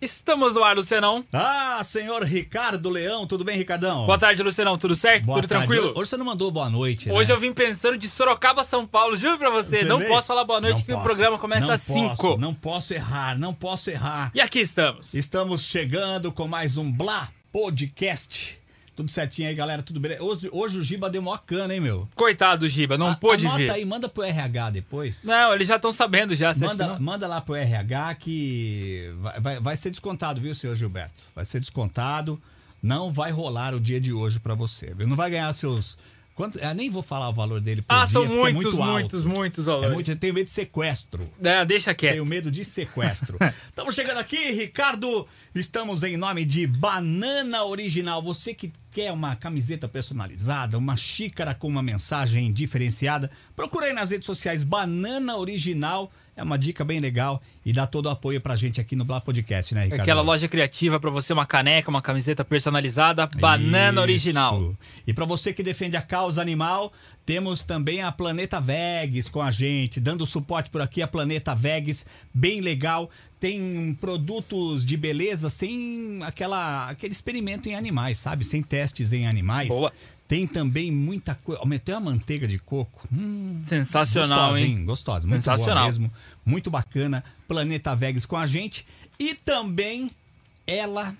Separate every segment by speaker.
Speaker 1: Estamos no ar, Lucenão.
Speaker 2: Ah, senhor Ricardo Leão, tudo bem, Ricardão?
Speaker 1: Boa tarde, Lucenão. Tudo certo?
Speaker 2: Boa
Speaker 1: Tudo
Speaker 2: tarde.
Speaker 1: tranquilo?
Speaker 2: Hoje você não mandou boa noite,
Speaker 1: Hoje
Speaker 2: né?
Speaker 1: eu vim pensando de Sorocaba a São Paulo, juro pra você.
Speaker 2: Você
Speaker 1: não
Speaker 2: vê?
Speaker 1: posso falar boa noite
Speaker 2: Não
Speaker 1: que
Speaker 2: posso,
Speaker 1: o programa começa
Speaker 2: não
Speaker 1: às 5.
Speaker 2: posso, Não posso errar, não posso errar.
Speaker 1: E aqui estamos.
Speaker 2: Estamos chegando com mais um Blá Podcast. Tudo certinho aí, galera, tudo beleza? Hoje, hoje o Giba deu mó cana, hein, meu?
Speaker 1: Coitado do Giba, não
Speaker 2: A-
Speaker 1: pôde
Speaker 2: anota
Speaker 1: vir.
Speaker 2: aí, manda pro RH depois.
Speaker 1: Não, eles já estão sabendo já. Você acha que
Speaker 2: Manda,
Speaker 1: não?
Speaker 2: manda lá pro RH que vai, vai- vai ser descontado, viu, senhor Gilberto? Vai ser descontado. Não vai rolar o dia de hoje pra você, viu? Não vai ganhar seus. Quanto, eu nem vou falar o valor dele por
Speaker 1: Ah,
Speaker 2: dia,
Speaker 1: são
Speaker 2: porque é
Speaker 1: muitos,
Speaker 2: muito alto.
Speaker 1: muitos, muitos,
Speaker 2: É
Speaker 1: valores.
Speaker 2: muito, um eu tenho medo de sequestro.
Speaker 1: É, deixa quieto.
Speaker 2: Tenho medo de sequestro. Estamos chegando aqui, Ricardo. Estamos em nome de Banana Original. Você que quer uma camiseta personalizada, uma xícara com uma mensagem diferenciada, procura aí nas redes sociais Banana Original. É uma dica bem legal e dá todo o apoio pra gente aqui no Blá Podcast, né, Ricardo?
Speaker 1: Aquela loja criativa pra você, uma caneca, uma camiseta personalizada, banana
Speaker 2: Isso.
Speaker 1: original.
Speaker 2: E para você que defende a causa animal, temos também a Planeta Vegs com a gente, dando suporte por aqui a Planeta Vegs, bem legal. Tem produtos de beleza sem aquela aquele experimento em animais, sabe? Sem testes em animais.
Speaker 1: Boa.
Speaker 2: Tem também muita coisa. Aumentei a manteiga de coco. Hum,
Speaker 1: Sensacional,
Speaker 2: gostosa,
Speaker 1: hein?
Speaker 2: Gostosa, muito
Speaker 1: Sensacional.
Speaker 2: boa mesmo. Muito bacana. Planeta Vegs com a gente. E também ela.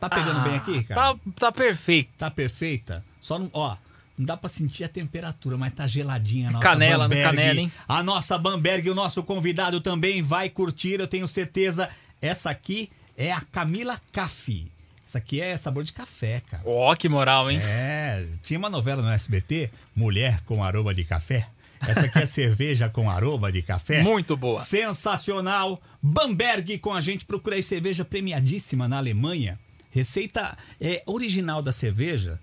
Speaker 2: Tá pegando
Speaker 1: Ah,
Speaker 2: bem aqui, cara?
Speaker 1: Tá, tá perfeito.
Speaker 2: tá perfeita. Só não, ó, não dá pra sentir a temperatura, mas tá geladinha a nossa
Speaker 1: Canela, né?
Speaker 2: Bamberg.
Speaker 1: Canela, hein?
Speaker 2: A nossa Bamberg, o nosso convidado também vai curtir, eu tenho certeza. Essa aqui é a Camila Café. Essa aqui é sabor de café, cara.
Speaker 1: Ó, que moral, hein?
Speaker 2: É, tinha uma novela no SBT, Mulher com Aroma de Café. Essa aqui é cerveja com aroma de café.
Speaker 1: Muito boa.
Speaker 2: Sensacional. Bamberg com a gente. Procura aí cerveja premiadíssima na Alemanha. Receita é, original da cerveja.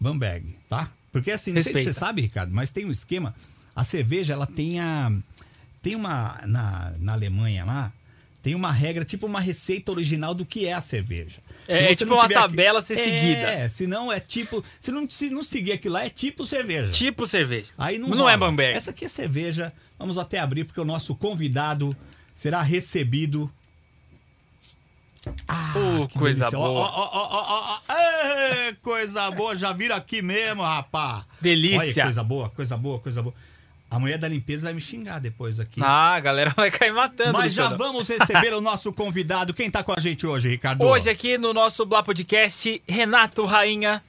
Speaker 2: Bamberg, tá? Porque assim, não sei
Speaker 1: Respeita.
Speaker 2: se você sabe, Ricardo, mas tem um esquema. A cerveja, ela tem a. Tem uma. Na, na Alemanha lá. Tem uma regra, tipo uma receita original do que é a cerveja.
Speaker 1: É,
Speaker 2: Se
Speaker 1: é
Speaker 2: você
Speaker 1: tipo
Speaker 2: não
Speaker 1: uma
Speaker 2: tiver aqui-
Speaker 1: tabela a ser
Speaker 2: É,
Speaker 1: seguida.
Speaker 2: se não é tipo. Se não, se não seguir aquilo lá, é tipo cerveja.
Speaker 1: Tipo cerveja.
Speaker 2: Aí não,
Speaker 1: é
Speaker 2: rola.
Speaker 1: Bamberg.
Speaker 2: Essa aqui é cerveja. Vamos até abrir, porque o nosso convidado será recebido.
Speaker 1: Ô,
Speaker 2: Ah, Que
Speaker 1: coisa
Speaker 2: delícia. Ó,
Speaker 1: boa.
Speaker 2: ó, ó, ó, ó, ó. Ê, coisa boa, já vira aqui mesmo, rapá.
Speaker 1: Delícia.
Speaker 2: Olha, coisa boa, coisa boa, coisa boa. A mulher da limpeza vai me xingar depois aqui.
Speaker 1: Ah, a galera vai cair matando.
Speaker 2: Mas já
Speaker 1: Luciano.
Speaker 2: vamos receber o nosso convidado. Quem tá com a gente hoje, Ricardo?
Speaker 1: Hoje aqui no nosso Blá Podcast, Renato Rainha.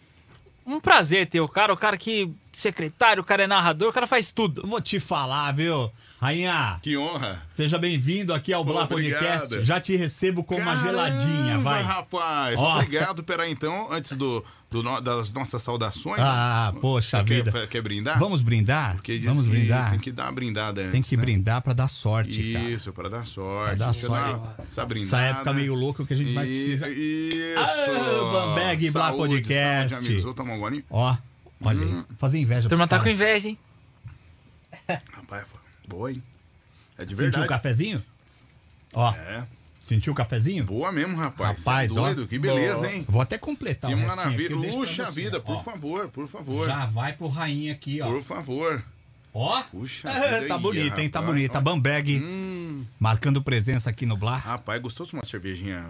Speaker 1: Um prazer ter o cara, o cara que secretário, o cara é narrador, o cara faz tudo.
Speaker 2: Vou te falar, viu? Rainha,
Speaker 3: Que honra.
Speaker 2: seja bem-vindo aqui ao Blá
Speaker 3: Obrigado.
Speaker 2: Podcast. Já te recebo com uma geladinha,
Speaker 3: Caramba,
Speaker 2: vai.
Speaker 3: rapaz.
Speaker 2: Ó.
Speaker 3: Obrigado. Peraí, então, antes do, do no- das nossas saudações.
Speaker 2: Ah, poxa
Speaker 3: você
Speaker 2: vida.
Speaker 3: Quer, quer brindar?
Speaker 2: Vamos brindar?
Speaker 3: Porque diz
Speaker 2: Vamos
Speaker 3: que
Speaker 2: brindar.
Speaker 3: Tem que dar uma brindada antes,
Speaker 2: Tem que
Speaker 3: né?
Speaker 2: brindar pra dar sorte, cara.
Speaker 3: Isso, pra dar sorte.
Speaker 2: Pra dar
Speaker 3: Você dá
Speaker 2: sorte.
Speaker 3: Essa brindada.
Speaker 2: Essa época meio louca que a gente mais precisa.
Speaker 3: Isso.
Speaker 2: Ah, Bamberg Blá
Speaker 3: Saúde,
Speaker 2: Podcast.
Speaker 3: Saúde, amigos. Vou tomar um golinho.
Speaker 2: Ó, olha
Speaker 3: Hum.
Speaker 2: aí. Fazer inveja.
Speaker 1: A turma
Speaker 2: pros
Speaker 1: tá com
Speaker 2: caras.
Speaker 1: inveja, hein?
Speaker 3: Rapaz, boa, hein? É de
Speaker 2: Sentiu o
Speaker 3: verdade.
Speaker 2: cafezinho? Ó,
Speaker 3: É.
Speaker 2: sentiu o cafezinho?
Speaker 3: Boa mesmo, rapaz. Cê
Speaker 2: Rapaz,
Speaker 3: é
Speaker 2: ó.
Speaker 3: doido. Que beleza,
Speaker 1: Boa.
Speaker 3: hein?
Speaker 2: Vou até completar
Speaker 3: Que
Speaker 2: o restinho aqui,
Speaker 3: maravilha.
Speaker 2: eu deixo pra
Speaker 3: Puxa
Speaker 2: você,
Speaker 3: vida, por
Speaker 2: ó.
Speaker 3: favor, por favor.
Speaker 2: Já vai pro rainha aqui, ó.
Speaker 3: Por favor.
Speaker 2: Ó.
Speaker 3: Puxa
Speaker 2: É,
Speaker 3: vida
Speaker 2: tá
Speaker 3: aí,
Speaker 2: bonito, hein? Tá
Speaker 3: rapaz. Hum.
Speaker 2: bonito. A Bamberg marcando presença aqui no Blá.
Speaker 3: Rapaz, é gostoso de uma cervejinha.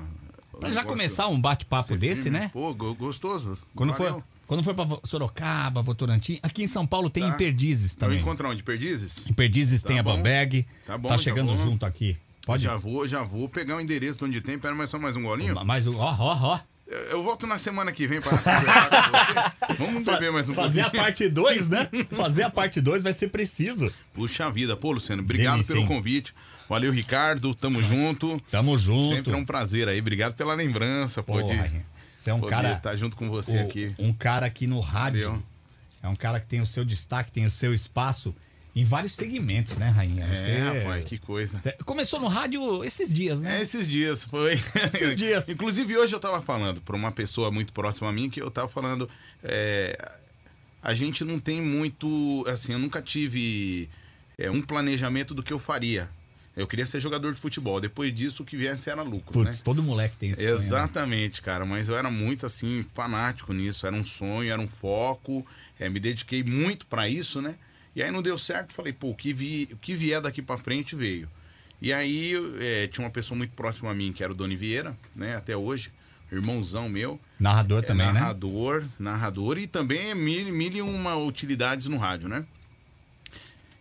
Speaker 2: Pra já começar um bate-papo desse, né?
Speaker 3: Pô, go- gostoso.
Speaker 2: Quando
Speaker 3: Valeu. Então,
Speaker 2: for, quando for pra Vo- Sorocaba, Votorantim, aqui em São Paulo tem
Speaker 3: Tá.
Speaker 2: em Perdizes
Speaker 3: Então
Speaker 2: também.
Speaker 3: encontra onde? Perdizes?
Speaker 2: Em Perdizes tem a
Speaker 3: bom.
Speaker 2: Bamberg. Tá,
Speaker 3: Tá bom, tá
Speaker 2: chegando
Speaker 3: bom.
Speaker 2: junto aqui. Pode
Speaker 3: Já vou, já vou pegar o endereço de onde tem. Pera mais só mais um golinho.
Speaker 2: Mais um. Ó, ó, ó.
Speaker 3: Eu, eu volto na semana que vem para conversar com você. Vamos beber mais um
Speaker 2: Fazer a
Speaker 3: pouquinho.
Speaker 2: parte 2, né? Fazer a parte 2 vai ser preciso.
Speaker 3: Puxa vida. Pô, Luciano, obrigado
Speaker 2: Delícia,
Speaker 3: pelo
Speaker 2: hein?
Speaker 3: convite. Valeu, Ricardo. Tamo junto.
Speaker 2: Tamo junto.
Speaker 3: Sempre é um prazer aí. Obrigado pela lembrança.
Speaker 2: Pô,
Speaker 3: Pode
Speaker 2: Rainha, Você é um cara.
Speaker 3: estar junto com você
Speaker 2: o-
Speaker 3: tá aqui.
Speaker 2: Um cara aqui no rádio.
Speaker 3: Entendeu?
Speaker 2: É um cara que tem o seu destaque, tem o seu espaço em vários segmentos, né, Rainha?
Speaker 3: É,
Speaker 2: Você-
Speaker 3: rapaz, que coisa.
Speaker 2: você- Começou no rádio esses dias,
Speaker 3: É,
Speaker 2: né?
Speaker 3: esses dias, foi.
Speaker 2: Esses dias.
Speaker 3: Inclusive, hoje eu tava falando pra uma pessoa muito próxima a mim que eu tava falando. é, a gente não tem muito. Assim, eu nunca tive é, um planejamento do que eu faria. Eu queria ser jogador de futebol. Depois disso, o que viesse era lucro,
Speaker 2: Putz,
Speaker 3: né?
Speaker 2: todo moleque tem esse sonho, né?
Speaker 3: Exatamente, cara. Mas eu era muito, assim, fanático nisso. Era um sonho, era um foco. é, me dediquei muito pra isso, né? E aí não deu certo. Falei, pô, o que, vi, o que vier daqui pra frente veio. E aí eu, é, tinha uma pessoa muito próxima a mim, que era o Doni Vieira, né? Até hoje, irmãozão meu.
Speaker 2: Narrador
Speaker 3: É,
Speaker 2: também, né?
Speaker 3: narrador, narrador e também é mil, mil e uma utilidades no rádio, né?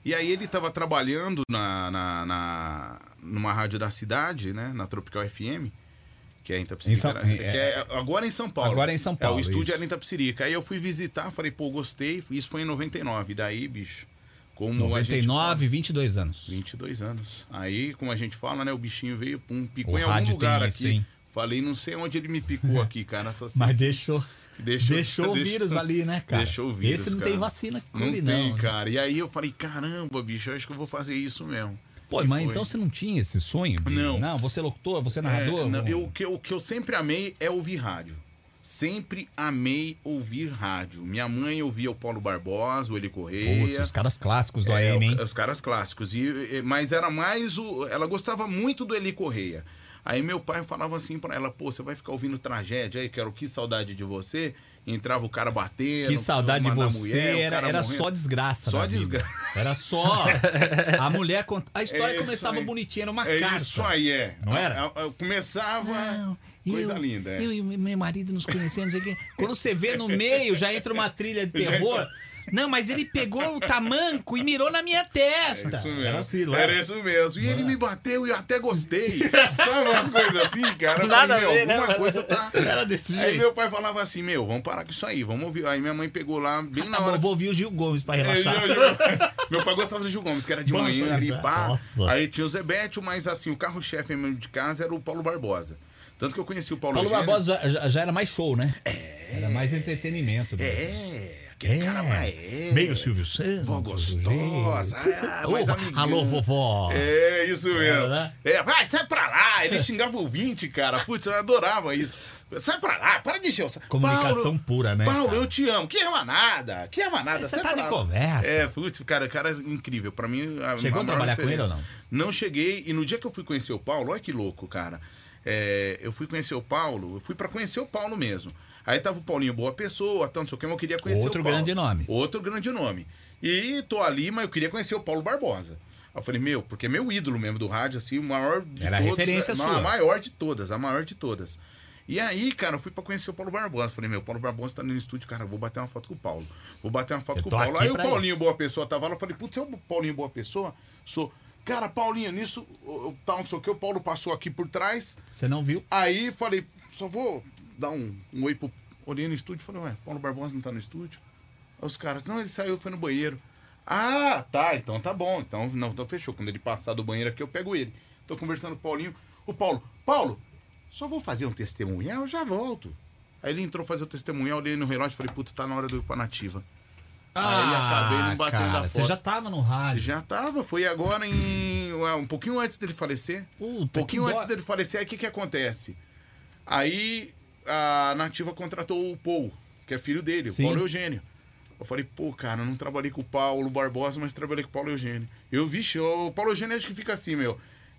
Speaker 3: E aí ele estava trabalhando na, na, na- numa rádio da cidade, né? Na Tropical FM, que é em Itapecirica.
Speaker 2: Em São-
Speaker 3: era- que é-
Speaker 2: é-
Speaker 3: agora em São Paulo.
Speaker 2: Agora é em São Paulo,
Speaker 3: o estúdio
Speaker 2: isso.
Speaker 3: era em Itapecirica. Aí eu fui visitar, falei, pô, gostei. Isso foi em 99. Daí, bicho, como a gente fala-
Speaker 2: 99, 22 anos.
Speaker 3: 22 anos. Aí, como a gente fala, né? O bichinho veio, pum, picou
Speaker 2: O
Speaker 3: em algum
Speaker 2: rádio
Speaker 3: lugar
Speaker 2: tem isso,
Speaker 3: aqui.
Speaker 2: hein?
Speaker 3: Falei, não sei onde ele me picou aqui, cara. Só sei
Speaker 2: Mas deixou.
Speaker 3: Deixou-
Speaker 2: Deixou, o
Speaker 3: deixou-
Speaker 2: vírus ali, né, cara?
Speaker 3: deixou o vírus,
Speaker 2: Esse não
Speaker 3: cara.
Speaker 2: tem vacina que
Speaker 3: Não
Speaker 2: cure,
Speaker 3: tem,
Speaker 2: não. né?
Speaker 3: cara. E aí eu falei, caramba, bicho, eu acho que eu vou fazer isso mesmo.
Speaker 2: Pô,
Speaker 3: E
Speaker 2: mas
Speaker 3: foi.
Speaker 2: então você não tinha esse sonho? de-
Speaker 3: Não.
Speaker 2: Não, você é locutor, você é
Speaker 3: É,
Speaker 2: narrador?
Speaker 3: não, eu, o, que, eu- o que eu sempre amei é ouvir rádio. Sempre amei ouvir rádio. Minha mãe ouvia o Paulo Barbosa, o Eli Correia.
Speaker 2: Putz, os caras clássicos do
Speaker 3: É,
Speaker 2: AM,
Speaker 3: o-
Speaker 2: hein?
Speaker 3: Os caras clássicos. E, e- mas era mais o. Ela gostava muito do Eli Correia. Aí meu pai falava assim pra ela: pô, você vai ficar ouvindo tragédia aí, quero que saudade de você. Entrava o cara batendo.
Speaker 2: Que saudade de
Speaker 3: uma na
Speaker 2: você.
Speaker 3: mulher, o
Speaker 2: era
Speaker 3: cara
Speaker 2: era
Speaker 3: morrendo.
Speaker 2: só desgraça.
Speaker 3: Só
Speaker 2: na vida.
Speaker 3: desgraça.
Speaker 2: Era só. A mulher. cont- A história
Speaker 3: É isso
Speaker 2: começava
Speaker 3: aí.
Speaker 2: bonitinha, era uma
Speaker 3: é
Speaker 2: carta.
Speaker 3: Isso aí é.
Speaker 2: Não era?
Speaker 3: Eu- eu começava.
Speaker 2: Não,
Speaker 3: coisa
Speaker 2: eu-
Speaker 3: linda. é.
Speaker 2: Eu e meu marido nos conhecemos aqui. Quando você vê no meio, já entra uma trilha de terror. Não, mas ele pegou o tamanco e mirou na minha
Speaker 3: É
Speaker 2: testa.
Speaker 3: isso mesmo.
Speaker 2: Era assim, lá.
Speaker 3: Era isso mesmo. E ele me bateu e eu até gostei. Sabe umas coisas assim, cara? Eu
Speaker 1: Nada
Speaker 3: falei,
Speaker 1: a ver,
Speaker 3: meu, alguma
Speaker 1: né?
Speaker 3: coisa tá.
Speaker 2: Era desse
Speaker 3: Aí
Speaker 2: jeito.
Speaker 3: meu pai falava assim, meu, vamos parar com isso aí, vamos ouvir. Aí minha mãe pegou lá, bem na
Speaker 2: Tá bom,
Speaker 3: hora.
Speaker 2: vou ouvir o Gil Gomes pra
Speaker 3: É,
Speaker 2: relaxar.
Speaker 3: Gil- Gil- Meu pai gostava do Gil Gomes, que era de
Speaker 2: Bom,
Speaker 3: manhã ali,
Speaker 2: né?
Speaker 3: pá.
Speaker 2: Nossa.
Speaker 3: Aí tinha o Zebete, mas assim, o carro-chefe mesmo de casa era o Paulo Barbosa. Tanto que eu conheci o Paulo,
Speaker 2: Paulo
Speaker 3: Eugênio.
Speaker 2: Barbosa já- já, já era mais show, né? Era mais entretenimento. mesmo.
Speaker 3: É, aquele cara lá é.
Speaker 2: Meio Silvio Santos.
Speaker 3: Vó gostosa. Ah,
Speaker 2: Ô,
Speaker 3: mas amiguinho.
Speaker 2: alô, vovó.
Speaker 3: É, isso mesmo.
Speaker 2: né?
Speaker 3: É, vai, sai pra lá. Ele xingava o ouvinte, cara. Putz, eu adorava isso. Sai pra lá, para de encher o saco.
Speaker 2: Comunicação
Speaker 3: Paulo,
Speaker 2: pura, né,
Speaker 3: Paulo,
Speaker 2: cara?
Speaker 3: eu te amo. Que ama nada. Que ama nada.
Speaker 2: Você
Speaker 3: sai
Speaker 2: tá
Speaker 3: pra
Speaker 2: de
Speaker 3: lá.
Speaker 2: conversa.
Speaker 3: É, putz, cara, cara é incrível. Pra mim, a
Speaker 2: Chegou a
Speaker 3: maior
Speaker 2: trabalhar com ele
Speaker 3: referência.
Speaker 2: ou não?
Speaker 3: Não cheguei. E no dia que eu fui conhecer o Paulo, olha que louco, cara. É, eu fui conhecer o Paulo, eu fui pra conhecer o Paulo mesmo. Aí tava o Paulinho Boa Pessoa, tanto não sei o que, mas eu queria conhecer
Speaker 2: Outro
Speaker 3: o Paulo.
Speaker 2: grande nome.
Speaker 3: Outro grande nome. E tô ali, mas eu queria conhecer o Paulo Barbosa. Aí eu falei, meu, porque é meu ídolo mesmo do rádio, assim, o maior de
Speaker 2: Era a
Speaker 3: todos.
Speaker 2: referência
Speaker 3: a,
Speaker 2: sua.
Speaker 3: A maior de todas, a maior de todas. E aí, cara, eu fui pra conhecer o Paulo Barbosa. Falei, meu, o Paulo Barbosa tá no estúdio, cara, eu vou bater uma foto com o Paulo. Vou bater uma foto
Speaker 2: Eu
Speaker 3: com o
Speaker 2: tô
Speaker 3: Paulo.
Speaker 2: aqui
Speaker 3: Aí o
Speaker 2: pra
Speaker 3: Paulinho Boa Pessoa tava lá, eu falei, putz, é o Paulinho Boa Pessoa? Sou. Cara, Paulinho, nisso, o- o- tal, não sei o que, o Paulo passou aqui por trás.
Speaker 2: Você não viu?
Speaker 3: Aí falei, só vou dar um, um oi pro. Olhei no estúdio e falei, ué, Paulo Barbosa não tá no estúdio? Aí os caras, não, ele saiu, foi no banheiro. Ah, tá, então tá bom. Então, não, então fechou. Quando ele passar do banheiro aqui, eu pego ele. Tô conversando com o Paulinho. O Paulo, Paulo, só vou fazer um testemunhal, eu já volto. Aí ele entrou fazer o testemunhal, olhei no relógio e falei, puta, tá na hora do ir pra nativa. acabei não batendo a
Speaker 2: Ah, cara, Você
Speaker 3: foto.
Speaker 2: já tava no rádio.
Speaker 3: Já tava, foi agora em. ué, Um pouquinho antes dele falecer.
Speaker 2: Puta,
Speaker 3: um pouquinho
Speaker 2: que dó.
Speaker 3: antes dele falecer, aí o que, que acontece? Aí a Nativa contratou o Paul, que é filho dele,
Speaker 2: Sim.
Speaker 3: o Paulo Eugênio. Eu falei, pô, cara, eu não trabalhei com o Paulo Barbosa, mas trabalhei com o Paulo Eugênio. Eu vi show. O Paulo Eugênio acho que fica assim, meu.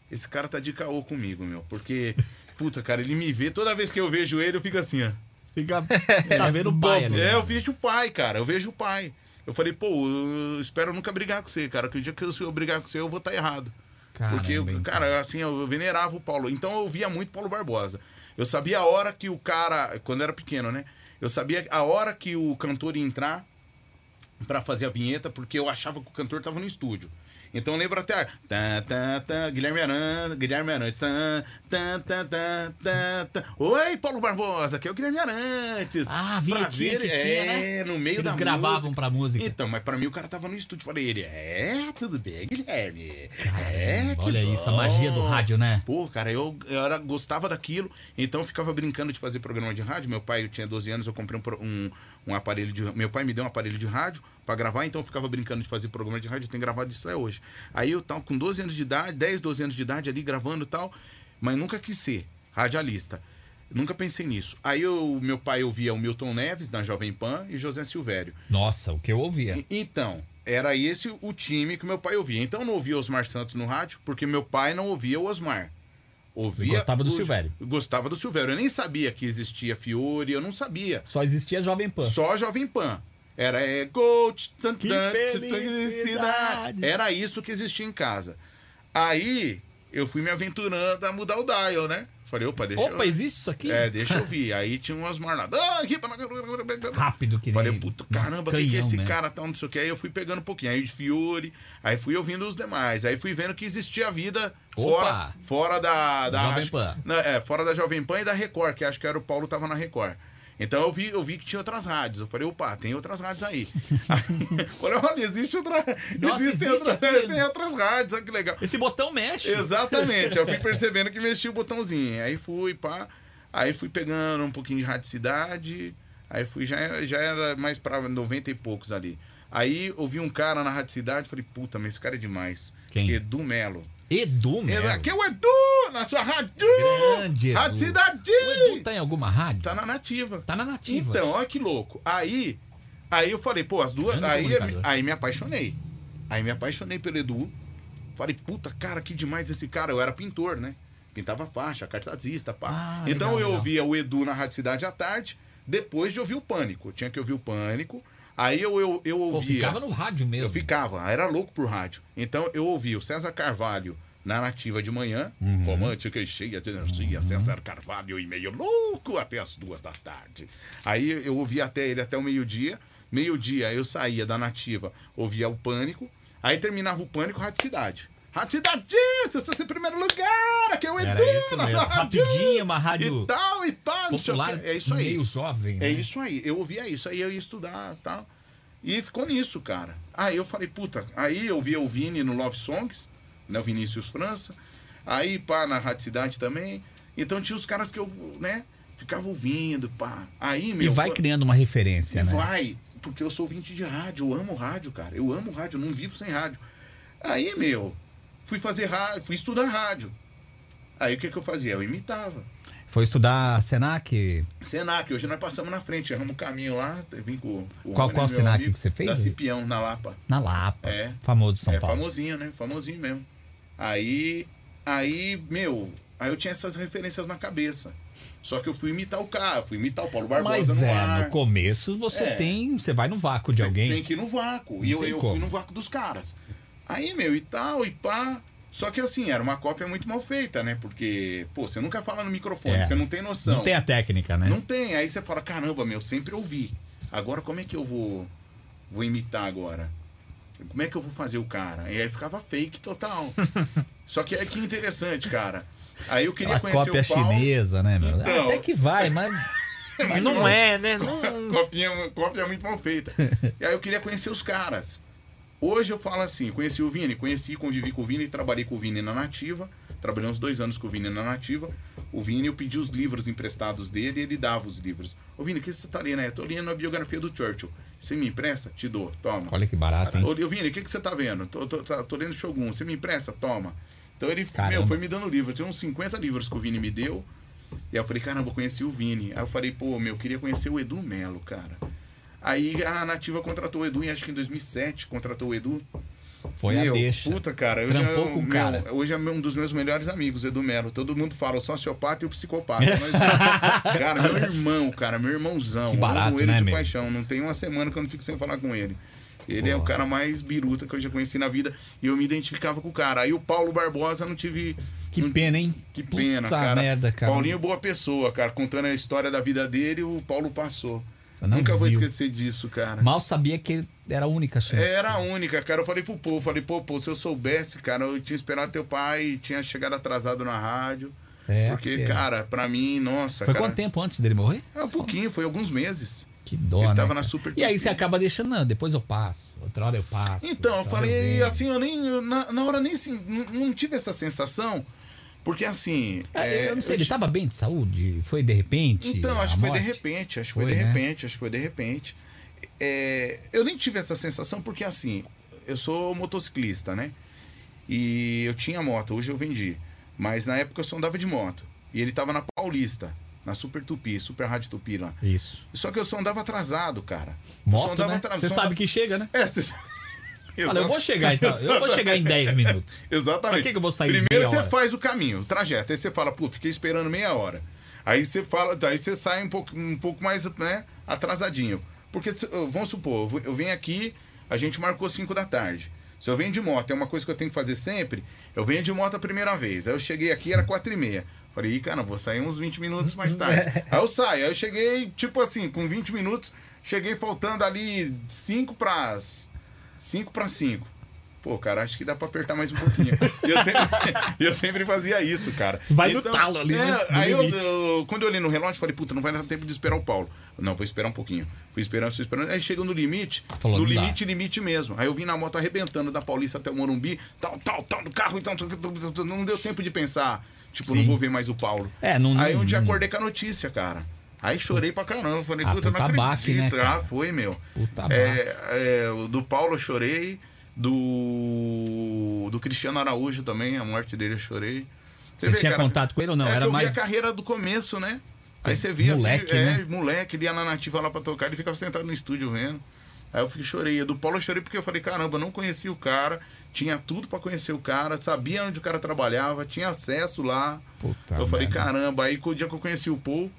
Speaker 3: Esse cara tá de caô comigo, meu. Porque, puta, cara, ele me vê, toda vez que eu vejo ele, eu fico assim, ó.
Speaker 2: Fica, tá vendo o pai ali.
Speaker 3: É, eu vejo o pai, cara. Eu vejo o pai. Eu falei, pô, eu espero nunca brigar com você, cara. Que o dia que eu- se eu brigar com você, eu vou estar errado.
Speaker 2: Caramba,
Speaker 3: Porque, eu-
Speaker 2: hein,
Speaker 3: cara, assim, eu venerava o Paulo. Então eu via muito Paulo Barbosa. Eu sabia a hora que o cara. Quando era pequeno, né? Eu sabia a hora que o cantor ia entrar pra fazer a vinheta, porque eu achava que o cantor tava no estúdio. Então eu lembro até. a- Tá, tá, tá, Guilherme Arantes, Guilherme Arantes. Tá, tá, tá, tá, tá, tá. Oi, Paulo Barbosa, aqui é o Guilherme Arantes.
Speaker 2: Ah, a vinhetinha
Speaker 3: Prazer,
Speaker 2: que
Speaker 3: é,
Speaker 2: tinha, né?
Speaker 3: no meio
Speaker 2: Eles
Speaker 3: da
Speaker 2: gravavam
Speaker 3: música.
Speaker 2: pra música.
Speaker 3: Então, mas pra mim o cara tava no estúdio. Falei, ele, é, tudo bem, Guilherme. é, que
Speaker 2: Olha isso, a
Speaker 3: bom."
Speaker 2: magia do rádio, né?
Speaker 3: Pô, cara, eu, eu era, gostava daquilo, então eu ficava brincando de fazer programa de rádio. Meu pai eu tinha 12 anos, eu comprei um, pro- um, um aparelho de. Meu pai me deu um aparelho de rádio pra gravar, então eu ficava brincando de fazer programa de rádio. Eu tenho gravado isso até hoje. Aí eu tava com 12 anos de idade, 10, 12 anos de idade ali gravando e tal, mas nunca quis ser radialista. Nunca pensei nisso. Aí eu, meu pai ouvia o Milton Neves na Jovem Pan e José Silvério.
Speaker 2: Nossa, o que eu ouvia.
Speaker 3: E- Então, era esse o time que meu pai ouvia. Então eu não ouvia Osmar Santos no rádio, porque meu pai não ouvia o Osmar. Ouvia
Speaker 2: Gostava do
Speaker 3: o-
Speaker 2: Silvério.
Speaker 3: Gostava do Silvério. Eu nem sabia que existia Fiore, eu não sabia.
Speaker 2: Só existia Jovem Pan.
Speaker 3: Só Jovem Pan. Era é, gol, tan,
Speaker 2: Que
Speaker 3: tan, tan,
Speaker 2: felicidade.
Speaker 3: Era isso que existia em casa. Aí eu fui me aventurando a mudar o dial, né? Falei, opa, deixa
Speaker 4: Opa,
Speaker 3: eu...
Speaker 4: existe isso aqui?
Speaker 3: É, deixa eu ver. Aí tinha um Osmar lá. "Ah, aqui, pra-
Speaker 4: Rápido que nem-
Speaker 3: Falei, puta,
Speaker 4: Nossa,
Speaker 3: caramba, o que, que
Speaker 4: canhão,
Speaker 3: esse
Speaker 4: né?
Speaker 3: cara tal, não sei o que. Aí eu fui pegando um pouquinho. Aí o Fiore, aí fui ouvindo os demais. Aí fui vendo que existia vida
Speaker 4: Opa!
Speaker 3: fora, fora da... da
Speaker 4: Jovem
Speaker 3: acho-
Speaker 4: Pan.
Speaker 3: na- é, fora da Jovem Pan e da Record, que acho que era o Paulo tava na Record. Então eu vi, eu vi que tinha outras rádios. Eu falei, opa, tem outras rádios aí. aí falei, olha, existe outra.
Speaker 4: Nossa,
Speaker 3: existem
Speaker 4: existe
Speaker 3: outras,
Speaker 4: aqui.
Speaker 3: tem outras rádios, olha que legal.
Speaker 4: Esse botão mexe.
Speaker 3: Exatamente. Eu fui percebendo que mexia o botãozinho. Aí fui, pá. Aí fui pegando um pouquinho de radicidade. Aí fui, já, já era mais pra 90 e poucos ali. Aí ouvi um cara na radicidade, falei, puta, mas esse cara é demais.
Speaker 4: Quem?
Speaker 3: Edu Melo.
Speaker 4: Edu,
Speaker 3: Edu,
Speaker 4: mesmo.
Speaker 3: Aqui é o Edu, na sua rádio!
Speaker 4: Grande Edu.
Speaker 3: Radicidade!
Speaker 4: O Edu tá em alguma rádio?
Speaker 3: Tá na nativa.
Speaker 4: Tá na nativa.
Speaker 3: Então, olha que louco. Aí, aí eu falei, pô, as duas.
Speaker 4: Grande
Speaker 3: Aí,
Speaker 4: comunicador.
Speaker 3: aí me apaixonei. Aí me apaixonei pelo Edu. Falei, puta, cara, que demais esse cara. Eu era pintor, né? Pintava faixa, cartazista, pá.
Speaker 4: Ah,
Speaker 3: então
Speaker 4: legal,
Speaker 3: eu
Speaker 4: legal.
Speaker 3: ouvia o Edu na Rádio Cidade à tarde, depois de ouvir o Pânico. Eu tinha que ouvir o Pânico. Aí eu, eu, eu
Speaker 4: Pô,
Speaker 3: ouvia.
Speaker 4: ficava no rádio mesmo.
Speaker 3: Eu ficava, era louco por rádio. Então eu ouvi o César Carvalho na nativa de manhã,
Speaker 4: Uhum.
Speaker 3: romântica e cheia de energia, César Carvalho e meio louco até as duas da tarde. Aí eu ouvia até ele até o meio-dia. Meio-dia eu saía da nativa, ouvia o pânico, aí terminava o pânico, Rádio Cidade. Rádio Cidade, você está em primeiro lugar, aqui é o Edu,
Speaker 4: Era isso
Speaker 3: na
Speaker 4: mesmo.
Speaker 3: sua rádio,
Speaker 4: Rapidinho, uma rádio
Speaker 3: E tal, e pá, não sei o
Speaker 4: Popular,
Speaker 3: quê. É isso aí.
Speaker 4: meio jovem, né?
Speaker 3: É isso aí. Eu ouvia isso, aí eu ia estudar e tal. E ficou nisso, cara. Aí eu falei, puta, aí eu via o Vini no Love Songs, né? O Vinícius França. Aí, pá, na Rádio Cidade também. Então tinha os caras que eu, né, ficava ouvindo, pá. Aí,
Speaker 4: E
Speaker 3: meu.
Speaker 4: vai
Speaker 3: pô,
Speaker 4: criando uma referência,
Speaker 3: e
Speaker 4: né?
Speaker 3: vai, porque eu sou ouvinte de rádio, eu amo rádio, cara. Eu amo rádio, eu não vivo sem rádio. Aí, meu, fui fazer rádio, fui estudar rádio. Aí o que, que eu fazia? Eu imitava.
Speaker 4: Foi estudar Senac?
Speaker 3: Senac, hoje nós passamos na frente, erramos o caminho lá, vim com o
Speaker 4: Qual-
Speaker 3: Rony,
Speaker 4: qual
Speaker 3: meu
Speaker 4: Senac
Speaker 3: amigo,
Speaker 4: que você fez?
Speaker 3: Da Cipião, na Lapa.
Speaker 4: Na Lapa.
Speaker 3: É.
Speaker 4: Famoso São
Speaker 3: é
Speaker 4: Paulo.
Speaker 3: famosinho, né? Famosinho mesmo. Aí, aí, meu, aí eu tinha essas referências na cabeça. Só que eu fui imitar o cara, fui imitar o Paulo Barbosa
Speaker 4: Mas
Speaker 3: no
Speaker 4: é,
Speaker 3: ar.
Speaker 4: no começo você
Speaker 3: É.
Speaker 4: tem. Você vai no vácuo de alguém.
Speaker 3: Tem que ir no vácuo. E
Speaker 4: Não
Speaker 3: eu,
Speaker 4: tem
Speaker 3: eu
Speaker 4: como.
Speaker 3: fui no vácuo dos caras. Aí, meu, e tal, e pá. Só que assim, era uma cópia muito mal feita, né? Porque, pô, você nunca fala no microfone,
Speaker 4: É.
Speaker 3: você não tem noção.
Speaker 4: Não tem a técnica, né?
Speaker 3: Não tem. Aí você fala, caramba, meu, sempre ouvi. Agora como é que eu vou vou imitar agora? Como é que eu vou fazer o cara? E aí ficava fake total. Só que é que interessante, cara. Aí eu queria
Speaker 4: a
Speaker 3: conhecer
Speaker 4: cópia
Speaker 3: o Paulo.
Speaker 4: chinesa, né, meu?
Speaker 3: Então.
Speaker 4: Até que vai, mas.
Speaker 1: Mas não é, né? Não...
Speaker 3: Copinha, cópia muito mal feita. E aí eu queria conhecer os caras. Hoje eu falo assim, conheci o Vini, conheci, convivi com o Vini, trabalhei com o Vini na Nativa. Trabalhei uns dois anos com o Vini na Nativa. O Vini, eu pedi os livros emprestados dele e ele dava os livros. Ô Vini, o que você tá lendo? aí? Eu tô lendo a biografia do Churchill. Você me empresta? Te dou, toma.
Speaker 4: Olha que barato, hein?
Speaker 3: Ô, Ô, Vini, o que, que você tá vendo? Tô, tô, tá- tô lendo Shogun. Você me empresta? Toma. Então ele
Speaker 4: Caramba.
Speaker 3: meu, foi me dando livro. Tem uns 50 livros que o Vini me deu. E aí eu falei, caramba, eu conheci o Vini. Aí eu falei, pô, meu, eu queria conhecer o Edu Melo, cara. Aí a Nativa contratou o Edu, e acho que em 2007 contratou o Edu.
Speaker 4: Foi
Speaker 3: meu,
Speaker 4: a deixa.
Speaker 3: Puta, cara. Hoje
Speaker 4: Trampou
Speaker 3: é,
Speaker 4: com o
Speaker 3: meu,
Speaker 4: cara.
Speaker 3: hoje é um dos meus melhores amigos, Edu Melo. Todo mundo fala o sociopata e o psicopata. Mas, cara, meu irmão, cara, meu irmãozão.
Speaker 4: Que barato,
Speaker 3: Amo ele
Speaker 4: né,
Speaker 3: de
Speaker 4: meu?
Speaker 3: paixão. Não tem uma semana que eu não fico sem falar com ele. Ele é o
Speaker 4: Porra.
Speaker 3: cara mais biruta que eu já conheci na vida. E eu me identificava com o cara. Aí o Paulo Barbosa não tive.
Speaker 4: Que
Speaker 3: não-
Speaker 4: pena, hein?
Speaker 3: que pena,
Speaker 4: Puta
Speaker 3: cara.
Speaker 4: merda, cara.
Speaker 3: Paulinho é boa pessoa, cara. Contando a história da vida dele, o Paulo passou.
Speaker 4: Eu não
Speaker 3: Nunca vou
Speaker 4: vi.
Speaker 3: esquecer disso, cara.
Speaker 4: Mal sabia que era a única chance.
Speaker 3: Era a única, cara. Eu falei pro povo, falei, pô, pô, se eu soubesse, cara, eu tinha esperado teu pai, tinha chegado atrasado na rádio.
Speaker 4: É,
Speaker 3: porque,
Speaker 4: porque-
Speaker 3: cara, pra mim, nossa,
Speaker 4: Foi
Speaker 3: cara.
Speaker 4: quanto tempo antes dele morrer?
Speaker 3: É um pouquinho, foi alguns meses.
Speaker 4: Que dó,
Speaker 3: Ele
Speaker 4: né,
Speaker 3: tava na
Speaker 4: cara?
Speaker 3: super
Speaker 4: E aí
Speaker 3: tupi.
Speaker 4: você acaba deixando, não, depois eu passo, outra hora eu passo.
Speaker 3: Então, eu
Speaker 4: outra hora
Speaker 3: falei,
Speaker 4: venho.
Speaker 3: assim, eu nem. eu Na, na hora nem assim, não, não tive essa sensação. Porque assim.
Speaker 4: É,
Speaker 3: é,
Speaker 4: eu não sei,
Speaker 3: eu
Speaker 4: ele tava bem de saúde? Foi de repente?
Speaker 3: Então,
Speaker 4: é a
Speaker 3: acho que foi de
Speaker 4: morte?
Speaker 3: repente, acho que foi,
Speaker 4: Foi,
Speaker 3: de
Speaker 4: né?
Speaker 3: repente, acho que foi de repente. É, eu nem tive essa sensação porque assim, eu sou motociclista, né? E eu tinha moto, hoje eu vendi. Mas na época eu só andava de moto. E ele tava na Paulista, na Super Tupi, Super Rádio Tupi lá.
Speaker 4: Isso.
Speaker 3: Só que eu só andava atrasado, cara. Eu só
Speaker 4: Moto,
Speaker 3: andava
Speaker 4: né?
Speaker 3: atrasado.
Speaker 4: Você sabe que chega, né?
Speaker 3: É, você sabe.
Speaker 4: Olha, eu vou chegar então, eu vou chegar em 10 minutos.
Speaker 3: Exatamente.
Speaker 4: Pra que que eu vou sair meia
Speaker 3: Primeiro você
Speaker 4: hora?
Speaker 3: faz o caminho, o trajeto. Aí você fala, pô, fiquei esperando meia hora. Aí você fala, daí você sai um pouco, um pouco mais né, atrasadinho. Porque, se- vamos supor, eu vim aqui, a gente marcou 5 da tarde. Se eu venho de moto, é uma coisa que eu tenho que fazer sempre. Eu venho de moto a primeira vez. Aí eu cheguei aqui, era quatro e meia. Falei, Ih, cara, eu vou sair uns 20 minutos mais tarde.
Speaker 4: É.
Speaker 3: aí eu saio. Aí eu cheguei, tipo assim, com 20 minutos, cheguei faltando ali 5 para 5 para 5. Pô, cara, acho que dá pra apertar mais um pouquinho. E eu sempre, eu sempre fazia isso, cara.
Speaker 4: Vai no talo ali,
Speaker 3: é,
Speaker 4: né? No
Speaker 3: Aí eu,
Speaker 4: limite.
Speaker 3: eu- quando eu olhei no relógio, falei, puta, não vai dar tempo de esperar o Paulo. Não, vou esperar um pouquinho. Fui esperando, fui esperando. Aí chega no limite,
Speaker 2: Falou,
Speaker 3: no
Speaker 2: não dá.
Speaker 3: limite, limite mesmo. Aí eu vim na moto arrebentando da Paulista até o Morumbi, tal, tal, tal, no carro, então, tal, tal, tal, não deu tempo de pensar. Tipo, não vou ver mais o Paulo.
Speaker 4: É, não-
Speaker 3: Aí um dia
Speaker 4: não-
Speaker 3: acordei com a notícia, cara. Aí chorei pra caramba. Falei,
Speaker 2: Ah,
Speaker 3: puta, eu não
Speaker 2: puta baque, né,
Speaker 3: acredito.
Speaker 2: cara?
Speaker 3: ah, foi, meu.
Speaker 4: Tá
Speaker 2: Puta
Speaker 3: É, é, o do Paulo eu chorei, do do Cristiano Araújo também, a morte dele eu chorei.
Speaker 4: Você tinha contato com ele ou não?
Speaker 3: É que
Speaker 4: Era
Speaker 3: eu
Speaker 4: mais-
Speaker 3: via a carreira do começo, né? Aí você via
Speaker 2: Moleque,
Speaker 3: assim, é,
Speaker 2: né?
Speaker 3: moleque, ele ia na nativa lá pra tocar, ele ficava sentado no estúdio vendo. Aí eu fiquei, chorei. E Do Paulo eu chorei porque eu falei, caramba, eu não conhecia o cara, tinha tudo pra conhecer o cara, sabia onde o cara trabalhava, tinha acesso lá.
Speaker 2: Puta
Speaker 3: eu falei,
Speaker 2: Tá merda.
Speaker 3: caramba, aí o dia que eu conheci o Paul,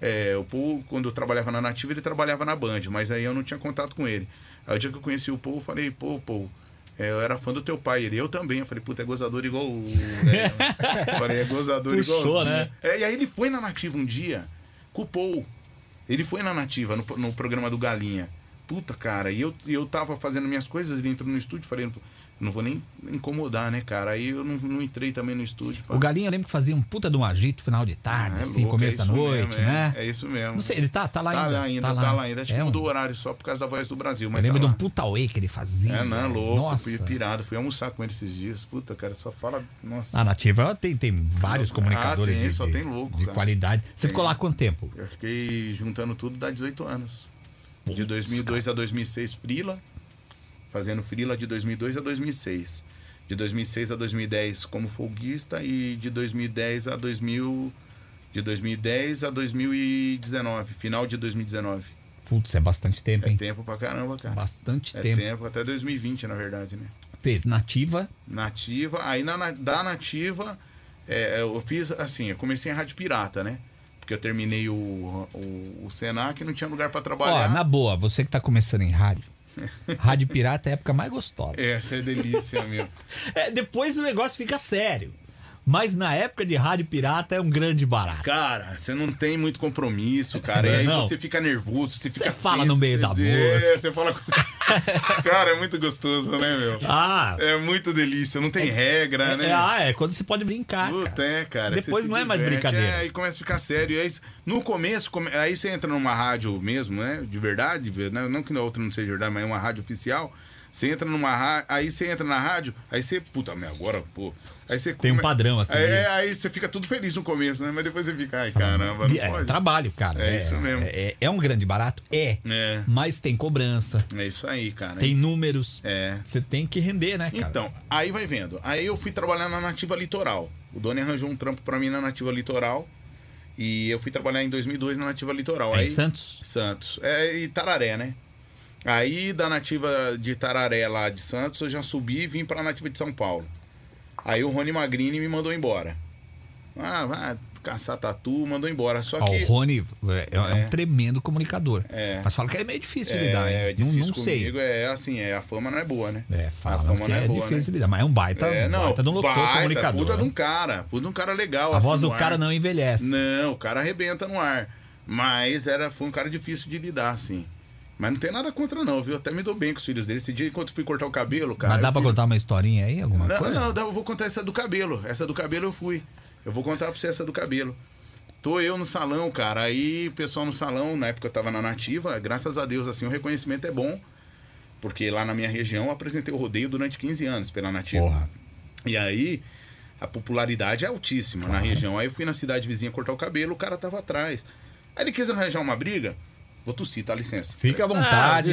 Speaker 3: é, o Paul, quando eu trabalhava na Nativa, ele trabalhava na Band, mas aí eu não tinha contato com ele. Aí o dia que eu conheci o Paul, eu falei, pô, Paul, é, eu era fã do teu pai, ele, eu também. Eu falei, puta, é gozador igual o... É, eu falei, é gozador
Speaker 4: Puxou,
Speaker 3: igualzinho.
Speaker 4: né?
Speaker 3: É, e aí ele foi na Nativa um dia, com o Paul. Ele foi na Nativa, no, no programa do Galinha. Puta, cara, e eu, e eu tava fazendo minhas coisas, ele entrou no estúdio, falei, não vou nem incomodar, né, cara? Aí eu não, não entrei também no estúdio. pá.
Speaker 2: O Galinha eu lembro que fazia um puta de um agito final de tarde,
Speaker 3: É
Speaker 2: assim,
Speaker 3: louco,
Speaker 2: começo
Speaker 3: é
Speaker 2: da
Speaker 3: isso
Speaker 2: noite,
Speaker 3: mesmo, é.
Speaker 2: né?
Speaker 3: É, isso mesmo.
Speaker 2: Não sei, ele tá, tá lá
Speaker 3: Tá
Speaker 2: ainda.
Speaker 3: lá ainda, tá lá, ainda. Acho que
Speaker 2: É um-
Speaker 3: mudou o horário só por causa da voz do Brasil,
Speaker 2: Eu
Speaker 3: mas
Speaker 2: lembro
Speaker 3: tá
Speaker 2: de
Speaker 3: lá.
Speaker 2: um puta away que ele fazia.
Speaker 3: É, não,
Speaker 2: velho.
Speaker 3: louco,
Speaker 2: Nossa.
Speaker 3: fui pirado, fui almoçar com ele esses dias. Puta, cara, só fala. Nossa.
Speaker 2: A Nativa tem, tem vários
Speaker 3: Ah,
Speaker 2: comunicadores
Speaker 3: tem,
Speaker 2: de,
Speaker 3: só
Speaker 2: de-
Speaker 3: tem louco,
Speaker 2: de
Speaker 3: cara.
Speaker 2: qualidade. Você ficou lá há quanto tempo?
Speaker 3: Eu fiquei juntando tudo dá 18 anos. De 2002 a 2006, Frila. Fazendo Frila de 2002 a 2006. De 2006 a 2010 como folguista e de 2010 a 2000 de 2010 a 2019, final de 2019.
Speaker 2: Putz, é bastante tempo,
Speaker 3: É
Speaker 2: hein?
Speaker 3: tempo pra caramba, cara.
Speaker 2: Bastante
Speaker 3: é
Speaker 2: tempo.
Speaker 3: tempo até 2020, na verdade, né?
Speaker 2: Fez Nativa.
Speaker 3: Nativa. Aí na, na- da Nativa, é, eu fiz assim, eu comecei em Rádio Pirata, né? Porque eu terminei o, o, o Senac e não tinha lugar pra trabalhar.
Speaker 2: Ó, na boa, você que tá começando em rádio. Rádio Pirata é a época mais gostosa.
Speaker 3: É, essa é delícia, meu.
Speaker 4: É, depois o negócio fica sério. Mas na época de rádio pirata é um grande barato.
Speaker 3: Cara, você não tem muito compromisso, cara.
Speaker 4: Não é
Speaker 3: e aí
Speaker 4: não?
Speaker 3: você fica nervoso, você fica.
Speaker 4: fala
Speaker 3: tenso,
Speaker 4: no meio da
Speaker 3: é,
Speaker 4: música.
Speaker 3: Você fala. com- cara, é muito gostoso, né, meu?
Speaker 4: Ah,
Speaker 3: É muito delícia, não tem regra, né?
Speaker 4: é, ah, é quando você pode brincar.
Speaker 3: Puta,
Speaker 4: cara.
Speaker 3: é, cara.
Speaker 4: Depois
Speaker 3: Você se
Speaker 4: não é mais
Speaker 3: diverte,
Speaker 4: brincadeira.
Speaker 3: É, aí começa a ficar sério. E aí, no começo, come- aí você entra numa rádio mesmo, né? De verdade, né, não que na outra não seja verdade, mas é uma rádio oficial. Você entra numa rádio, aí você entra na rádio, aí você, puta, meu, agora, pô. Aí você
Speaker 4: Tem um padrão, assim,
Speaker 3: É,
Speaker 4: né?
Speaker 3: aí você fica tudo feliz no começo, né? Mas depois você fica, ai, caramba, não
Speaker 2: É,
Speaker 3: pode.
Speaker 2: trabalho, cara.
Speaker 3: É isso mesmo.
Speaker 2: É, é um grande barato? É.
Speaker 3: É.
Speaker 2: Mas tem cobrança,
Speaker 3: É isso aí, cara.
Speaker 2: tem números.
Speaker 3: É.
Speaker 2: Você tem que render, né, cara?
Speaker 3: Então, aí vai vendo. Aí eu fui trabalhar na Nativa Litoral. O Doni arranjou um trampo pra mim na Nativa Litoral. E eu fui trabalhar em 2002 na Nativa Litoral.
Speaker 2: É em
Speaker 3: aí,
Speaker 2: Santos?
Speaker 3: Santos. É, e Tararé, né? Aí da Nativa de Tararé lá de Santos, eu já subi e vim pra Nativa de São Paulo. Aí o Rony Magrini me mandou embora. Ah, vai caçar tatu, mandou embora. Só
Speaker 2: Ó,
Speaker 3: que.
Speaker 2: Ah, o Rony é, é um tremendo comunicador.
Speaker 3: É.
Speaker 2: Mas fala que é meio difícil
Speaker 3: é,
Speaker 2: lidar,
Speaker 3: é
Speaker 2: hein?
Speaker 3: difícil
Speaker 2: não não sei.
Speaker 3: comigo. É assim, é, a fama não é boa, né?
Speaker 2: É,
Speaker 3: a
Speaker 2: fala
Speaker 3: fama
Speaker 2: que
Speaker 3: não
Speaker 2: é,
Speaker 3: é, boa. né?
Speaker 2: difícil lidar, mas é um baita,
Speaker 3: É, não,
Speaker 2: baita de um locutor
Speaker 3: baita,
Speaker 2: comunicador.
Speaker 3: puta de um
Speaker 2: né?
Speaker 3: cara, puta de um cara legal.
Speaker 2: A
Speaker 3: assim,
Speaker 2: voz do
Speaker 3: no ar.
Speaker 2: cara não envelhece.
Speaker 3: Não, o cara arrebenta no ar. Mas era, foi um cara difícil de lidar, assim. Mas não tem nada contra, não, viu? Até me dou bem com os filhos dele. Esse dia, enquanto fui cortar o cabelo, cara.
Speaker 2: mas dá
Speaker 3: eu
Speaker 2: pra
Speaker 3: fui-
Speaker 2: contar uma historinha aí, alguma
Speaker 3: Não,
Speaker 2: coisa?
Speaker 3: não, dá- eu vou contar essa do cabelo. Essa do cabelo eu fui. Eu vou contar pra você essa do cabelo. Tô eu no salão, cara. Aí o pessoal no salão, na época eu tava na nativa, graças a Deus, assim, o reconhecimento é bom. Porque lá na minha região eu apresentei o rodeio durante 15 anos pela nativa.
Speaker 2: Porra.
Speaker 3: E aí, a popularidade é altíssima na região. Aí eu fui na cidade vizinha cortar o cabelo, o cara tava atrás. Aí ele quis arranjar uma briga. Vou tossir, tá? Licença.
Speaker 1: Ah,
Speaker 2: Fica à vontade.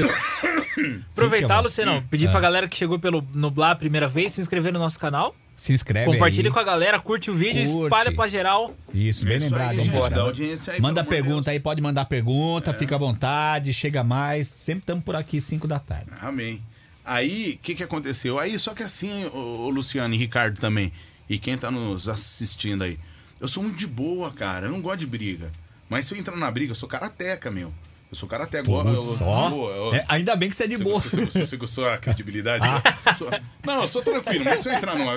Speaker 1: Aproveitar,
Speaker 2: bom.
Speaker 1: Luciano, pedir
Speaker 2: É.
Speaker 1: pra galera que chegou pelo Nublar a primeira vez, se inscrever no nosso canal.
Speaker 2: se inscreve
Speaker 1: Compartilha
Speaker 2: aí.
Speaker 1: com a galera, curte o vídeo,
Speaker 2: É Curte.
Speaker 1: espalha pra geral.
Speaker 2: Isso, bem
Speaker 3: É isso
Speaker 2: lembrado.
Speaker 3: aí,
Speaker 2: hein,
Speaker 3: gente,
Speaker 2: cara?
Speaker 3: dá audiência aí,
Speaker 2: Manda
Speaker 3: pelo amor de
Speaker 2: pergunta
Speaker 3: Deus. É.
Speaker 2: aí, pode mandar pergunta, fica à vontade, chega mais. Sempre estamos por aqui, 5 da tarde.
Speaker 3: Amém. Aí, o que, que aconteceu? Aí, só que assim, o, Luciano e Ricardo também, e quem tá nos assistindo aí, eu sou muito de boa, cara. Eu não gosto de briga. Mas se eu entrar na briga, eu sou karateca, meu. Eu sou cara até agora. eu-
Speaker 2: só.
Speaker 3: eu- eu-
Speaker 2: É, ainda bem que você é de
Speaker 3: Você,
Speaker 2: boa. Ah.
Speaker 3: você, você, você gostou da credibilidade? Eu sou- não, eu sou tranquilo, mas se eu entrar numa.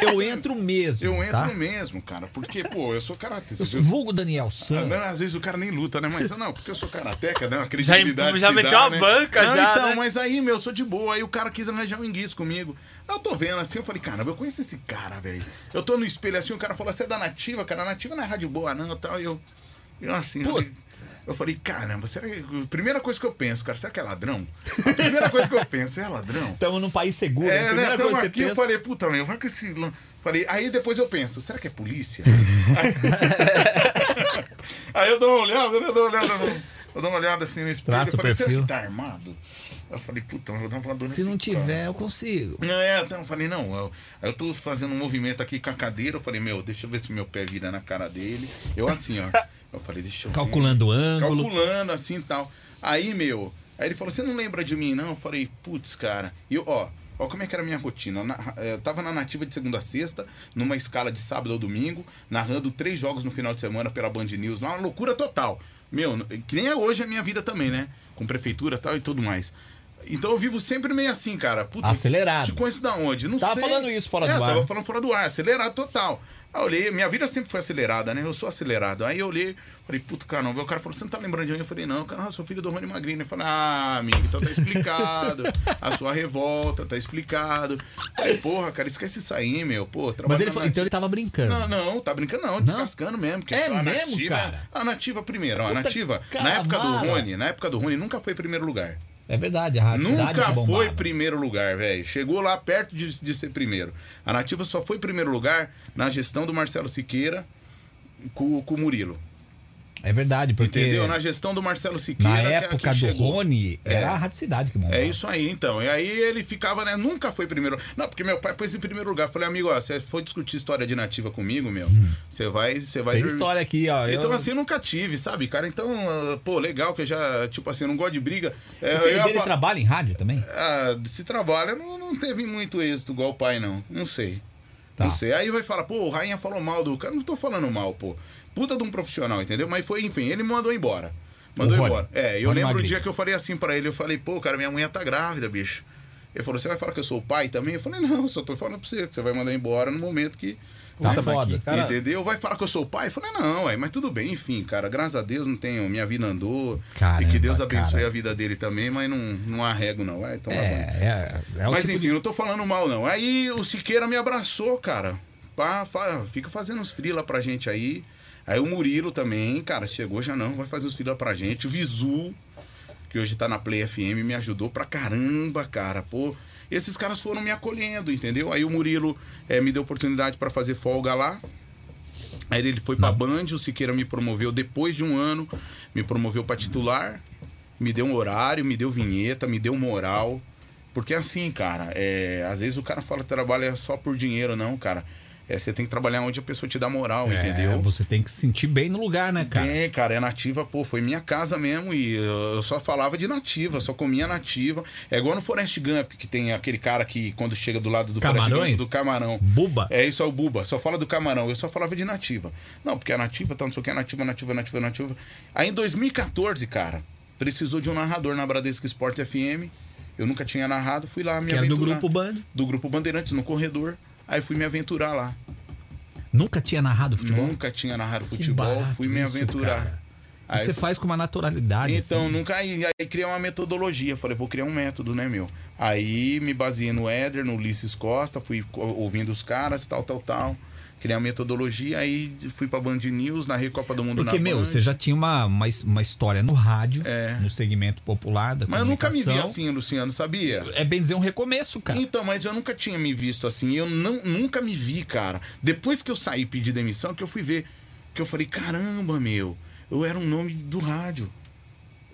Speaker 2: Eu entro mesmo.
Speaker 3: Eu entro
Speaker 2: tá?
Speaker 3: mesmo, cara. Porque, pô, eu sou karatê.
Speaker 2: Eu
Speaker 3: Você
Speaker 2: sou
Speaker 3: viu?
Speaker 2: vulgo Daniel
Speaker 3: Ah,
Speaker 2: San.
Speaker 3: não, às vezes o cara nem luta, né? Mas não, porque eu sou karateca, né? A
Speaker 1: Já,
Speaker 3: credibilidade.
Speaker 1: em- já
Speaker 3: que
Speaker 1: meteu
Speaker 3: dá,
Speaker 1: a
Speaker 3: né?
Speaker 1: banca
Speaker 3: Não,
Speaker 1: já.
Speaker 3: Então,
Speaker 1: né?
Speaker 3: mas aí, meu, eu sou de boa. Aí o cara quis arranjar um enguiço comigo. Eu tô vendo assim, eu falei, caramba, eu conheço esse cara, velho. Eu tô no espelho assim, o cara falou, você é da nativa, cara, a nativa não é rádio boa, não, tal. E eu. Eu assim. eu- Eu falei, caramba, será que. a Primeira coisa que eu penso, cara, será que é ladrão? A primeira coisa que eu penso, é ladrão?
Speaker 2: Estamos num país seguro. né?
Speaker 3: É, né?
Speaker 2: Primeira coisa
Speaker 3: Tamo
Speaker 2: que você
Speaker 3: aqui, eu
Speaker 2: pensa.
Speaker 3: falei, puta, meu, vai com esse... lan- Falei, aí depois eu penso, será que é polícia? aí eu dou uma olhada, né? Eu dou uma olhada, no- eu dou uma olhada assim no espelho.
Speaker 2: Traça
Speaker 3: eu falei,
Speaker 2: o
Speaker 3: será
Speaker 2: perfil.
Speaker 3: que tá armado? Eu falei, puta, eu vou dar uma dor
Speaker 2: Se
Speaker 3: nesse
Speaker 2: não
Speaker 3: cara.
Speaker 2: tiver, eu consigo.
Speaker 3: Não, é, então eu falei, não, eu, aí eu tô fazendo um movimento aqui com a cadeira, eu falei, meu, deixa eu ver se meu pé vira na cara dele. Eu assim, ó. Eu falei, deixa eu ver
Speaker 2: Calculando o ângulo.
Speaker 3: calculando assim e tal. Aí, meu, aí ele falou: Você não lembra de mim, não? Eu falei: Putz, cara. E eu, ó, ó, como é que era a minha rotina? Na- eh, eu tava na nativa de segunda a sexta, numa escala de sábado ou domingo, narrando três jogos no final de semana pela Band News, lá, uma loucura total. Meu, n- que nem é hoje a minha vida também, né? Com prefeitura e tal e tudo mais. Então eu vivo sempre meio assim, cara. Puta,
Speaker 2: Acelerado.
Speaker 3: Te conheço da onde? Não
Speaker 2: Tava
Speaker 3: sei.
Speaker 2: falando isso fora
Speaker 3: É,
Speaker 2: do ar.
Speaker 3: tava falando fora do ar, acelerado total. Aí eu olhei, minha vida sempre foi acelerada, né? Eu sou acelerado. Aí eu olhei, falei, puto, cara, não. O cara falou, você não tá lembrando de mim? Eu falei, não, cara, ah, sou filho do Rony Magrini. Eu falei, ah, amigo, então tá explicado. A sua revolta, tá explicado. Aí, porra, cara, esquece isso aí, meu. Pô,
Speaker 2: Mas
Speaker 3: trabalho
Speaker 2: ele
Speaker 3: na
Speaker 2: falou,
Speaker 3: Nativa.
Speaker 2: então ele tava brincando.
Speaker 3: é Não, não, tá brincando não, descascando mesmo. Que
Speaker 2: É
Speaker 3: só a
Speaker 2: mesmo,
Speaker 3: nativa,
Speaker 2: cara?
Speaker 3: A nativa primeiro, ó, a
Speaker 2: Puta
Speaker 3: nativa.
Speaker 2: cara
Speaker 3: Na época do
Speaker 2: mala.
Speaker 3: Rony, na época do Rony, nunca foi primeiro lugar.
Speaker 2: É verdade, a rádio cidade
Speaker 3: Nunca
Speaker 2: era bombada.
Speaker 3: foi primeiro lugar, velho. Chegou lá perto de, de ser primeiro. A Nativa só foi primeiro lugar na gestão do Marcelo Siqueira com, com o Murilo.
Speaker 2: É verdade, porque
Speaker 3: Entendeu? Na gestão do Marcelo Siqueira.
Speaker 2: na
Speaker 3: que é a que
Speaker 2: época do
Speaker 3: chegou.
Speaker 2: Rony, era
Speaker 3: É.
Speaker 2: a rádio cidade que bombava.
Speaker 3: É isso aí, então. E aí ele ficava, né? Nunca foi primeiro. Não, porque meu pai pôs em primeiro lugar. Eu Falei, amigo, ó, você foi discutir história de nativa comigo, meu. Você vai. Você vai.
Speaker 2: Hum. Tem história aqui, ó.
Speaker 3: Então,
Speaker 2: eu-
Speaker 3: assim, eu nunca tive, sabe, cara? Então, ah, pô, legal que eu já, tipo assim, eu não gosto de briga. É,
Speaker 2: o
Speaker 3: eu
Speaker 2: filho
Speaker 3: ia
Speaker 2: dele
Speaker 3: fa-
Speaker 2: trabalha em rádio também?
Speaker 3: Ah, se trabalha, não, não teve muito êxito igual o pai, não. Não sei.
Speaker 2: Tá.
Speaker 3: Não sei. Aí vai falar, pô, o Rainha falou mal do cara. Não tô falando mal, pô. Puta de um profissional, entendeu? Mas foi, enfim, ele me mandou embora. Mandou
Speaker 2: O Rony.
Speaker 3: embora. É, eu
Speaker 2: Rony
Speaker 3: lembro o
Speaker 2: Magrini.
Speaker 3: dia que eu falei assim pra ele, eu falei, pô, cara, minha mulher tá grávida, bicho. Ele falou, você vai falar que eu sou o pai também? Eu falei, não, eu só tô falando pra você, que você vai mandar embora no momento que.
Speaker 2: Tá
Speaker 3: Vai-
Speaker 2: foda.
Speaker 1: aqui, cara.
Speaker 3: Entendeu? Vai falar que eu sou o pai? Eu falei, não, ué, mas tudo bem, enfim, cara. Graças a Deus não tenho. Minha vida andou. e
Speaker 2: Caramba,
Speaker 3: que Deus abençoe
Speaker 2: cara.
Speaker 3: a vida dele também, mas não, não arrego, não. Vai tomar banho.
Speaker 2: É, é, é o
Speaker 3: Mas
Speaker 2: tipo
Speaker 3: enfim,
Speaker 2: de...
Speaker 3: não tô falando mal, não. Aí o Siqueira me abraçou, cara. Pá, fa- fica fazendo uns frila pra gente aí. Aí o Murilo também, cara, chegou já não, vai fazer uns frila pra gente. O Visu, que hoje tá na Play FM, me ajudou pra caramba, cara. Pô, esses caras foram me acolhendo, entendeu? Aí o Murilo eh, me deu oportunidade pra fazer folga lá. Aí ele foi pra Band, o Siqueira me promoveu depois de um ano, me promoveu pra titular, me deu um horário, me deu vinheta, me deu moral. Porque assim, cara, é, às vezes o cara fala que trabalha só por dinheiro, não, cara. É, você tem que trabalhar onde a pessoa te dá moral,
Speaker 2: É,
Speaker 3: entendeu?
Speaker 2: Você tem que se sentir bem no lugar, né, cara?
Speaker 3: É, cara, é nativa, pô, foi minha casa mesmo e eu eu só falava de nativa, só comia nativa. É igual no Forest Gump, que tem aquele cara que quando chega do lado do Forest
Speaker 2: Camarões?
Speaker 3: Gump, do camarão.
Speaker 2: Buba.
Speaker 3: É isso, é o Buba. Só fala do camarão. Eu só falava de nativa. Não, porque a nativa, tá, não sei o que, a nativa, nativa, nativa, nativa. Aí em 2014, cara, precisou de um narrador na Bradesco Sport FM. Eu nunca tinha narrado, fui lá me
Speaker 2: Que era do
Speaker 3: aventurar.
Speaker 2: Grupo Band.
Speaker 3: Do Grupo Bandeirantes, no corredor. Aí fui me aventurar lá.
Speaker 2: Nunca tinha narrado futebol?
Speaker 3: Nunca tinha narrado futebol,
Speaker 2: barato
Speaker 3: fui me
Speaker 2: isso,
Speaker 3: aventurar.
Speaker 2: cara.
Speaker 3: Aí
Speaker 2: Você faz com uma naturalidade.
Speaker 3: então,
Speaker 2: assim.
Speaker 3: nunca. Aí, aí criei uma metodologia. Falei, vou criar um método, né, meu? Aí me baseei no Éder, no Ulisses Costa, fui co- ouvindo os caras, tal, tal, tal. Criei uma metodologia, aí fui pra Band News, narrei Copa do Mundo
Speaker 2: Porque,
Speaker 3: na
Speaker 2: meu,
Speaker 3: Band.
Speaker 2: você já tinha uma, uma, uma história no rádio,
Speaker 3: É.
Speaker 2: no segmento popular da
Speaker 3: Mas eu nunca me vi
Speaker 2: comunicação.
Speaker 3: assim, Luciano, sabia?
Speaker 2: É bem dizer um recomeço, cara.
Speaker 3: Então, mas eu nunca tinha me visto assim. Eu não, nunca me vi, cara. Depois que eu saí e pedi demissão, que eu fui ver. Que eu falei, caramba, meu, eu era um nome do rádio.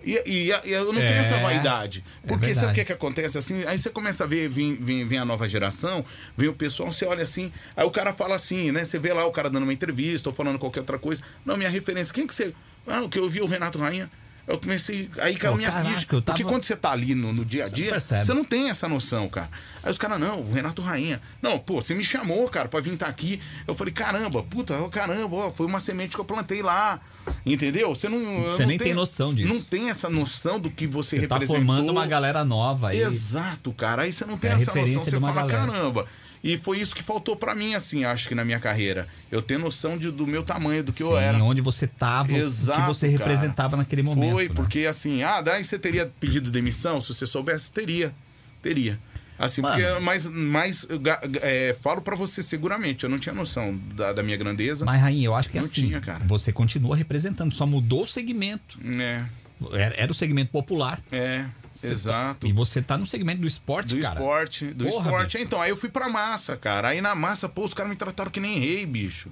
Speaker 3: E, e- e eu não
Speaker 2: É,
Speaker 3: tenho essa vaidade.
Speaker 2: é
Speaker 3: Porque sabe o
Speaker 2: verdade.
Speaker 3: que, que acontece assim? Aí você começa a ver, vem, vem- vem a nova geração, vem o pessoal, você olha assim, aí o cara fala assim, né? Você vê lá o cara dando uma entrevista ou falando qualquer outra coisa. Não, minha referência, quem que você. Ah, o que eu vi o Renato Rainha. Eu comecei. Aí caiu
Speaker 2: Pô,
Speaker 3: minha
Speaker 2: caraca,
Speaker 3: ficha.
Speaker 2: eu tava-
Speaker 3: Porque quando você tá ali no, no dia a dia,
Speaker 2: percebe.
Speaker 3: você não tem essa noção, cara. Aí os caras, não, o Renato Rainha. Não, pô, você me chamou, cara, pra vir estar aqui. Eu falei, caramba, puta, ó, caramba, ó, foi uma semente que eu plantei lá. Entendeu? Você não. eu
Speaker 2: Você
Speaker 3: não
Speaker 2: nem tem noção disso.
Speaker 3: Não tem essa noção do que você,
Speaker 2: Tá
Speaker 3: representou.
Speaker 2: formando uma galera nova aí.
Speaker 3: Exato, cara. Aí você não tem
Speaker 2: é
Speaker 3: essa
Speaker 2: referência
Speaker 3: noção, você
Speaker 2: de uma
Speaker 3: fala,
Speaker 2: galera.
Speaker 3: caramba. E foi isso que faltou pra mim, assim, acho que na minha carreira. Eu ter noção de- do meu tamanho, do que eu
Speaker 2: Sim,
Speaker 3: era.
Speaker 2: onde você tava, o que
Speaker 3: Exato,
Speaker 2: você
Speaker 3: cara.
Speaker 2: representava naquele momento.
Speaker 3: Foi,
Speaker 2: né?
Speaker 3: porque assim, ah, daí você teria pedido demissão, se você soubesse, teria. Teria. Assim,
Speaker 2: Mano.
Speaker 3: porque, mas, mas eu ga- ga- é, falo pra você seguramente, eu não tinha noção da, da minha grandeza.
Speaker 2: Mas, Rainha, eu acho que é
Speaker 3: Não
Speaker 2: assim,
Speaker 3: tinha, cara.
Speaker 2: você continua representando, só mudou o segmento.
Speaker 3: É,
Speaker 2: Era, era o segmento popular.
Speaker 3: é,
Speaker 2: Você tá-
Speaker 3: exato.
Speaker 2: E você tá no segmento do esporte,
Speaker 3: Do
Speaker 2: cara.
Speaker 3: esporte, do
Speaker 2: Porra,
Speaker 3: esporte. Então, aí eu fui pra massa, cara. Aí na massa, pô, os caras me trataram que nem rei, bicho.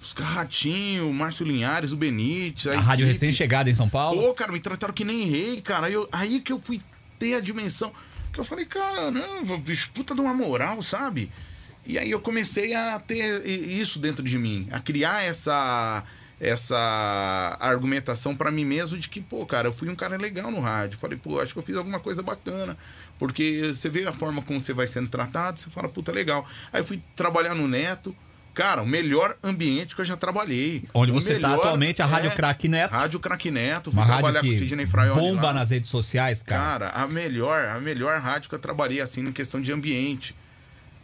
Speaker 3: Os caras, Ratinho, o Márcio Linhares, o Benítez.
Speaker 2: A rádio
Speaker 3: equipe.
Speaker 2: recém-chegada em São Paulo.
Speaker 3: Pô, cara, me trataram que nem rei, cara. Aí, eu- aí que eu fui ter a dimensão. Que eu falei, caramba, bicho, puta de uma moral, sabe? E aí eu comecei a ter i- isso dentro de mim, a criar essa essa argumentação pra mim mesmo de que, pô, cara, eu fui um cara legal no rádio. Falei, pô, acho que eu fiz alguma coisa bacana. Porque você vê a forma como você vai sendo tratado, você fala, puta, legal. Aí eu fui trabalhar no Neto. Cara, o melhor ambiente que eu já trabalhei.
Speaker 2: Onde
Speaker 3: O
Speaker 2: você tá
Speaker 3: melhor é
Speaker 2: atualmente, a Rádio Craque Neto.
Speaker 3: Rádio Craque Neto, fui
Speaker 2: Uma rádio
Speaker 3: trabalhar com o
Speaker 2: que
Speaker 3: Sidney Fraioli
Speaker 2: bomba
Speaker 3: lá.
Speaker 2: nas redes sociais, cara.
Speaker 3: Cara, a melhor, a melhor rádio que eu trabalhei, assim, em questão de ambiente.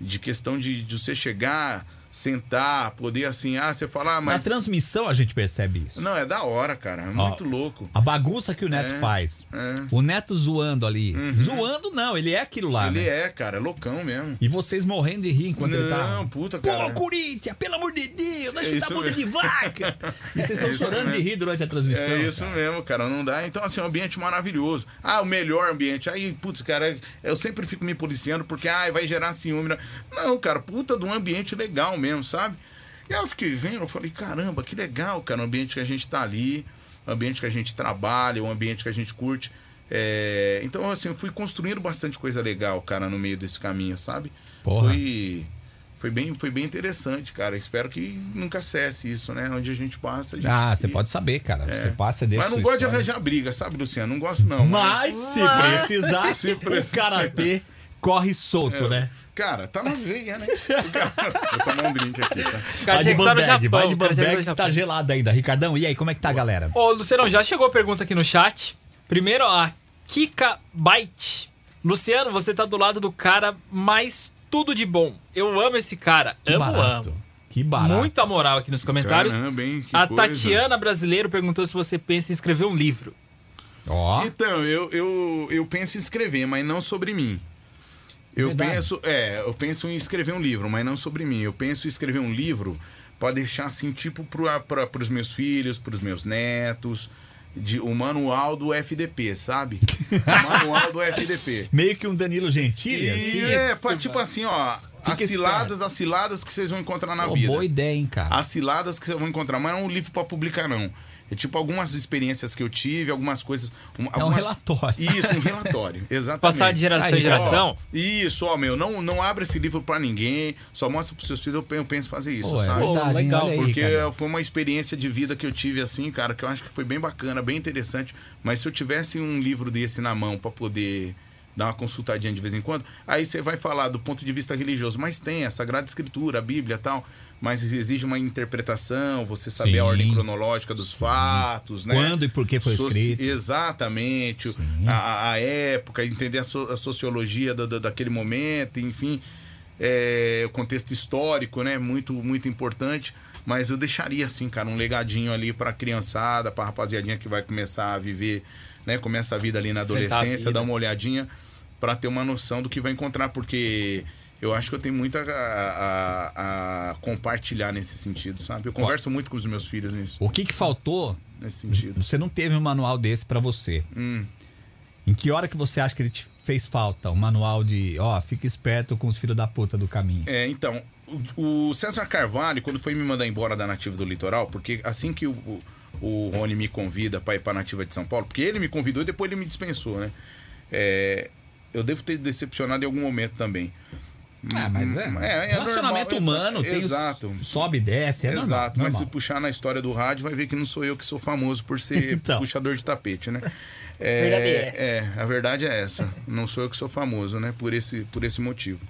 Speaker 3: De questão de, de você chegar, sentar, poder assim, ah, você falar,
Speaker 2: Na
Speaker 3: mas.
Speaker 2: transmissão a gente percebe isso.
Speaker 3: Não, é da hora, cara. É muito louco.
Speaker 2: A bagunça que o Neto
Speaker 3: É,
Speaker 2: faz.
Speaker 3: é. Uhum.
Speaker 2: O Neto zoando ali. Zoando não, ele é aquilo lá,
Speaker 3: Ele
Speaker 2: né?
Speaker 3: é, cara, é loucão mesmo.
Speaker 2: E vocês morrendo de rir enquanto ele tá...
Speaker 3: Não, puta,
Speaker 2: Pô,
Speaker 3: cara.
Speaker 2: Corinthians, pelo amor de Deus, vai
Speaker 3: É
Speaker 2: chutar
Speaker 3: isso
Speaker 2: bunda de
Speaker 3: mesmo.
Speaker 2: vaca. E vocês estão
Speaker 3: É isso
Speaker 2: chorando de
Speaker 3: mesmo.
Speaker 2: rir durante a transmissão.
Speaker 3: É isso
Speaker 2: cara.
Speaker 3: mesmo, cara, não dá. Então, assim, é um ambiente maravilhoso. Ah, o melhor ambiente. Aí, putz, cara, eu sempre fico me policiando porque, ah, vai gerar ciúme. né? Não, cara, puta de um ambiente legal mesmo, sabe? E aí eu fiquei vendo, eu falei, caramba, que legal, cara, o ambiente que a gente tá ali, o ambiente que a gente trabalha, o ambiente que a gente curte. É, Então, assim, eu fui construindo bastante coisa legal, cara, no meio desse caminho, sabe?
Speaker 2: Porra.
Speaker 3: Foi... Foi bem, foi bem interessante, cara. Espero que nunca cesse isso, né? Onde a gente passa, a gente
Speaker 2: Ah, você
Speaker 3: fica.
Speaker 2: pode saber, cara. Você passa desse.
Speaker 3: É. Mas não gosto de arranjar briga, sabe, Luciano? Não gosto, não.
Speaker 2: Mas se precisar,
Speaker 3: Se
Speaker 2: o
Speaker 3: precisar. É.
Speaker 2: Karapê corre solto, né?
Speaker 3: Cara, tá na veia, né? Vou tomar um drink aqui, tá?
Speaker 1: O cara tinha que tá no Japão.
Speaker 2: vai de
Speaker 1: o cara tinha que
Speaker 2: Bamberg,
Speaker 1: tá no
Speaker 2: tá
Speaker 1: Japão.
Speaker 2: gelado ainda. Ricardão, e aí, como é que tá a galera?
Speaker 1: Ô, Luciano, já chegou a pergunta aqui no chat. Primeiro, a Kika Byte. Luciano, você tá do lado do cara mais tudo de bom. Eu amo esse cara.
Speaker 2: Que
Speaker 1: amo,
Speaker 2: barato.
Speaker 1: amo.
Speaker 2: Que barato.
Speaker 1: Muita moral aqui nos comentários.
Speaker 3: Caramba, hein? Que
Speaker 1: a
Speaker 3: coisa.
Speaker 1: Tatiana Brasileiro perguntou se você pensa em escrever um livro.
Speaker 3: Tá
Speaker 2: Ó,
Speaker 3: Então, eu, eu, eu penso em escrever, mas não sobre mim. Eu
Speaker 2: Verdade.
Speaker 3: penso, é, eu penso em escrever um livro, mas não sobre mim. Eu penso em escrever um livro pra deixar assim, tipo, pra, pra, pros meus filhos, pros meus netos, de, o manual do FDP, sabe? O manual do FDP.
Speaker 2: meio que um Danilo Gentili,
Speaker 3: E
Speaker 2: assim.
Speaker 3: é, pô, tipo assim, ó. as
Speaker 2: esperto.
Speaker 3: ciladas, as ciladas que vocês vão encontrar na
Speaker 2: Pô,
Speaker 3: vida. Ah,
Speaker 2: boa ideia, hein, cara.
Speaker 3: As ciladas que vocês vão encontrar, mas não é um livro pra publicar, não. É tipo algumas experiências que eu tive, algumas coisas. um-
Speaker 2: É um
Speaker 3: algumas-
Speaker 2: relatório.
Speaker 3: Isso, um relatório. Exatamente.
Speaker 1: Passar de geração
Speaker 2: Aí,
Speaker 1: em geração.
Speaker 3: Ó, isso, ó, meu. Não, não abre esse livro pra ninguém. Só mostra pros seus filhos. Eu pe- Eu penso em fazer isso,
Speaker 2: Pô, é
Speaker 3: sabe?
Speaker 2: verdade, hein?
Speaker 1: legal,
Speaker 2: Olha aí,
Speaker 3: Porque é
Speaker 2: cara.
Speaker 3: foi uma experiência de vida que eu tive assim, cara, que eu acho que foi bem bacana, bem interessante. Mas se eu tivesse um livro desse na mão pra poder dar uma consultadinha de vez em quando, aí você vai falar do ponto de vista religioso, mas tem a Sagrada Escritura, a Bíblia, tal, mas exige uma interpretação, você saber
Speaker 2: Sim.
Speaker 3: a ordem cronológica dos fatos, né?
Speaker 2: Quando e por que foi escrito.
Speaker 3: Exatamente. A- A, a época, entender a, so- a sociologia da- da- daquele momento, enfim. É, o contexto histórico, né? Muito, muito importante. Mas eu deixaria, assim, cara, um legadinho ali pra criançada, pra rapaziadinha que vai começar a viver, né? Começa a vida ali na
Speaker 1: Enfrentar a
Speaker 3: adolescência,
Speaker 1: vida.
Speaker 3: dar uma olhadinha pra ter uma noção do que vai encontrar, porque. Eu acho que eu tenho muito a, a- a compartilhar nesse sentido, sabe? Eu converso muito com os meus filhos nisso-
Speaker 2: O que que faltou?
Speaker 3: nesse sentido.
Speaker 2: Você não teve um manual desse pra você.
Speaker 3: Hum.
Speaker 2: Em que hora que você acha que ele te fez falta? Um manual de, ó, fica esperto com os filhos da puta do caminho.
Speaker 3: É, então, o, o César Carvalho, quando foi me mandar embora da Nativa do Litoral, porque assim que o, o, o Rony me convida pra ir pra Nativa de São Paulo, porque ele me convidou e depois ele me dispensou, né? É, eu devo ter decepcionado em algum momento também.
Speaker 2: Ah, mas é.
Speaker 3: É, é
Speaker 2: relacionamento
Speaker 3: normal,
Speaker 2: humano,
Speaker 3: é-
Speaker 2: tem os-
Speaker 3: exato.
Speaker 2: sobe e desce, é normal.
Speaker 3: Exato, mas
Speaker 2: normal.
Speaker 3: se puxar na história do rádio, vai ver que não sou eu que sou famoso por ser
Speaker 2: Então.
Speaker 3: puxador de tapete, né? É,
Speaker 5: Verdade é essa.
Speaker 3: é, a verdade é essa. Não sou eu que sou famoso, né? Por esse, por esse motivo.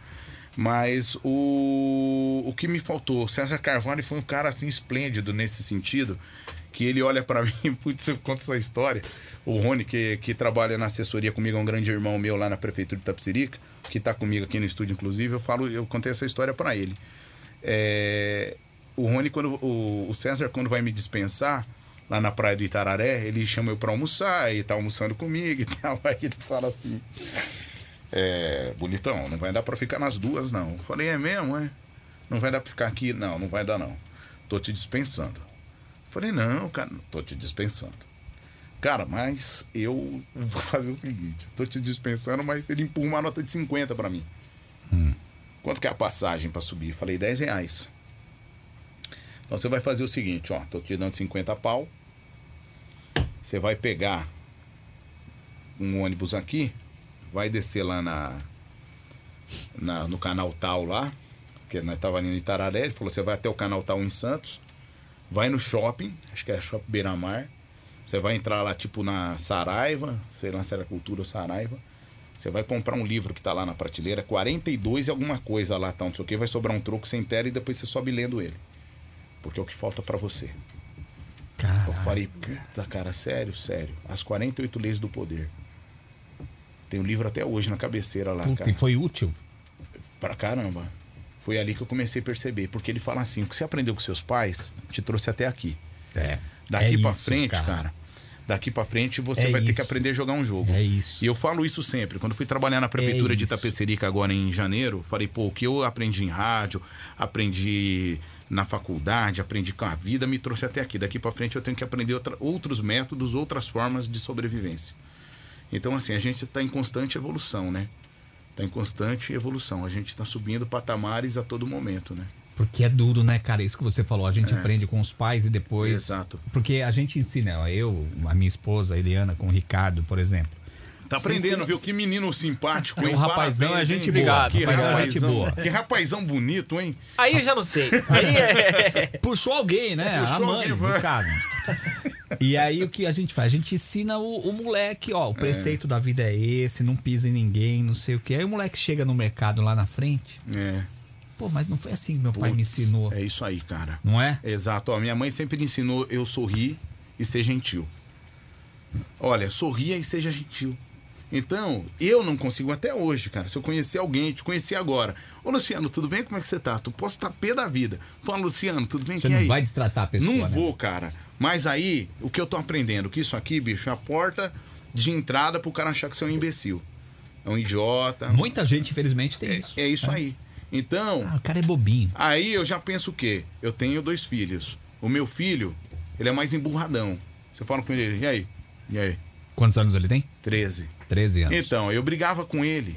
Speaker 3: Mas o, o que me faltou, César Carvalho foi um cara assim esplêndido nesse sentido, que ele olha pra mim, putz, eu conto essa história. O Rony, que, que trabalha na assessoria comigo, é um grande irmão meu lá na prefeitura de Tapsirica, que tá comigo aqui no estúdio, inclusive, eu falo, eu contei essa história pra ele. É, o Rony, quando o, o César, quando vai me dispensar lá na praia do Itararé, ele chama eu pra almoçar e tá almoçando comigo e tal. Aí ele fala assim: É, bonitão, não vai dar pra ficar nas duas, não. Eu falei: É mesmo, é? Não vai dar pra ficar aqui? Não, não vai dar, não. Tô te dispensando. Eu falei: Não, cara, não tô te dispensando. Cara, mas eu vou fazer o seguinte: tô te dispensando, mas ele empurra uma nota de 50 pra mim. Quanto que é a passagem pra subir? Eu Falei, 10 reais. Então você vai fazer o seguinte, ó. Tô te dando 50 pau. Você vai pegar um ônibus aqui, vai descer lá na, na- no canal tal lá, que nós tava ali no Itararé, ele falou, você vai até o canal tal em Santos, vai no shopping, acho que é shopping Beira-Mar, você vai entrar lá tipo na Saraiva, sei lá se era Cultura ou Saraiva, você vai comprar um livro que tá lá na prateleira, 42 e alguma coisa lá, tá, não sei o que, vai sobrar um troco sem tela e depois você sobe lendo ele. Porque é o que falta pra você. Eu falei, puta cara, sério, sério. As 48 leis do poder. Tem um livro até hoje na cabeceira lá,
Speaker 2: Puta,
Speaker 3: cara
Speaker 2: e foi útil.
Speaker 3: pra caramba. Foi ali que eu comecei a perceber, porque ele fala assim: o que você aprendeu com seus pais te trouxe até aqui.
Speaker 2: É.
Speaker 3: Daqui
Speaker 2: É
Speaker 3: pra
Speaker 2: isso,
Speaker 3: frente,
Speaker 2: cara.
Speaker 3: cara. daqui pra frente você
Speaker 2: É
Speaker 3: vai ter
Speaker 2: isso.
Speaker 3: que aprender a jogar um jogo.
Speaker 2: É isso.
Speaker 3: E eu falo isso sempre. Quando eu fui trabalhar na prefeitura
Speaker 2: É
Speaker 3: de
Speaker 2: isso.
Speaker 3: Itapecerica agora em janeiro, falei, pô, o que eu aprendi em rádio, aprendi na faculdade, aprendi com a vida, me trouxe até aqui. Daqui pra frente eu tenho que aprender outra- outros métodos, outras formas de sobrevivência. Então, assim, a gente está em constante evolução, né? Está em constante evolução. A gente está subindo patamares a todo momento, né?
Speaker 2: Porque é duro, né, cara? Isso que você falou, a gente
Speaker 3: É.
Speaker 2: aprende com os pais e depois.
Speaker 3: Exato.
Speaker 2: Porque a gente ensina, ó, eu, a minha esposa, a Eliana, com o Ricardo, por exemplo.
Speaker 3: Tá
Speaker 2: Sim,
Speaker 3: aprendendo,
Speaker 2: sim,
Speaker 3: viu?
Speaker 2: sim.
Speaker 3: Que menino simpático,
Speaker 2: É
Speaker 3: hein?
Speaker 2: um rapazão,
Speaker 3: Parabéns,
Speaker 2: é gente
Speaker 3: hein?
Speaker 1: boa.
Speaker 3: Que
Speaker 2: Rapazão é
Speaker 3: rapazão,
Speaker 2: gente boa.
Speaker 3: Que rapazão bonito, hein?
Speaker 1: Aí eu já não sei. Aí é.
Speaker 2: Puxou alguém, né? a
Speaker 3: É, Puxou
Speaker 2: mãe,
Speaker 3: alguém,
Speaker 2: no
Speaker 3: vai.
Speaker 2: caso. E aí o que a gente faz? A gente ensina o, o moleque, ó, o preceito da vida é esse, não pisa em ninguém, não sei o que. Aí o moleque chega no mercado lá na frente.
Speaker 3: É.
Speaker 2: Pô, mas não foi assim que meu pai me
Speaker 3: Putz,
Speaker 2: ensinou.
Speaker 3: É isso aí, cara.
Speaker 2: Não é?
Speaker 3: Exato. Ó, minha mãe sempre ensinou eu sorrir e ser gentil. Olha, sorria e seja gentil. Então, eu não consigo até hoje, cara. Se eu conhecer alguém, te conhecer agora. Ô, Luciano, tudo bem? Como é que você tá? Tu posso estar pé da vida. Fala, Luciano, tudo bem?
Speaker 2: Você
Speaker 3: Que
Speaker 2: é não
Speaker 3: aí?
Speaker 2: vai destratar a pessoa.
Speaker 3: Não
Speaker 2: né?
Speaker 3: vou, cara. Mas aí, o que eu tô aprendendo? Que isso aqui, bicho, é a porta de entrada pro cara achar que você é um imbecil. É um idiota.
Speaker 2: Muita gente, infelizmente, tem isso.
Speaker 3: É isso aí. Então,
Speaker 2: Ah, o cara é bobinho.
Speaker 3: Aí eu já penso o quê? Eu tenho dois filhos. O meu filho, ele é mais emburradão. Você fala com ele, e aí? E aí?
Speaker 2: Quantos anos ele tem?
Speaker 3: 13.
Speaker 2: 13 anos.
Speaker 3: Então, eu brigava com ele.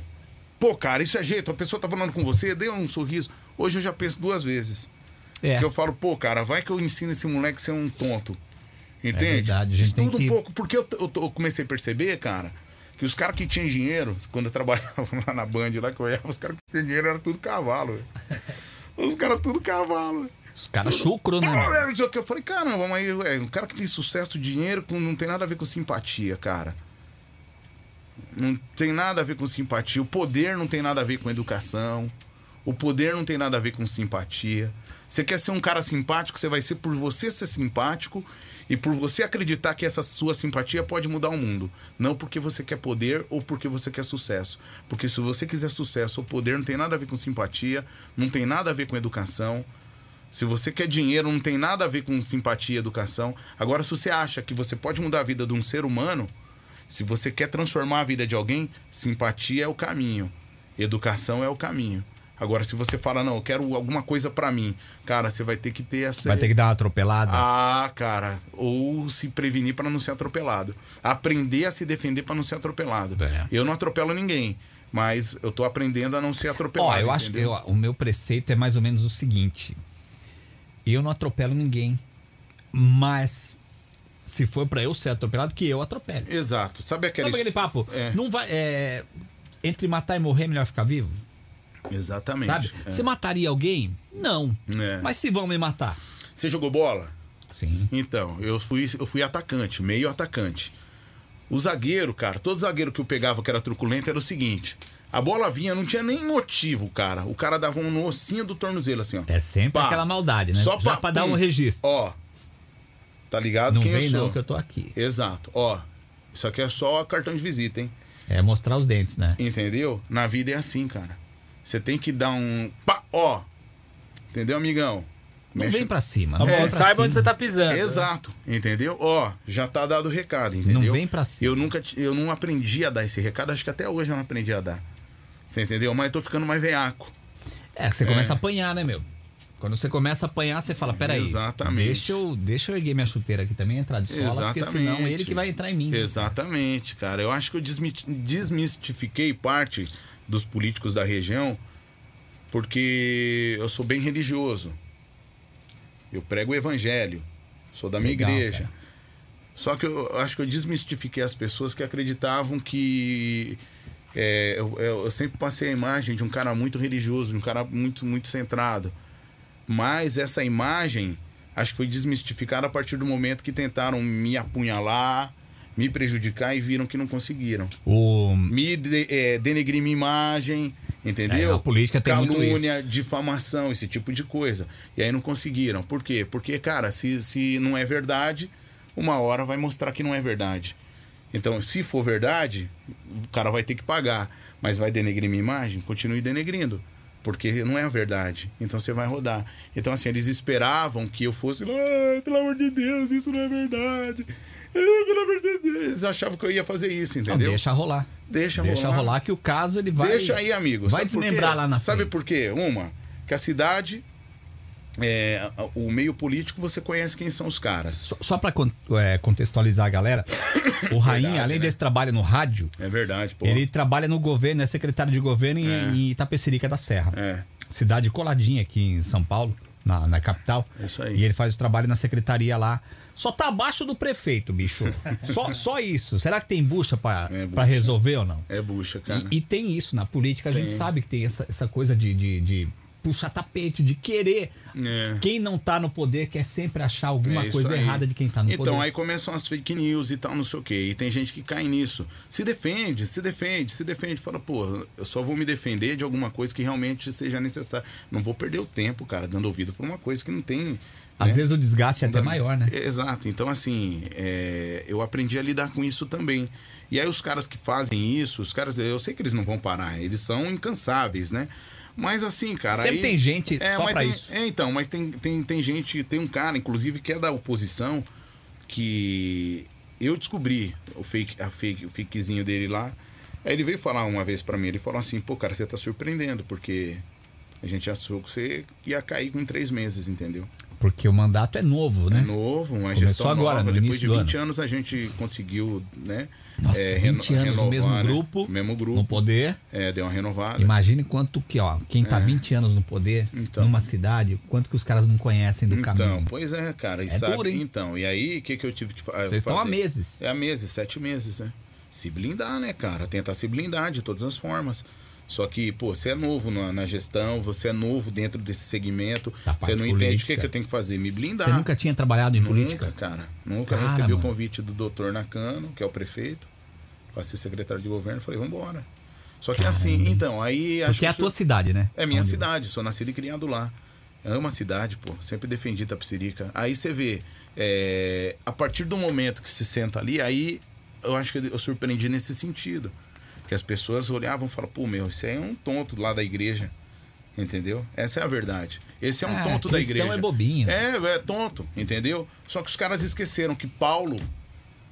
Speaker 3: Pô, cara, isso é jeito. A pessoa tá falando com você, deu um sorriso. Hoje eu já penso duas vezes.
Speaker 2: é.
Speaker 3: Que eu falo, pô, cara, vai que eu ensino esse moleque a ser um tonto. Entende?
Speaker 2: É verdade, a gente tem
Speaker 3: Estuda
Speaker 2: que-
Speaker 3: um pouco, porque eu, eu- eu comecei a perceber, cara, que os caras que tinham dinheiro, quando eu trabalhava lá na Band, lá que eu olhava, os caras que tinham dinheiro eram tudo cavalo. velho. Os caras tudo cavalo. velho.
Speaker 2: Os caras chucro, né?
Speaker 3: Não,
Speaker 2: mano?
Speaker 3: é, isso que Eu falei, caramba, mas é, um cara que tem sucesso, dinheiro, com- não tem nada a ver com simpatia, cara. Não tem nada a ver com simpatia. O poder não tem nada a ver com educação. O poder não tem nada a ver com simpatia. Você quer ser um cara simpático, você vai ser por você ser simpático e por você acreditar que essa sua simpatia pode mudar o mundo. Não porque você quer poder ou porque você quer sucesso. Porque se você quiser sucesso ou poder, não tem nada a ver com simpatia, não tem nada a ver com educação. Se você quer dinheiro, não tem nada a ver com simpatia e educação. Agora, se você acha que você pode mudar a vida de um ser humano, se você quer transformar a vida de alguém, simpatia é o caminho. Educação é o caminho. Agora, se você fala, não, eu quero alguma coisa pra mim, cara, você vai ter que ter essa.
Speaker 2: Vai ter que dar uma atropelada.
Speaker 3: Ah, cara. Ou se prevenir pra não ser atropelado. Aprender a se defender pra não ser atropelado.
Speaker 2: É.
Speaker 3: Eu não atropelo ninguém, mas eu tô aprendendo a não ser atropelado.
Speaker 2: Ó, eu acho que
Speaker 3: entendeu?
Speaker 2: eu- o meu preceito é mais ou menos o seguinte: eu não atropelo ninguém, mas se for pra eu ser atropelado, que eu atropelo.
Speaker 3: Exato. Sabe aquele.
Speaker 2: Sabe aquele papo?
Speaker 3: É.
Speaker 2: Não vai. é, entre matar e morrer, é melhor ficar vivo?
Speaker 3: Exatamente.
Speaker 2: Sabe? Você mataria alguém? Não.
Speaker 3: É.
Speaker 2: Mas se vão me matar?
Speaker 3: Você jogou bola?
Speaker 2: Sim.
Speaker 3: Então, eu fui, eu fui atacante, meio atacante. O zagueiro, cara, todo zagueiro que eu pegava que era truculento era o seguinte: a bola vinha, não tinha nem motivo, cara. O cara dava um no ossinho do tornozelo, assim, ó.
Speaker 2: É sempre
Speaker 3: Pá.
Speaker 2: aquela maldade, né?
Speaker 3: Só
Speaker 2: Já
Speaker 3: pá,
Speaker 2: pra dar
Speaker 3: pum.
Speaker 2: um registro.
Speaker 3: Ó. Tá ligado?
Speaker 2: Não
Speaker 3: quem
Speaker 2: vem
Speaker 3: eu sou?
Speaker 2: não, que eu tô aqui.
Speaker 3: Exato. Ó. Isso aqui é só cartão de visita, hein?
Speaker 2: É mostrar os dentes, né?
Speaker 3: Entendeu? Na vida é assim, cara. Você tem que dar um. Pá, ó. Entendeu, amigão?
Speaker 2: Não
Speaker 3: Mexe-
Speaker 2: vem pra cima.
Speaker 1: Tá
Speaker 2: não
Speaker 1: bom,
Speaker 2: vem pra
Speaker 1: saiba
Speaker 2: cima.
Speaker 1: onde você tá pisando.
Speaker 3: Exato, entendeu? Ó, já tá dado o recado, entendeu?
Speaker 2: vem pra cima.
Speaker 3: Eu nunca, ti- eu não aprendi a dar esse recado, acho que até hoje eu não aprendi a dar. Você entendeu? Mas eu tô ficando mais veaco.
Speaker 2: É, que você começa a apanhar, né, meu? Quando você começa a apanhar, você fala, peraí.
Speaker 3: Exatamente.
Speaker 2: Deixa eu, deixa eu erguer minha chuteira aqui também, entrar de sola, porque senão ele que vai entrar em mim. né?"
Speaker 3: Exatamente, cara. Eu acho que eu desmit- desmistifiquei parte dos políticos da região porque eu sou bem religioso. Eu prego o evangelho. Sou da minha
Speaker 2: Legal,
Speaker 3: igreja.
Speaker 2: cara.
Speaker 3: Só que eu acho que eu desmistifiquei as pessoas que acreditavam que. é, eu, eu- eu sempre passei a imagem de um cara muito religioso, de um cara muito, muito centrado. Mas essa imagem acho que foi desmistificada a partir do momento que tentaram me apunhalar, me prejudicar e viram que não conseguiram.
Speaker 2: O...
Speaker 3: Me de, é, denegrir minha imagem, entendeu?
Speaker 2: É, a política tem muito
Speaker 3: Calúnia, difamação, esse tipo de coisa. E aí não conseguiram. Por quê? Porque, cara, se, se não é verdade, uma hora vai mostrar que não é verdade. Então, se for verdade, o cara vai ter que pagar. Mas vai denegrir minha imagem? Continue denegrindo. Porque não é a verdade. Então você vai rodar. Então, assim, eles esperavam que eu fosse. "Ah, pelo amor de Deus, isso não é verdade. Ah, pelo amor de Deus. Eles achavam que eu ia fazer isso,
Speaker 2: Não,
Speaker 3: entendeu?
Speaker 2: deixa rolar.
Speaker 3: Deixa
Speaker 2: deixa
Speaker 3: rolar.
Speaker 2: rolar que o caso ele vai.
Speaker 3: Deixa aí, amigo.
Speaker 2: Vai
Speaker 3: Sabe por quê?
Speaker 2: desmembrar lá na
Speaker 3: Sabe
Speaker 2: frente.
Speaker 3: por quê? Uma, que a cidade, é, o meio político, você conhece quem são os caras.
Speaker 2: Só, só pra con- é, contextualizar a galera, o Rainha,
Speaker 3: Verdade,
Speaker 2: além
Speaker 3: né?
Speaker 2: desse trabalho no rádio,
Speaker 3: É verdade, pô.
Speaker 2: ele trabalha no governo, é secretário de governo em, em Itapecerica da Serra.
Speaker 3: É.
Speaker 2: Cidade coladinha aqui em São Paulo, na, na capital.
Speaker 3: É isso aí.
Speaker 2: E ele faz o trabalho na secretaria lá. Só tá abaixo do prefeito, bicho. só, só isso. Será que tem bucha pra,
Speaker 3: É,
Speaker 2: pra
Speaker 3: bucha.
Speaker 2: resolver ou não?
Speaker 3: É bucha, cara.
Speaker 2: E, e tem isso na política, a gente sabe que tem essa, essa coisa de, de, de puxar tapete, de querer.
Speaker 3: É.
Speaker 2: Quem não tá no poder quer sempre achar alguma
Speaker 3: É isso
Speaker 2: coisa
Speaker 3: aí.
Speaker 2: errada de quem tá no
Speaker 3: então,
Speaker 2: poder.
Speaker 3: aí começam as fake news e tal, não sei o quê. E tem gente que cai nisso. Se defende, se defende, se defende. Fala, pô, eu só vou me defender de alguma coisa que realmente seja necessária. Não vou perder o tempo, cara, dando ouvido pra uma coisa que não tem.
Speaker 2: Às
Speaker 3: né?
Speaker 2: vezes o desgaste é até
Speaker 3: Fundam-
Speaker 2: maior, né?
Speaker 3: Exato. Então, assim, é, eu aprendi a lidar com isso também. E aí, os caras que fazem isso, os caras, eu sei que eles não vão parar, eles são incansáveis, né? Mas assim, cara.
Speaker 2: Sempre
Speaker 3: aí-
Speaker 2: tem gente só
Speaker 3: mas
Speaker 2: pra
Speaker 3: tem-
Speaker 2: isso.
Speaker 3: É, então, mas tem, tem, tem gente, tem um cara, inclusive, que é da oposição, que eu descobri o fake, a fake, o fakezinho dele lá. Aí ele veio falar uma vez pra mim, ele falou assim, pô, cara, você tá surpreendendo, porque a gente achou que você ia cair com três meses, entendeu?
Speaker 2: Porque o mandato é novo, né?
Speaker 3: novo, uma
Speaker 2: Começou
Speaker 3: gestão
Speaker 2: agora,
Speaker 3: nova.
Speaker 2: no
Speaker 3: Depois
Speaker 2: início
Speaker 3: de
Speaker 2: do
Speaker 3: 20 anos a gente conseguiu, né?
Speaker 2: Nossa,
Speaker 3: é,
Speaker 2: 20
Speaker 3: reno-
Speaker 2: anos, o mesmo
Speaker 3: né?
Speaker 2: grupo,
Speaker 3: O mesmo grupo.
Speaker 2: no poder.
Speaker 3: É, deu uma renovada.
Speaker 2: Imagine quanto que, ó, quem tá 20 anos no poder,
Speaker 3: É. Então.
Speaker 2: numa cidade, quanto que os caras não conhecem do
Speaker 3: Então,
Speaker 2: caminho.
Speaker 3: pois é, cara. E
Speaker 2: É
Speaker 3: sabe,
Speaker 2: duro, hein?
Speaker 3: Então, e aí, o que, que eu tive que fa- fazer?
Speaker 2: Vocês estão há meses.
Speaker 3: É há meses, sete meses, né? Se blindar, né, cara? Tentar se blindar de todas as formas. Só que, pô, você é novo na, na gestão, você é novo dentro desse segmento,
Speaker 2: Da
Speaker 3: você
Speaker 2: parte
Speaker 3: não entende o que,
Speaker 2: política.
Speaker 3: que eu tenho que fazer, me blindar.
Speaker 2: Você nunca tinha trabalhado em
Speaker 3: Nunca,
Speaker 2: política?
Speaker 3: Uhum, cara. Nunca
Speaker 2: Cara,
Speaker 3: recebi o
Speaker 2: mano.
Speaker 3: convite do doutor Nakano, que é o prefeito. Passei secretário de governo, falei, vambora. Só que assim, então, aí acho
Speaker 2: Porque é a
Speaker 3: que
Speaker 2: tua
Speaker 3: isso-
Speaker 2: cidade, né?
Speaker 3: é minha
Speaker 2: Onde-
Speaker 3: cidade, sou nascido e criado lá. Amo a cidade, pô. Sempre defendi Tapsirica. Aí você vê, é, a partir do momento que se senta ali, aí eu acho que eu surpreendi nesse sentido. Que as pessoas olhavam e falavam, pô, meu, esse aí é um tonto lá da igreja. Entendeu? Essa é a verdade. Esse é um
Speaker 2: Ah,
Speaker 3: tonto da
Speaker 2: cristão
Speaker 3: igreja.
Speaker 2: é bobinho.
Speaker 3: É, é tonto, entendeu? Só que os caras esqueceram que Paulo,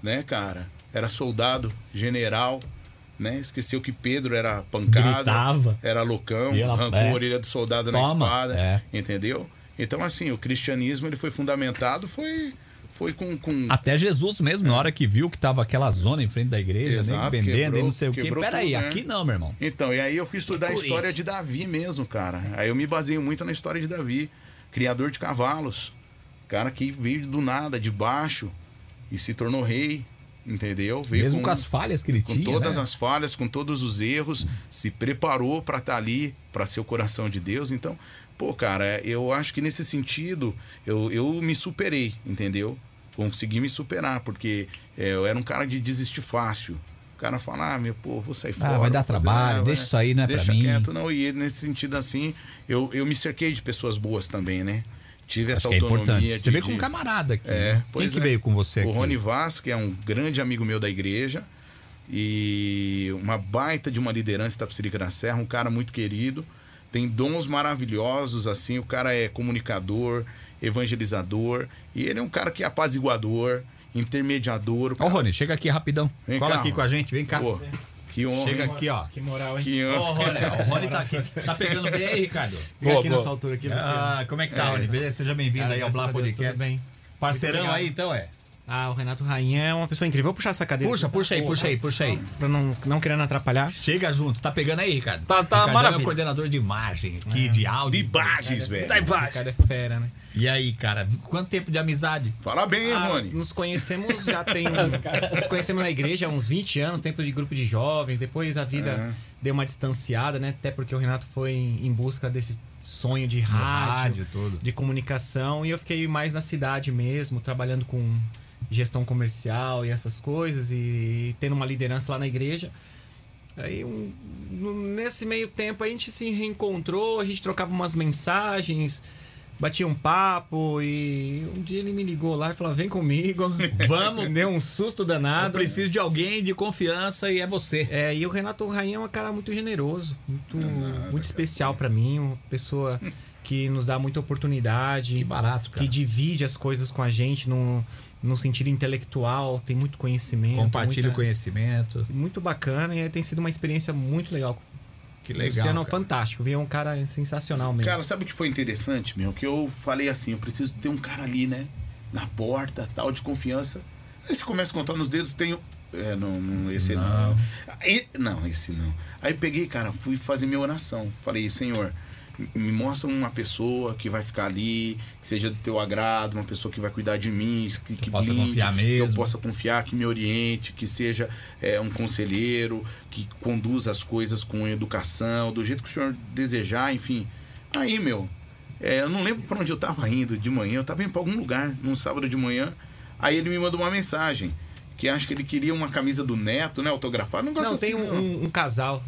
Speaker 3: né, cara, era soldado, general, né? Esqueceu que Pedro era pancada,
Speaker 2: Gritava.
Speaker 3: era loucão,
Speaker 2: E ela-
Speaker 3: arrancou
Speaker 2: é.
Speaker 3: a orelha do soldado
Speaker 2: Toma,
Speaker 3: na espada,
Speaker 2: é.
Speaker 3: entendeu? Então, assim, o cristianismo ele foi fundamentado, foi, foi com. com
Speaker 2: Até Jesus mesmo, na hora que viu que tava aquela zona em frente da igreja,
Speaker 3: Exato,
Speaker 2: nem vendendo e não
Speaker 3: quebrou-
Speaker 2: sei o quê.
Speaker 3: quebrou
Speaker 2: Pera aí,
Speaker 3: tudo, né?
Speaker 2: aqui não, meu irmão.
Speaker 3: Então, e aí eu fui estudar a história de Davi mesmo, cara. Aí eu me baseio muito na história de Davi, criador de cavalos, cara que veio do nada, de baixo, e se tornou rei, entendeu? Veio
Speaker 2: Mesmo com, as falhas que ele
Speaker 3: com
Speaker 2: tinha.
Speaker 3: todas
Speaker 2: né?
Speaker 3: as falhas, com todos os erros, se preparou para estar ali, para ser o coração de Deus. Então, pô, cara, eu acho que nesse sentido eu, eu me superei, entendeu? Consegui me superar, porque é, eu era um cara de desistir fácil. O cara fala, ah, meu, pô, vou sair fora.
Speaker 2: vai
Speaker 3: vou
Speaker 2: dar
Speaker 3: fazer,
Speaker 2: trabalho,
Speaker 3: vai-
Speaker 2: deixa isso aí, não é pra
Speaker 3: deixa
Speaker 2: mim."
Speaker 3: quieto, não. E nesse sentido, assim, eu, eu me cerquei de pessoas boas também, né? Tive essa
Speaker 2: Acho que é
Speaker 3: autonomia.
Speaker 2: importante. Você
Speaker 3: de-
Speaker 2: veio com um
Speaker 3: de-
Speaker 2: camarada aqui.
Speaker 3: É,
Speaker 2: né? Quem
Speaker 3: pois
Speaker 2: que
Speaker 3: é.
Speaker 2: veio com você
Speaker 3: o
Speaker 2: aqui?
Speaker 3: Rony Vaz, que é um grande amigo meu da igreja e uma baita de uma liderança da Psirica da Serra, um cara muito querido, tem dons maravilhosos, assim, o cara é comunicador, evangelizador, e ele é um cara que é apaziguador, intermediador.
Speaker 2: Ó, Rony, chega aqui rapidão.
Speaker 3: Vem
Speaker 2: Cola
Speaker 3: cá,
Speaker 2: aqui
Speaker 3: Rony.
Speaker 2: com a gente, vem cá.
Speaker 3: Pô, que honra.
Speaker 2: Chega
Speaker 3: hein?
Speaker 2: aqui, ó.
Speaker 5: Que moral, hein?
Speaker 3: Que
Speaker 2: Ó,
Speaker 3: honra.
Speaker 2: Rony, ó, o Rony tá aqui. Tá pegando bem aí, Ricardo?
Speaker 5: Fica
Speaker 1: Boa,
Speaker 5: aqui
Speaker 1: boa.
Speaker 5: nessa altura aqui, Luciano.
Speaker 2: Ah, como é que tá, Rony? Beleza? Seja bem-vindo
Speaker 5: Cara,
Speaker 2: aí ao
Speaker 5: graças a
Speaker 2: Blá
Speaker 5: Deus, Tudo
Speaker 2: Podcast.
Speaker 5: bem.
Speaker 2: Parceirão
Speaker 5: Muito
Speaker 2: aí,
Speaker 5: obrigado.
Speaker 2: então é.
Speaker 5: Ah, o Renato Rainha é uma pessoa incrível. Vou puxar essa cadeira.
Speaker 2: Puxa, puxa aí, puxa aí, puxa aí.
Speaker 5: Pra não, não querendo atrapalhar.
Speaker 2: Chega junto, tá pegando aí, Ricardo?
Speaker 1: Tá- tá
Speaker 2: Ricardão é
Speaker 1: maravilha.
Speaker 2: o coordenador de imagem aqui, É. de áudio.
Speaker 3: De bages,
Speaker 1: Tá
Speaker 3: velho.
Speaker 5: O
Speaker 1: embaixo.
Speaker 5: cara é fera, né?
Speaker 2: E aí, cara, quanto tempo de amizade?
Speaker 3: Fala bem,
Speaker 5: Ah, nós
Speaker 3: Rony.
Speaker 5: nos conhecemos já tem. nos conhecemos na igreja há uns 20 anos, tempo de grupo de jovens. Depois a vida deu uma distanciada, né? Até porque o Renato foi em, em busca desse sonho de rádio,
Speaker 2: rádio, tudo.
Speaker 5: de comunicação. E eu fiquei mais na cidade mesmo, trabalhando com gestão comercial e essas coisas, e tendo uma liderança lá na igreja. Aí, um- no- nesse meio tempo, a gente se reencontrou, a gente trocava umas mensagens, batia um papo e um dia ele me ligou lá e falou: Vem comigo.
Speaker 2: Vamos.
Speaker 5: Deu um susto
Speaker 2: Eu
Speaker 5: danado.
Speaker 2: preciso de alguém de confiança e é você.
Speaker 5: É, e o Renato Rainha é um cara muito generoso, muito,
Speaker 2: É
Speaker 5: muito especial pra mim, uma pessoa que nos dá muita oportunidade
Speaker 2: Que barato, cara.
Speaker 5: que divide as coisas com a gente no, no sentido intelectual, tem muito conhecimento.
Speaker 2: Compartilha o
Speaker 5: muita-
Speaker 2: conhecimento.
Speaker 5: Muito bacana e tem sido uma experiência muito legal.
Speaker 2: Que legal.
Speaker 5: Luciano,
Speaker 2: cara.
Speaker 5: fantástico, viu? É um cara sensacional mesmo.
Speaker 3: Cara, sabe o que foi interessante, meu? Que eu falei assim, eu preciso ter um cara ali, né? Na porta, tal, de confiança. Aí você começa a contar nos dedos, tenho. É, não, não, esse não. Aí- não, esse não. Aí peguei, cara, fui fazer minha oração. Falei, Senhor, me mostra uma pessoa que vai ficar ali, que seja do teu agrado, uma pessoa que vai cuidar de mim, que, que
Speaker 2: possa
Speaker 3: blinde,
Speaker 2: confiar
Speaker 3: que
Speaker 2: mesmo.
Speaker 3: Eu possa confiar, que me oriente, que seja é, um conselheiro, que conduza as coisas com educação, do jeito que o senhor desejar, enfim. Aí, meu, é, eu não lembro pra onde eu tava indo de manhã, eu tava indo pra algum lugar, num sábado de manhã. Aí ele me mandou uma mensagem, que acho que ele queria uma camisa do neto, né? Autografada. Não gosto
Speaker 5: Não,
Speaker 3: assim,
Speaker 5: tem um,
Speaker 3: não.
Speaker 5: um- um casal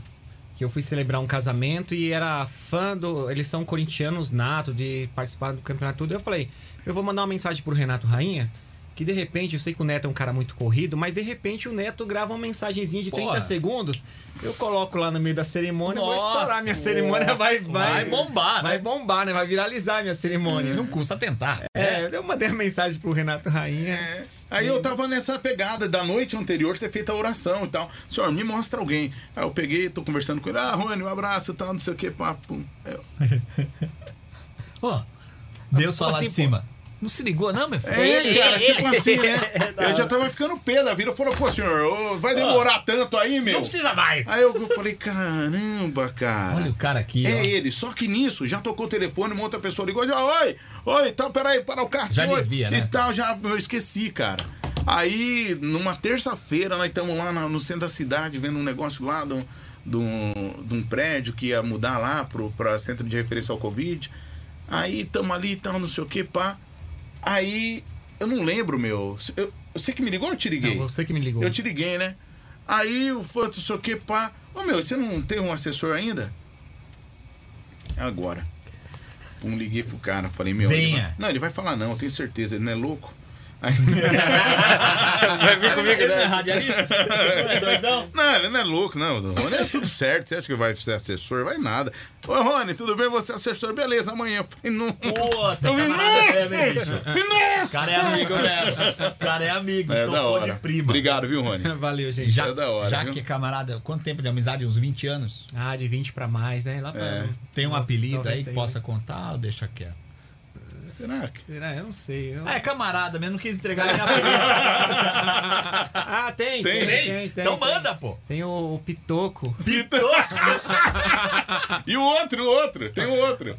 Speaker 5: que eu fui celebrar um casamento e era fã do. Eles são corintianos nato de participar do campeonato tudo. Eu falei, eu vou mandar uma mensagem pro Renato Rainha. Que de repente, eu sei que o Neto é um cara muito corrido, mas de repente o Neto grava uma mensagenzinha de 30
Speaker 2: Porra.
Speaker 5: segundos. Eu coloco lá no meio da cerimônia, eu vou
Speaker 2: Nossa,
Speaker 5: estourar minha cerimônia, vai, vai,
Speaker 2: vai bombar,
Speaker 5: vai
Speaker 2: né? Hum.
Speaker 5: bombar, né? Vai viralizar minha cerimônia.
Speaker 2: Não custa tentar.
Speaker 5: É, eu mandei uma mensagem pro Renato Rainha.
Speaker 3: É. Aí
Speaker 5: um-
Speaker 3: eu tava nessa pegada da noite anterior ter feito a oração e tal. Senhor, me mostra alguém. Aí eu peguei, tô conversando com ele. Ah, Rony, um abraço e tal, não sei o que, papo. Aí eu,
Speaker 2: Ó, Deus
Speaker 1: Como
Speaker 2: fala
Speaker 1: assim,
Speaker 2: de cima. Não se ligou, não, meu filho?
Speaker 3: É, cara, tipo assim,
Speaker 2: É
Speaker 3: né? Eu já tava ficando pé da vida. Falou, pô, senhor, ô, vai demorar tanto aí, meu?
Speaker 2: Ah. Não precisa mais.
Speaker 3: Aí eu falei, caramba, cara.
Speaker 2: Olha o cara aqui,
Speaker 3: É
Speaker 2: ó.
Speaker 3: ele, só que nisso, já tocou o telefone, uma outra pessoa ligou, já, oi, oi, tal, peraí, para o carro.
Speaker 2: Já
Speaker 3: oi",
Speaker 2: desvia,
Speaker 3: E
Speaker 2: né?
Speaker 3: tal, já eu esqueci, cara. Aí, numa terça-feira, nós estamos lá na- no centro da cidade, vendo um negócio lá do, do, de um prédio que ia mudar lá pro, pra centro de referência ao Covid. Aí, tamo ali e tal, não sei o que, pá. Aí, eu não lembro, meu. Eu, você que me ligou ou eu te liguei?
Speaker 5: Não, você que me ligou.
Speaker 3: Eu te liguei, né? Aí o fã, não sei o que, pá. Ô meu, você não tem um assessor ainda? Agora. Um liguei pro cara, falei, meu.
Speaker 2: Venha.
Speaker 3: ele vai- Não, ele vai falar não, eu tenho certeza, ele não é louco. Aí-
Speaker 1: Vai vir comigo,
Speaker 2: Ele não é
Speaker 1: né?
Speaker 2: radialista? Não é doidão?
Speaker 3: não, ele não é louco, não. O Rony é tudo certo. Você acha que vai ser assessor? Vai nada. Ô, Rony, tudo bem? Você é assessor? Beleza, amanhã. Eu falei, não. É
Speaker 2: Puta,
Speaker 3: Eu vi-
Speaker 2: tá camarada mesmo, hein, bicho? O cara é amigo mesmo. O cara é amigo,
Speaker 3: É da
Speaker 2: tocou
Speaker 3: hora.
Speaker 2: de prima.
Speaker 3: Obrigado, viu, Rony?
Speaker 5: Valeu, gente.
Speaker 2: Já,
Speaker 3: é da hora,
Speaker 2: já
Speaker 3: viu?
Speaker 2: que é camarada, quanto tempo de amizade? Uns 20 anos?
Speaker 5: Ah, de 20 pra mais, né? Lá pra.
Speaker 3: É.
Speaker 2: Tem um
Speaker 5: Nove-
Speaker 2: apelido aí que
Speaker 5: 91.
Speaker 2: possa contar ou deixa quieto?
Speaker 3: Será que?
Speaker 5: Será? Eu não sei. eu-
Speaker 2: Ah, é camarada mesmo, não quis entregar nem apelido.
Speaker 5: Ah, tem!
Speaker 3: Tem?
Speaker 2: Então manda, pô.
Speaker 5: Tem o, o Pitoco.
Speaker 2: Pitoco.
Speaker 3: E o um outro, o outro. Tem o outro.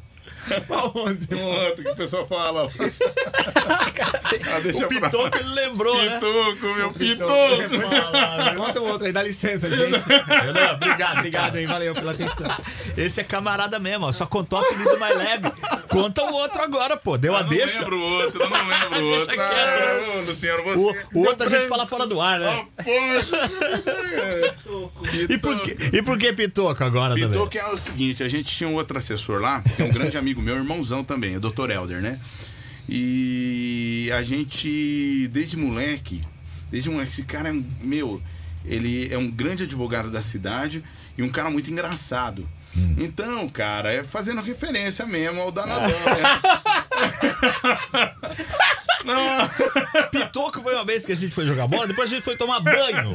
Speaker 5: Qual ontem?
Speaker 3: Tem um outro que o pessoal fala. ó. ah, deixa
Speaker 4: O Pitoco ele lembrou, né?
Speaker 3: Pitoco, meu pitoco.
Speaker 2: né?
Speaker 5: Conta o outro aí, dá licença, gente.
Speaker 4: Renan, Obrigado,
Speaker 5: Obrigado aí, valeu pela atenção.
Speaker 4: Esse é camarada mesmo, ó. Só contou o apelido mais leve. Conta o outro agora, pô. Deu a
Speaker 3: Eu não
Speaker 4: deixa.
Speaker 3: lembro o outro, eu não lembro o
Speaker 4: Deixa
Speaker 3: outro.
Speaker 4: quieto, né?
Speaker 3: Ah, Luciano, você.
Speaker 4: O, o outro a gente fala fora do ar, né? E por, que, e por que Pitoco agora
Speaker 3: Pitoco é o seguinte, a gente tinha um outro assessor lá, que é um grande amigo meu, irmãozão também, o Dr. Helder, né? E a gente, desde moleque, desde moleque, esse cara é um, meu, ele é um grande advogado da cidade e um cara muito engraçado.
Speaker 4: Hum.
Speaker 3: Então, cara, é fazendo referência mesmo ao danadão, né?
Speaker 4: também? Pitoco foi uma vez que a gente foi jogar bola, depois a gente foi tomar banho.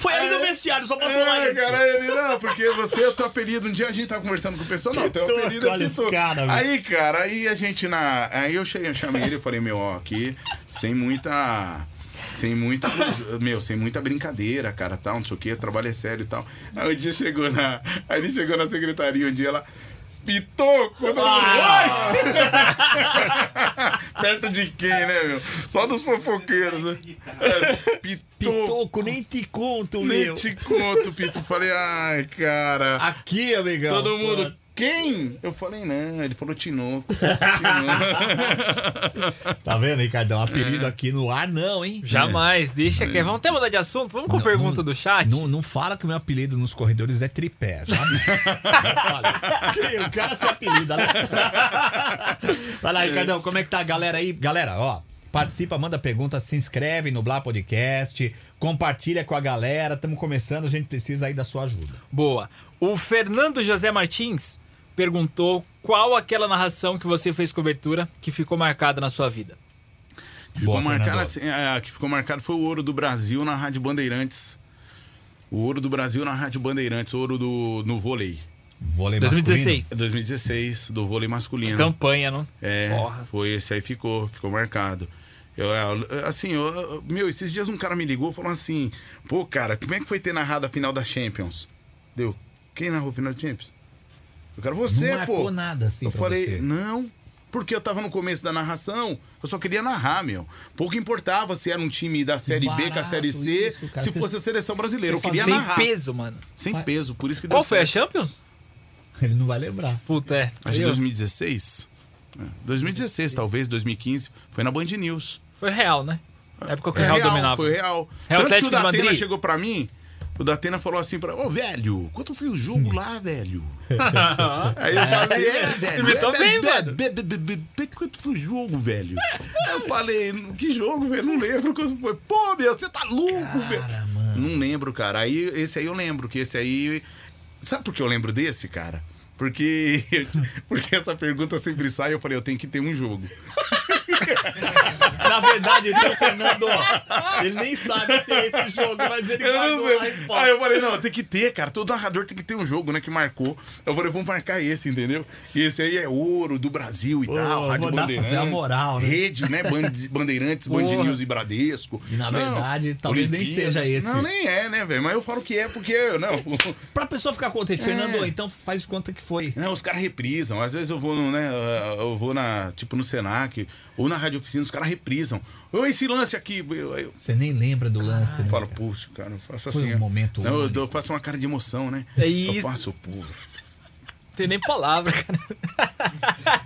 Speaker 4: Foi ali no vestiário, só posso falar
Speaker 3: É,
Speaker 4: isso.
Speaker 3: cara, ele, não, porque você, o teu apelido, um dia a gente tava conversando com o pessoal, não, teu
Speaker 4: Pitoco,
Speaker 3: apelido é
Speaker 4: olha esse
Speaker 3: Pitoco.
Speaker 4: cara, meu.
Speaker 3: Aí, cara, aí a gente na. Aí eu cheguei, eu chamei ele e falei, meu, ó, aqui, sem muita. Sem muita. coisa- Meu, sem muita brincadeira, cara, tal, não sei o quê, trabalho é sério e tal. Aí um dia chegou na. Aí ele chegou na secretaria um dia ela. Pitoco, todo mundo,
Speaker 4: Ah!
Speaker 3: "Ai!" Perto de quem, né, meu? Só dos fofoqueiros, né? É, pitoco.
Speaker 4: Pitoco, nem te conto,
Speaker 3: Nem
Speaker 4: meu.
Speaker 3: te conto, Pito. Eu Falei, ai, cara.
Speaker 4: Aqui, amigão.
Speaker 3: todo
Speaker 4: pô.
Speaker 3: mundo. Quem? Eu falei, não. Ele falou Tinoco. Tinoco.
Speaker 4: Tá vendo, Ricardão? Apelido aqui no ar, não, hein?
Speaker 1: Jamais, deixa
Speaker 3: É.
Speaker 1: que. Vamos até mudar de assunto? Vamos com a pergunta do chat?
Speaker 2: Não, não fala que o meu apelido nos corredores é tripé, tá?
Speaker 4: o cara se apelida, né? Vai lá, Ricardão, como é que tá a galera aí? Galera, ó,
Speaker 2: Participa, manda pergunta, se inscreve no Blá Podcast, compartilha com a galera. Estamos começando, a gente precisa aí da sua ajuda.
Speaker 1: Boa. O Fernando José Martins perguntou qual aquela narração que você fez cobertura que ficou marcada na sua vida.
Speaker 3: ficou marcado,
Speaker 2: Fernando.
Speaker 3: assim, a que ficou marcado foi o ouro do Brasil na Rádio Bandeirantes. O ouro do Brasil na Rádio Bandeirantes, ouro do, no vôlei.
Speaker 2: Vôlei
Speaker 1: 2016.
Speaker 3: É 2016, do vôlei masculino.
Speaker 1: Campanha, não?
Speaker 3: É,
Speaker 1: Porra.
Speaker 3: foi esse aí ficou, ficou marcado. Eu, eu, assim, eu- eu- meu, esses dias um cara me ligou e falou assim: pô, cara, como é que foi ter narrado a final da Champions? Deu, quem narrou a final da Champimasculino? Eu quero você,
Speaker 2: Não marcou
Speaker 3: pô.
Speaker 2: nada assim
Speaker 3: Eu
Speaker 2: pra
Speaker 3: falei,
Speaker 2: você.
Speaker 3: não, porque eu tava no começo da narração, eu só queria narrar, meu. Pouco importava se era um time da Série B com a
Speaker 2: Barato
Speaker 3: Série C,
Speaker 2: isso, cara.
Speaker 3: se
Speaker 2: Você-
Speaker 3: fosse a seleção brasileira. Eu
Speaker 2: você
Speaker 3: queria
Speaker 1: Sem
Speaker 3: narrar.
Speaker 1: peso, mano.
Speaker 3: Sem peso, por isso que
Speaker 1: Qual
Speaker 3: deu
Speaker 1: foi a
Speaker 3: certo.
Speaker 1: Champions?
Speaker 2: Ele não vai lembrar.
Speaker 1: Puta, é.
Speaker 3: Acho que
Speaker 1: Eu-
Speaker 3: 2016? É, 2016, talvez, 2015. Foi na Band News.
Speaker 1: Foi real, né? Na época que o
Speaker 3: É
Speaker 1: Real,
Speaker 3: real,
Speaker 1: dominava.
Speaker 3: Foi
Speaker 1: Real
Speaker 3: real. Tanto que
Speaker 1: Atlético de
Speaker 3: o Datena
Speaker 1: Madrid.
Speaker 3: chegou pra mim, o Datena falou assim pra ô velho, quanto foi o jogo lá, velho? Aí eu falei, é, velho.
Speaker 1: imitou
Speaker 3: é,
Speaker 1: bem,
Speaker 3: é,
Speaker 1: mano.
Speaker 3: é, é, é, é, Quanto foi o jogo, velho? Aí eu falei, que jogo, velho? Não lembro quanto foi. Pô, meu, você tá louco, velho. Não lembro, cara. Aí esse aí eu lembro, que esse aí. Sabe por que eu lembro desse, cara? Porque, porque essa pergunta sempre sai, eu falei, eu tenho que ter um jogo.
Speaker 4: na verdade, então, Fernando, ó, ele nem sabe se é esse jogo, mas ele
Speaker 3: Eu não sei.
Speaker 4: guardou a resposta.
Speaker 3: Aí eu falei, não, tem que ter, cara. Todo narrador tem que ter um jogo, né? Que marcou. Eu falei, vamos marcar esse, entendeu? E esse aí é ouro do Brasil e tal.
Speaker 4: eu
Speaker 3: Rádio
Speaker 4: vou dar-
Speaker 3: Bandeirantes.
Speaker 4: fazer a moral, né?
Speaker 3: Rede, né? Band- Bandeirantes, Band
Speaker 1: Porra.
Speaker 3: News e Bradesco.
Speaker 2: na verdade, talvez nem seja esse.
Speaker 3: Não, nem é, né, velho? Mas eu falo que é porque eu não.
Speaker 2: Pra pessoa ficar contente, Fernando, então faz de conta que foi.
Speaker 3: Não, né, os caras reprisam. Às vezes eu vou no, né, eu vou na, tipo no Senac ou na Rádio Oficina, os caras reprisam. Ô, esse lance aqui, eu, eu,
Speaker 2: Você nem lembra do lance, né?
Speaker 3: Eu falo, puxa, cara, eu faço assim.
Speaker 2: Foi um
Speaker 3: ó.
Speaker 2: momento
Speaker 3: Não, eu,
Speaker 2: único.
Speaker 3: dou- eu faço uma cara de emoção, né?
Speaker 1: É isso.
Speaker 3: Eu faço, pô.
Speaker 1: Não tem nem palavra, cara.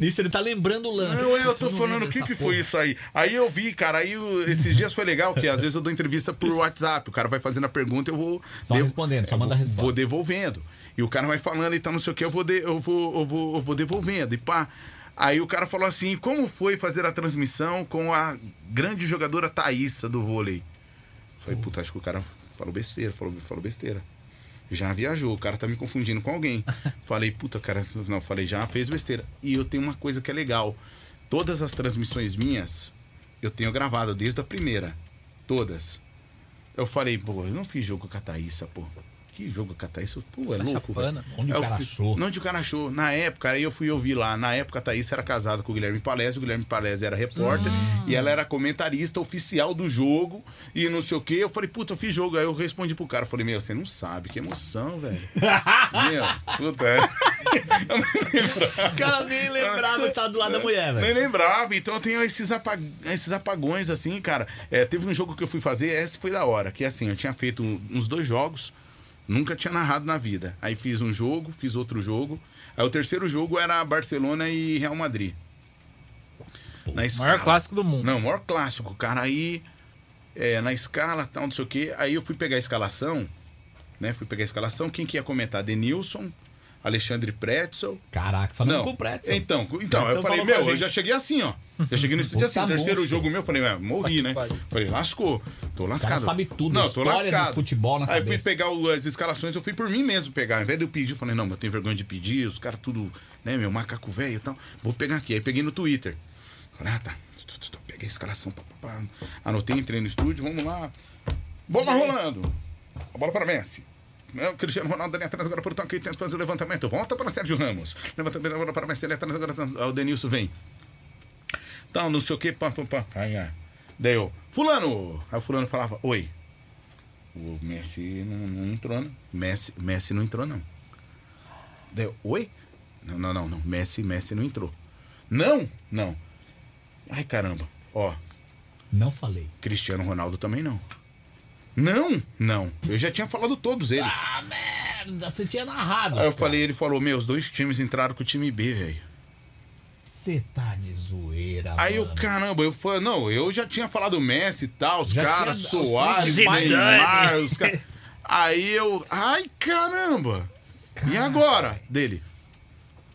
Speaker 2: Isso ele tá lembrando o lance.
Speaker 3: Não, eu tô
Speaker 2: Tu não
Speaker 3: falando,
Speaker 2: lembra
Speaker 3: o que
Speaker 2: dessa
Speaker 3: que
Speaker 2: porra?
Speaker 3: foi isso aí? Aí eu vi, cara, aí eu- esses dias foi legal, que às vezes eu dou entrevista por WhatsApp, o cara vai fazendo a pergunta, eu vou...
Speaker 2: Só respondendo, só
Speaker 3: eu
Speaker 2: manda a
Speaker 3: vou-
Speaker 2: resposta.
Speaker 3: Vou devolvendo. E o cara vai falando e tal, não sei o que, eu vou, de- eu vou, eu vou, eu vou devolvendo, e pá... Aí o cara falou assim, como foi fazer a transmissão com a grande jogadora Thaísa do vôlei? Falei, puta, acho que o cara falou besteira, falou, falou besteira. Já viajou, o cara tá me confundindo com alguém. Falei, puta, cara, não, falei, já fez besteira. E eu tenho uma coisa que é legal. Todas as transmissões minhas, eu tenho gravado desde a primeira. Todas. Eu falei, pô, eu não fiz jogo com a Thaísa, pô. que jogo catar isso? Pô, é louco.
Speaker 2: Chapana,
Speaker 3: velho.
Speaker 2: Tá onde o
Speaker 3: Aí eu
Speaker 2: cara
Speaker 3: fui-
Speaker 2: achou.
Speaker 3: Onde o cara achou. Na época, aí eu fui ouvir lá. Na época, a Thaís era casada com o Guilherme Palese. O Guilherme Palese era repórter.
Speaker 2: Ah.
Speaker 3: E ela era comentarista oficial do jogo. E não sei o quê. Eu falei, puta, eu fiz jogo. Aí eu respondi pro cara. eu Falei, meu, você não sabe. Que emoção, velho. meu, puta. é. Eu nem lembrava.
Speaker 4: O cara nem lembrava que tava do lado da mulher,
Speaker 1: É.
Speaker 4: velho.
Speaker 3: Nem lembrava. Então eu tenho esses, apa- esses apagões, assim, cara. É, teve um jogo que eu fui fazer, esse foi da hora. Que assim, eu tinha feito um- uns dois jogos, nunca tinha narrado na vida. Aí fiz um jogo, fiz outro jogo. Aí o terceiro jogo era Barcelona e Real Madrid. Na escala.
Speaker 1: Maior clássico do mundo.
Speaker 3: Não, maior clássico, cara. Aí, é, na escala, tal, não sei o quê. Aí eu fui pegar a escalação, né? Fui pegar a escalação. Quem que ia comentar? Denilson, Alexandre Pretzel,
Speaker 2: Caraca, falando com o Pretzel.
Speaker 3: então, então
Speaker 4: Pretzel
Speaker 3: eu falei,
Speaker 4: falou pra
Speaker 3: meu, eu
Speaker 4: gente.
Speaker 3: já cheguei assim, ó. Já cheguei no estúdio assim,
Speaker 2: Puta
Speaker 3: o terceiro
Speaker 2: monstro.
Speaker 3: jogo meu, eu falei, ué, morri, né?
Speaker 1: pariu.
Speaker 3: Falei, lascou, tô lascado.
Speaker 2: sabe tudo,
Speaker 3: não, tô
Speaker 2: história do
Speaker 3: lascado.
Speaker 2: futebol na
Speaker 3: Aí eu fui
Speaker 2: cabeça.
Speaker 3: pegar o- as escalações, eu fui por mim mesmo pegar. Ao invés de eu pedir, eu falei, não, mas eu tenho vergonha de pedir, os caras tudo, né, meu, macaco velho e tal. Vou pegar aqui. Aí peguei no Twitter. Falei, ah, tá. Tu, tu, tu, Peguei a escalação, pá, pá, pá. anotei, entrei no estúdio, vamos lá. Bola rolando. A bola para Messi. É, O Cristiano Ronaldo ali atrás agora por toque, tenta fazer o levantamento. Volta para Sérgio Ramos. Levanta a bola para Messi ali atrás agora. ah, O Denilson vem. Tal, não sei o que, pá, pá, pá. Aí, ah, daí eu, Fulano! Aí o Fulano falava, oi. O Messi não, não entrou, não. Messi, Messi não entrou, não. Daí eu, oi? Não, não, não, não. Messi, Messi não entrou. Não? Não. Ai, caramba. Ó,
Speaker 2: Não falei.
Speaker 3: Cristiano Ronaldo também não. Não? Não. Eu já tinha falado todos eles.
Speaker 2: Ah, merda, você tinha narrado.
Speaker 3: Aí eu falei, ele falou, meu, os dois times entraram com o time B, velho.
Speaker 2: Você tá de zoeira,
Speaker 3: Aí eu,
Speaker 2: mano.
Speaker 3: caramba, eu falei, não, eu já tinha falado Messi e tal, os
Speaker 2: Já
Speaker 3: caras,
Speaker 2: tinha- os
Speaker 3: Soares,
Speaker 1: principais.
Speaker 3: Neymar, os caras. Aí eu, ai, caramba. E agora? Dele.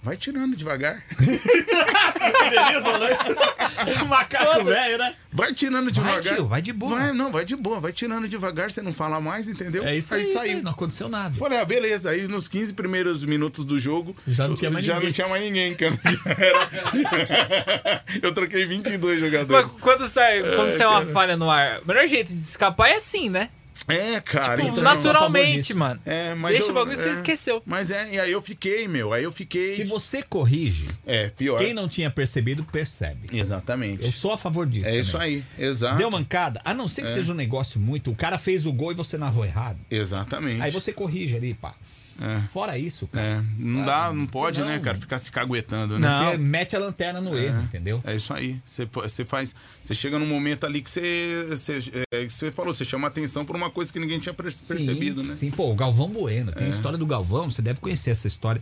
Speaker 3: Vai tirando devagar.
Speaker 4: Macaco velho, né?
Speaker 3: Vai tirando devagar.
Speaker 2: tio, vai de boa.
Speaker 3: Vai, não, vai de boa, vai tirando devagar, você não fala mais, entendeu?
Speaker 4: É isso
Speaker 3: aí,
Speaker 2: Isso
Speaker 3: saiu.
Speaker 2: aí, não aconteceu nada.
Speaker 3: Falei, ah, beleza. Aí nos 15 primeiros minutos do jogo.
Speaker 2: Já não tinha mais
Speaker 3: já
Speaker 2: ninguém.
Speaker 3: não tinha mais ninguém, cara. Já era- eu troquei 22
Speaker 1: Mas
Speaker 3: jogadores.
Speaker 1: quando sai, quando sai uma falha no ar, o melhor jeito de escapar é assim, né?
Speaker 3: É, cara. então-
Speaker 1: Naturalmente,
Speaker 2: disso.
Speaker 1: mano.
Speaker 3: É, mas
Speaker 1: tipo, Deixa
Speaker 3: eu-
Speaker 1: o bagulho que você
Speaker 3: é.
Speaker 1: esqueceu.
Speaker 3: Mas é, e aí eu fiquei, meu. Aí eu fiquei.
Speaker 2: Se você corrige,
Speaker 3: É, pior.
Speaker 2: quem não tinha percebido, percebe.
Speaker 3: Exatamente.
Speaker 2: Eu sou a favor disso.
Speaker 3: É isso
Speaker 2: também.
Speaker 3: aí. É. Exato.
Speaker 2: Deu mancada? A não ser que seja um negócio muito. O cara fez o gol e você narrou errado.
Speaker 3: Exatamente.
Speaker 2: um- Aí você corrige ali, pá.
Speaker 3: É.
Speaker 2: Fora isso, cara.
Speaker 3: É, não dá, não pode,
Speaker 2: Ah, não.
Speaker 3: né, cara, ficar se caguetando, né?
Speaker 1: Não.
Speaker 2: Você É, mete a lanterna no erro, entendeu?
Speaker 3: É isso aí. Você, po- você faz. Você chega num momento ali que você. Você, é, que você falou, você chama atenção por uma coisa que ninguém tinha per- percebido,
Speaker 2: sim,
Speaker 3: né? É.
Speaker 2: Sim, pô, o Galvão Bueno. Tem a história do Galvão, você deve conhecer essa história.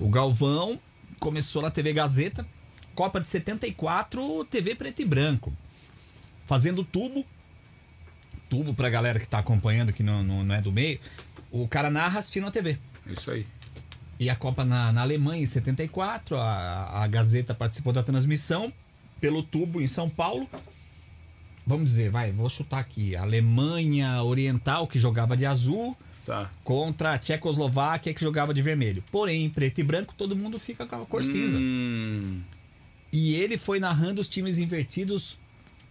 Speaker 2: O Galvão começou na TV Gazeta, Copa de 74, TV preto e branco. Fazendo tubo. Tubo pra galera que tá acompanhando, que não, não, não é do meio. O cara narra assistindo a TV.
Speaker 3: É Isso aí.
Speaker 2: E a Copa na, na Alemanha em 74, a, a Gazeta participou da transmissão pelo tubo em São Paulo. Vamos dizer, vai, vou chutar aqui. A Alemanha Oriental, que jogava de azul,
Speaker 3: Tá.
Speaker 2: contra a Tchecoslováquia, que jogava de vermelho. Porém, em preto e branco, todo mundo fica com a cor cinza.
Speaker 3: Hum,
Speaker 2: E ele foi narrando os times invertidos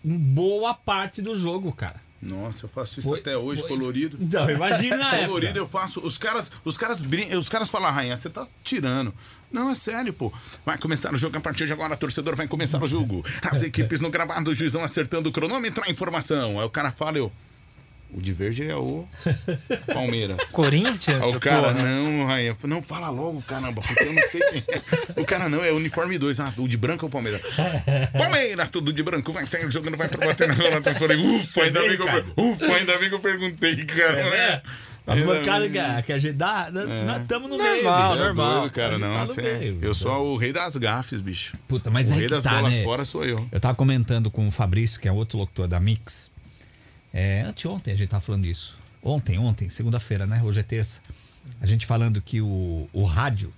Speaker 2: em boa parte do jogo, cara.
Speaker 3: nossa, eu faço isso
Speaker 2: Foi-
Speaker 3: até hoje,
Speaker 2: foi-
Speaker 3: colorido.
Speaker 2: Então, imagina na época.
Speaker 3: Colorido eu faço. Os caras, os caras brincam, os caras falam, Rainha, você tá tirando. Não, é sério, pô. Vai começar o jogo a partir de agora, torcedor vai começar o jogo. As equipes no gravado, o juizão acertando o cronômetro, a informação. Aí o cara fala, eu. O de verde é o Palmeiras.
Speaker 1: Corinthians?
Speaker 3: Aí Ah, o cara, né? não, Rainha. Não, fala logo, caramba, porque eu não sei quem é. O cara não, é uniforme 2. Ah, o de branco é o Palmeiras. Palmeiras, tudo de branco, vai sair jogando, vai pra bater na bola. Eu falei, ufa, ainda
Speaker 4: vê,
Speaker 3: bem que eu,
Speaker 4: cara?
Speaker 3: per- ufa, ainda bem que eu perguntei, cara. É.
Speaker 4: vê?
Speaker 2: As
Speaker 3: Eu-
Speaker 2: bancadas que é
Speaker 3: né?
Speaker 2: a, que a gente dá, né?
Speaker 3: É.
Speaker 2: nós estamos no meio.
Speaker 1: Normal,
Speaker 2: bicho.
Speaker 1: né? normal.
Speaker 3: Tá Doido, cara,
Speaker 2: Ele
Speaker 3: não,
Speaker 2: tá no
Speaker 3: você é-
Speaker 2: meio,
Speaker 3: Eu
Speaker 2: então.
Speaker 3: sou o rei das gafes, bicho.
Speaker 2: Puta, mas
Speaker 3: o
Speaker 2: aí
Speaker 3: rei
Speaker 2: que
Speaker 3: das
Speaker 2: tá,
Speaker 3: bolas
Speaker 2: né?
Speaker 3: fora sou eu.
Speaker 2: Eu tava comentando com o Fabrício, que é outro locutor da Mix. É, anteontem a gente tava falando isso. Ontem, ontem, segunda-feira, né? Hoje é terça. A gente falando que o, o rádio,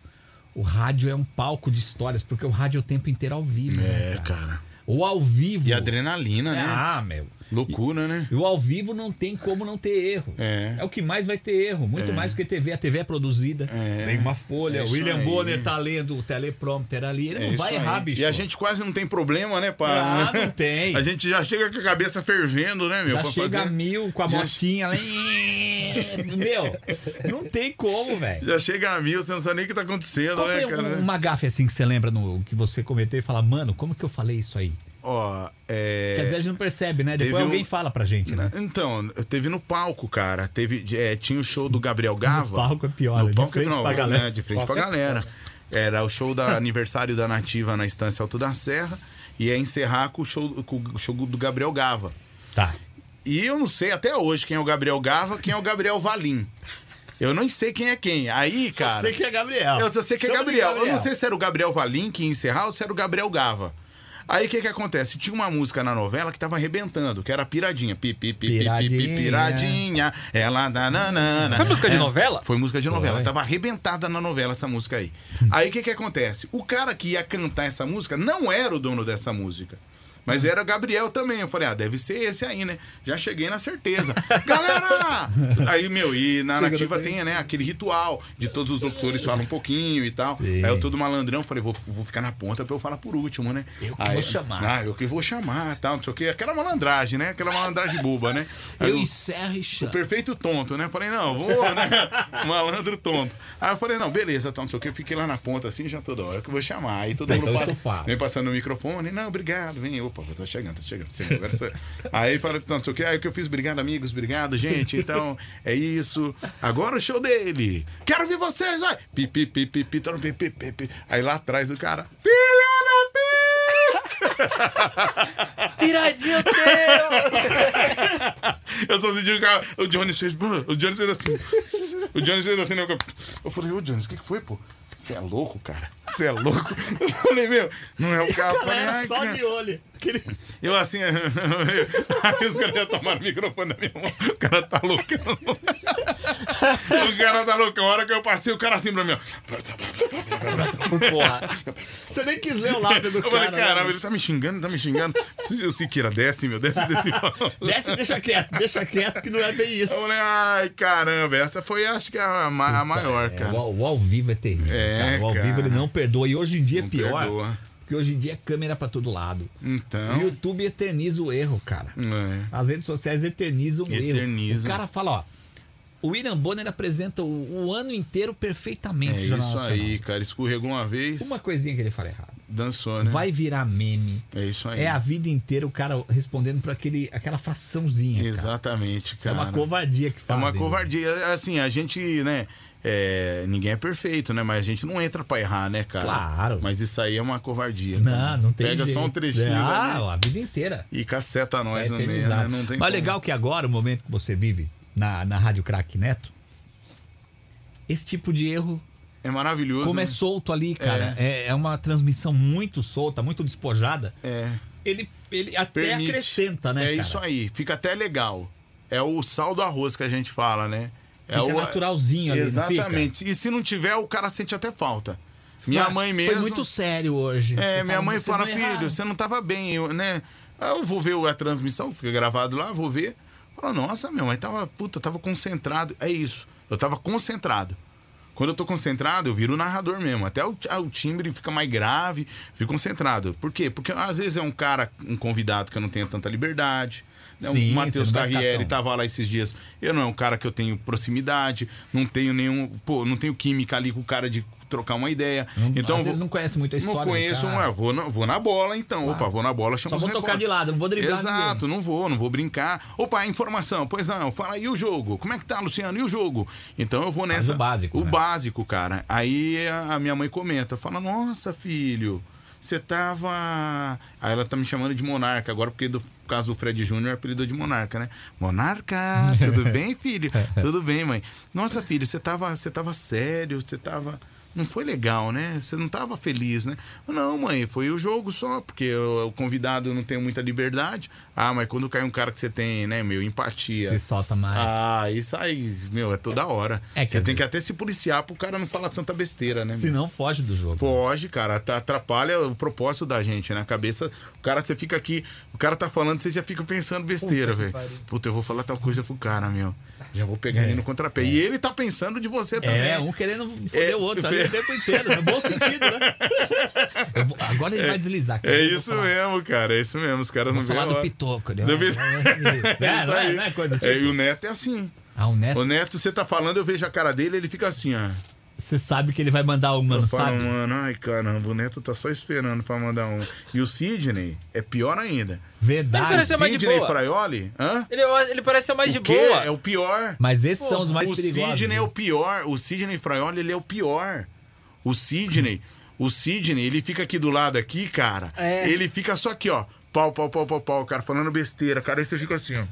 Speaker 2: o rádio é um palco de histórias, porque o rádio é o tempo inteiro ao vivo. né,
Speaker 3: É, cara.
Speaker 2: O ao vivo.
Speaker 3: E adrenalina, né?
Speaker 2: Ah, meu.
Speaker 3: Loucura, né?
Speaker 2: E o ao vivo não tem como não ter erro.
Speaker 3: É.
Speaker 2: o que mais vai ter erro. Muito mais do que TV. A TV é produzida.
Speaker 3: É.
Speaker 2: Tem uma folha.
Speaker 3: É
Speaker 2: o
Speaker 3: isso
Speaker 2: William
Speaker 3: aí.
Speaker 2: Bonner tá lendo o teleprompter ali. Ele
Speaker 3: É
Speaker 2: não
Speaker 3: isso
Speaker 2: vai
Speaker 3: aí.
Speaker 2: errar, bicho.
Speaker 3: E a gente quase não tem problema, né,
Speaker 2: Ah,
Speaker 3: pá?
Speaker 2: não tem.
Speaker 3: A gente já chega com a cabeça fervendo, né, meu?
Speaker 2: Já
Speaker 3: pra
Speaker 2: chega a
Speaker 3: fazer-
Speaker 2: mil com a
Speaker 3: Já-
Speaker 2: botinha lá. Meu, não tem como, velho.
Speaker 3: Já chega a mil, você não sabe nem o que tá acontecendo,
Speaker 2: Qual
Speaker 3: né,
Speaker 2: foi um-
Speaker 3: cara?
Speaker 2: uma gafe assim que você lembra no que você cometeu e fala, mano, como que eu falei isso aí?
Speaker 3: Ó, é.
Speaker 2: Que às vezes a gente não percebe, né?
Speaker 3: Teve
Speaker 2: Depois alguém
Speaker 3: um-
Speaker 2: fala pra gente, né?
Speaker 3: Então, teve no palco, cara. Teve, é, tinha o show do Gabriel Gava.
Speaker 2: palco é pior,
Speaker 3: No
Speaker 2: é de
Speaker 3: palco
Speaker 2: frente
Speaker 3: não,
Speaker 2: pra galera. é
Speaker 3: né, de frente pra galera. Era o show da aniversário da Nativa na Estância Alto da Serra. E ia encerrar com o show, com o show do Gabriel Gava.
Speaker 2: Tá.
Speaker 3: E eu não sei até hoje quem é o Gabriel Gava, quem é o Gabriel Valim. Eu não sei quem é quem. Aí, cara.
Speaker 2: é Gabriel.
Speaker 3: Eu só sei que é
Speaker 2: Chama de
Speaker 3: Gabriel. Eu não sei se era o Gabriel Valim que ia encerrar ou se era o Gabriel Gava. Aí o que que acontece? Tinha uma música na novela que tava arrebentando, que era Piradinha. Pi, pi, pi, pi, pi,
Speaker 2: Piradinha.
Speaker 3: pi, piradinha. Ela dananana.
Speaker 1: Foi música de
Speaker 3: É,
Speaker 1: novela?
Speaker 3: Foi música de novela.
Speaker 2: Foi.
Speaker 3: Tava arrebentada na novela essa música aí. Aí o que que acontece? O cara que ia cantar essa música não era o dono dessa música. Mas era o Gabriel também. Eu falei, ah, deve ser esse aí, né? Já cheguei na certeza. Galera! Aí, meu, e na nativa tem, né, aquele ritual de todos os locutores falam um pouquinho e tal.
Speaker 2: Sim.
Speaker 3: Aí eu todo malandrão, falei, vou, vou ficar na ponta pra eu falar por último, né?
Speaker 2: Eu que
Speaker 3: Aí-
Speaker 2: vou chamar.
Speaker 3: Ah, eu que vou chamar, tal, não sei o quê. Aquela malandragem, né? Aquela malandragem boba, né? Aí
Speaker 2: Eu encerro e é chamo.
Speaker 3: Perfeito tonto, né? Falei, não, vou, né? Malandro tonto. Aí eu falei, não, beleza, tá, não sei o que. Fiquei lá na ponta assim, já toda hora que eu vou chamar. Aí todo
Speaker 2: Bem,
Speaker 3: mundo
Speaker 2: então
Speaker 3: passa,
Speaker 2: estufado.
Speaker 3: vem passando o microfone. Não, obrigado, vem. Opa, tô chegando, tô chegando. tô chegando. Agora sou eu. Aí fala, não sei o que. Aí que eu fiz, obrigado, amigos, obrigado, gente. Então, é isso. Agora o show dele. Quero ver vocês, vai. Pi, pi, pi, pi, pi, pi, pi, pi, pi. Aí lá atrás o cara, filha da pi!
Speaker 1: Piradinha teu!
Speaker 3: Eu só senti o cara. O Johnny fez. "Bruno", O Johnny fez assim. O Johnny fez assim, né? Eu falei, ô Johnny, o que, que foi, pô? Você é louco, cara. Você é louco. Eu falei, meu, não é o cara. Eu, falei, "Ai, cara."
Speaker 2: olho.
Speaker 3: eu assim. Aí os caras já tomaram o microfone da minha mão. O cara tá loucão. O cara tá loucão. A hora que eu passei, o cara assim pra mim, ó.
Speaker 1: Porra.
Speaker 2: Você nem quis ler o lábio do
Speaker 3: Eu falei, caramba, ele tá me xingando, tá me xingando. Se o Siqueira desce, meu, desce desse palco.
Speaker 2: Desce, deixa quieto, deixa quieto que não é bem isso.
Speaker 3: Eu falei, ai, caramba, essa foi, acho que a, ma- a maior,
Speaker 2: É,
Speaker 3: cara.
Speaker 2: o, ao- o ao vivo é terrível.
Speaker 3: É,
Speaker 2: cara. O ao
Speaker 3: cara.
Speaker 2: vivo ele não perdoa. E hoje em dia é
Speaker 3: Não
Speaker 2: pior.
Speaker 3: perdoa.
Speaker 2: Porque hoje em dia é câmera pra todo lado.
Speaker 3: Então.
Speaker 2: O YouTube eterniza o erro, cara.
Speaker 3: É.
Speaker 2: As redes sociais eternizam o erro. O
Speaker 3: Eternizam.
Speaker 2: cara fala, ó. O William Bonner apresenta o, o ano inteiro perfeitamente
Speaker 3: É
Speaker 2: o Jornal
Speaker 3: isso
Speaker 2: Nacional.
Speaker 3: aí, cara. Escorregou uma vez,
Speaker 2: Uma coisinha que ele fala errado.
Speaker 3: dançou, né?
Speaker 2: Vai virar meme.
Speaker 3: É isso aí.
Speaker 2: É a vida inteira o cara respondendo por aquele, aquela fraçãozinha. cara.
Speaker 3: Exatamente,
Speaker 2: É
Speaker 3: cara.
Speaker 2: uma covardia que né?
Speaker 3: É
Speaker 2: faz.
Speaker 3: uma covardia. Assim, a gente, né? é, ninguém é perfeito, né? Mas a gente não entra pra errar, né, cara?
Speaker 2: Claro.
Speaker 3: Mas isso aí é uma covardia. cara.
Speaker 2: Não, não tem
Speaker 3: Pega
Speaker 2: jeito.
Speaker 3: só um trechinho
Speaker 2: É,
Speaker 3: ali
Speaker 2: Ah, a vida inteira.
Speaker 3: e caceta
Speaker 2: Tá
Speaker 3: nós no meio, né?
Speaker 2: eternizado.
Speaker 3: Não tem
Speaker 2: Mas
Speaker 3: como.
Speaker 2: legal que agora, o momento que você vive na, na Rádio Crack Neto, esse tipo de erro,
Speaker 3: É maravilhoso.
Speaker 2: como é
Speaker 3: né?
Speaker 2: solto ali, cara, é, é uma transmissão muito solta, muito despojada,
Speaker 3: É.
Speaker 2: ele, ele até
Speaker 3: Permite.
Speaker 2: acrescenta, né?
Speaker 3: É
Speaker 2: cara?
Speaker 3: isso aí. Fica até legal. É o sal do arroz que a gente fala, né? É
Speaker 2: Fica
Speaker 3: o
Speaker 2: naturalzinho ali, não fica?
Speaker 3: Exatamente. E se não tiver, o cara sente até falta. Minha
Speaker 2: Ah,
Speaker 3: mãe mesmo.
Speaker 2: Foi muito sério hoje.
Speaker 3: É,
Speaker 2: Vocês
Speaker 3: minha
Speaker 2: tavam-
Speaker 3: mãe
Speaker 2: vocês
Speaker 3: fala,
Speaker 2: não
Speaker 3: filho,
Speaker 2: erraram."
Speaker 3: você não tava bem, eu, né? Ah, Eu vou ver a transmissão, fica gravado lá, vou ver. Fala, nossa, minha mãe tava, puta, tava concentrado. É isso. Eu tava concentrado. Quando eu tô concentrado, eu viro o narrador mesmo. Até o, ah, o timbre fica mais grave, fico concentrado. Por quê? Porque às vezes é um cara, um convidado que eu não tenho tanta liberdade. né?
Speaker 2: Sim,
Speaker 3: o Matheus
Speaker 2: você não vai ficar
Speaker 3: Carriere
Speaker 2: tão-
Speaker 3: tava lá esses dias. Eu não é um cara que eu tenho proximidade, não tenho nenhum. Pô, não tenho química ali com o cara de trocar uma ideia.
Speaker 2: Não-
Speaker 3: então,
Speaker 2: às
Speaker 3: eu
Speaker 2: vezes não conhece muito a história
Speaker 3: não
Speaker 2: do
Speaker 3: conheço,
Speaker 2: cara.
Speaker 3: não é, vou na, vou na bola então. Opa, vou na bola, chama
Speaker 2: Só
Speaker 3: os
Speaker 2: vou tocar
Speaker 3: repórter.
Speaker 2: de lado, não vou driblar
Speaker 3: Exato, não vou, não vou brincar. Opa, informação, pois não, fala aí o jogo. Como é que tá, Luciano? E o jogo? Então eu vou nessa.
Speaker 2: o básico,
Speaker 3: O
Speaker 2: né?
Speaker 3: básico, cara. Aí a a minha mãe comenta, fala: Nossa, filho, você tava. Aí ela tá me chamando de monarca agora, porque do por causa do Fred Júnior, é apelido de monarca, né? Monarca, tudo bem, filho? tudo bem, mãe. Nossa, filho, você tava, você tava sério, você tava. não foi legal, né? Você não estava feliz, né? Não, mãe, foi o jogo só, porque o o convidado não tem muita liberdade. Ah, mas quando cai um cara que você tem, né, meu, empatia.
Speaker 2: Se solta mais.
Speaker 3: Ah, isso aí, meu, é toda hora.
Speaker 2: É, quer
Speaker 3: você tem
Speaker 2: dizer-
Speaker 3: que até se policiar pro cara não falar tanta besteira, né?
Speaker 2: Se
Speaker 3: meu?
Speaker 2: não, foge do jogo.
Speaker 3: Foge, cara, tá- atrapalha o propósito da gente, né? A cabeça, o cara, você fica aqui, o cara tá falando, você já fica pensando besteira, velho. Puta, eu vou falar tal coisa pro cara, meu. Já vou pegar ele no contrapé. E ele tá pensando de você também.
Speaker 2: É, um querendo foder
Speaker 3: É,
Speaker 2: o outro
Speaker 3: é.
Speaker 2: ali o tempo inteiro, no bom sentido, né? Eu vou- agora ele vai deslizar. cara,
Speaker 3: É
Speaker 2: eu vou
Speaker 3: isso
Speaker 2: falar.
Speaker 3: mesmo, cara. É isso mesmo. Os caras
Speaker 2: Vou
Speaker 3: não veem.
Speaker 2: falar
Speaker 3: a
Speaker 2: do
Speaker 3: hora.
Speaker 2: pitoco. Né?
Speaker 3: Do pit-
Speaker 2: É,
Speaker 3: Isso
Speaker 2: não, é,
Speaker 3: aí.
Speaker 2: não é coisa
Speaker 3: É,
Speaker 2: tipo...
Speaker 3: E o Neto é assim.
Speaker 2: Ah, o Neto,
Speaker 3: O Neto, você tá falando, eu vejo a cara dele, ele fica assim, ó.
Speaker 2: você sabe que ele vai mandar um, mano,
Speaker 3: Eu falo,
Speaker 2: sabe?
Speaker 3: mano, ai caramba, o Neto tá só esperando pra mandar um. E o Sidney é pior ainda.
Speaker 1: Ele
Speaker 2: Verdade.
Speaker 1: parece- é mais de
Speaker 3: Sidney
Speaker 1: boa.
Speaker 3: Fraioli? Hã?
Speaker 1: Ele, ele parece ser mais de
Speaker 3: o quê?
Speaker 1: boa.
Speaker 3: É o pior.
Speaker 2: Mas esses são os mais
Speaker 3: o
Speaker 2: perigosos.
Speaker 3: Sidney é
Speaker 2: né?
Speaker 3: o pior. O Sidney Fraioli, ele é o pior. O Sidney, o Sidney, ele fica aqui do lado aqui, cara.
Speaker 1: É.
Speaker 3: Ele fica só aqui, ó. Pau, pau, pau, pau, pau, cara, falando besteira, cara. Aí você fica assim, ó.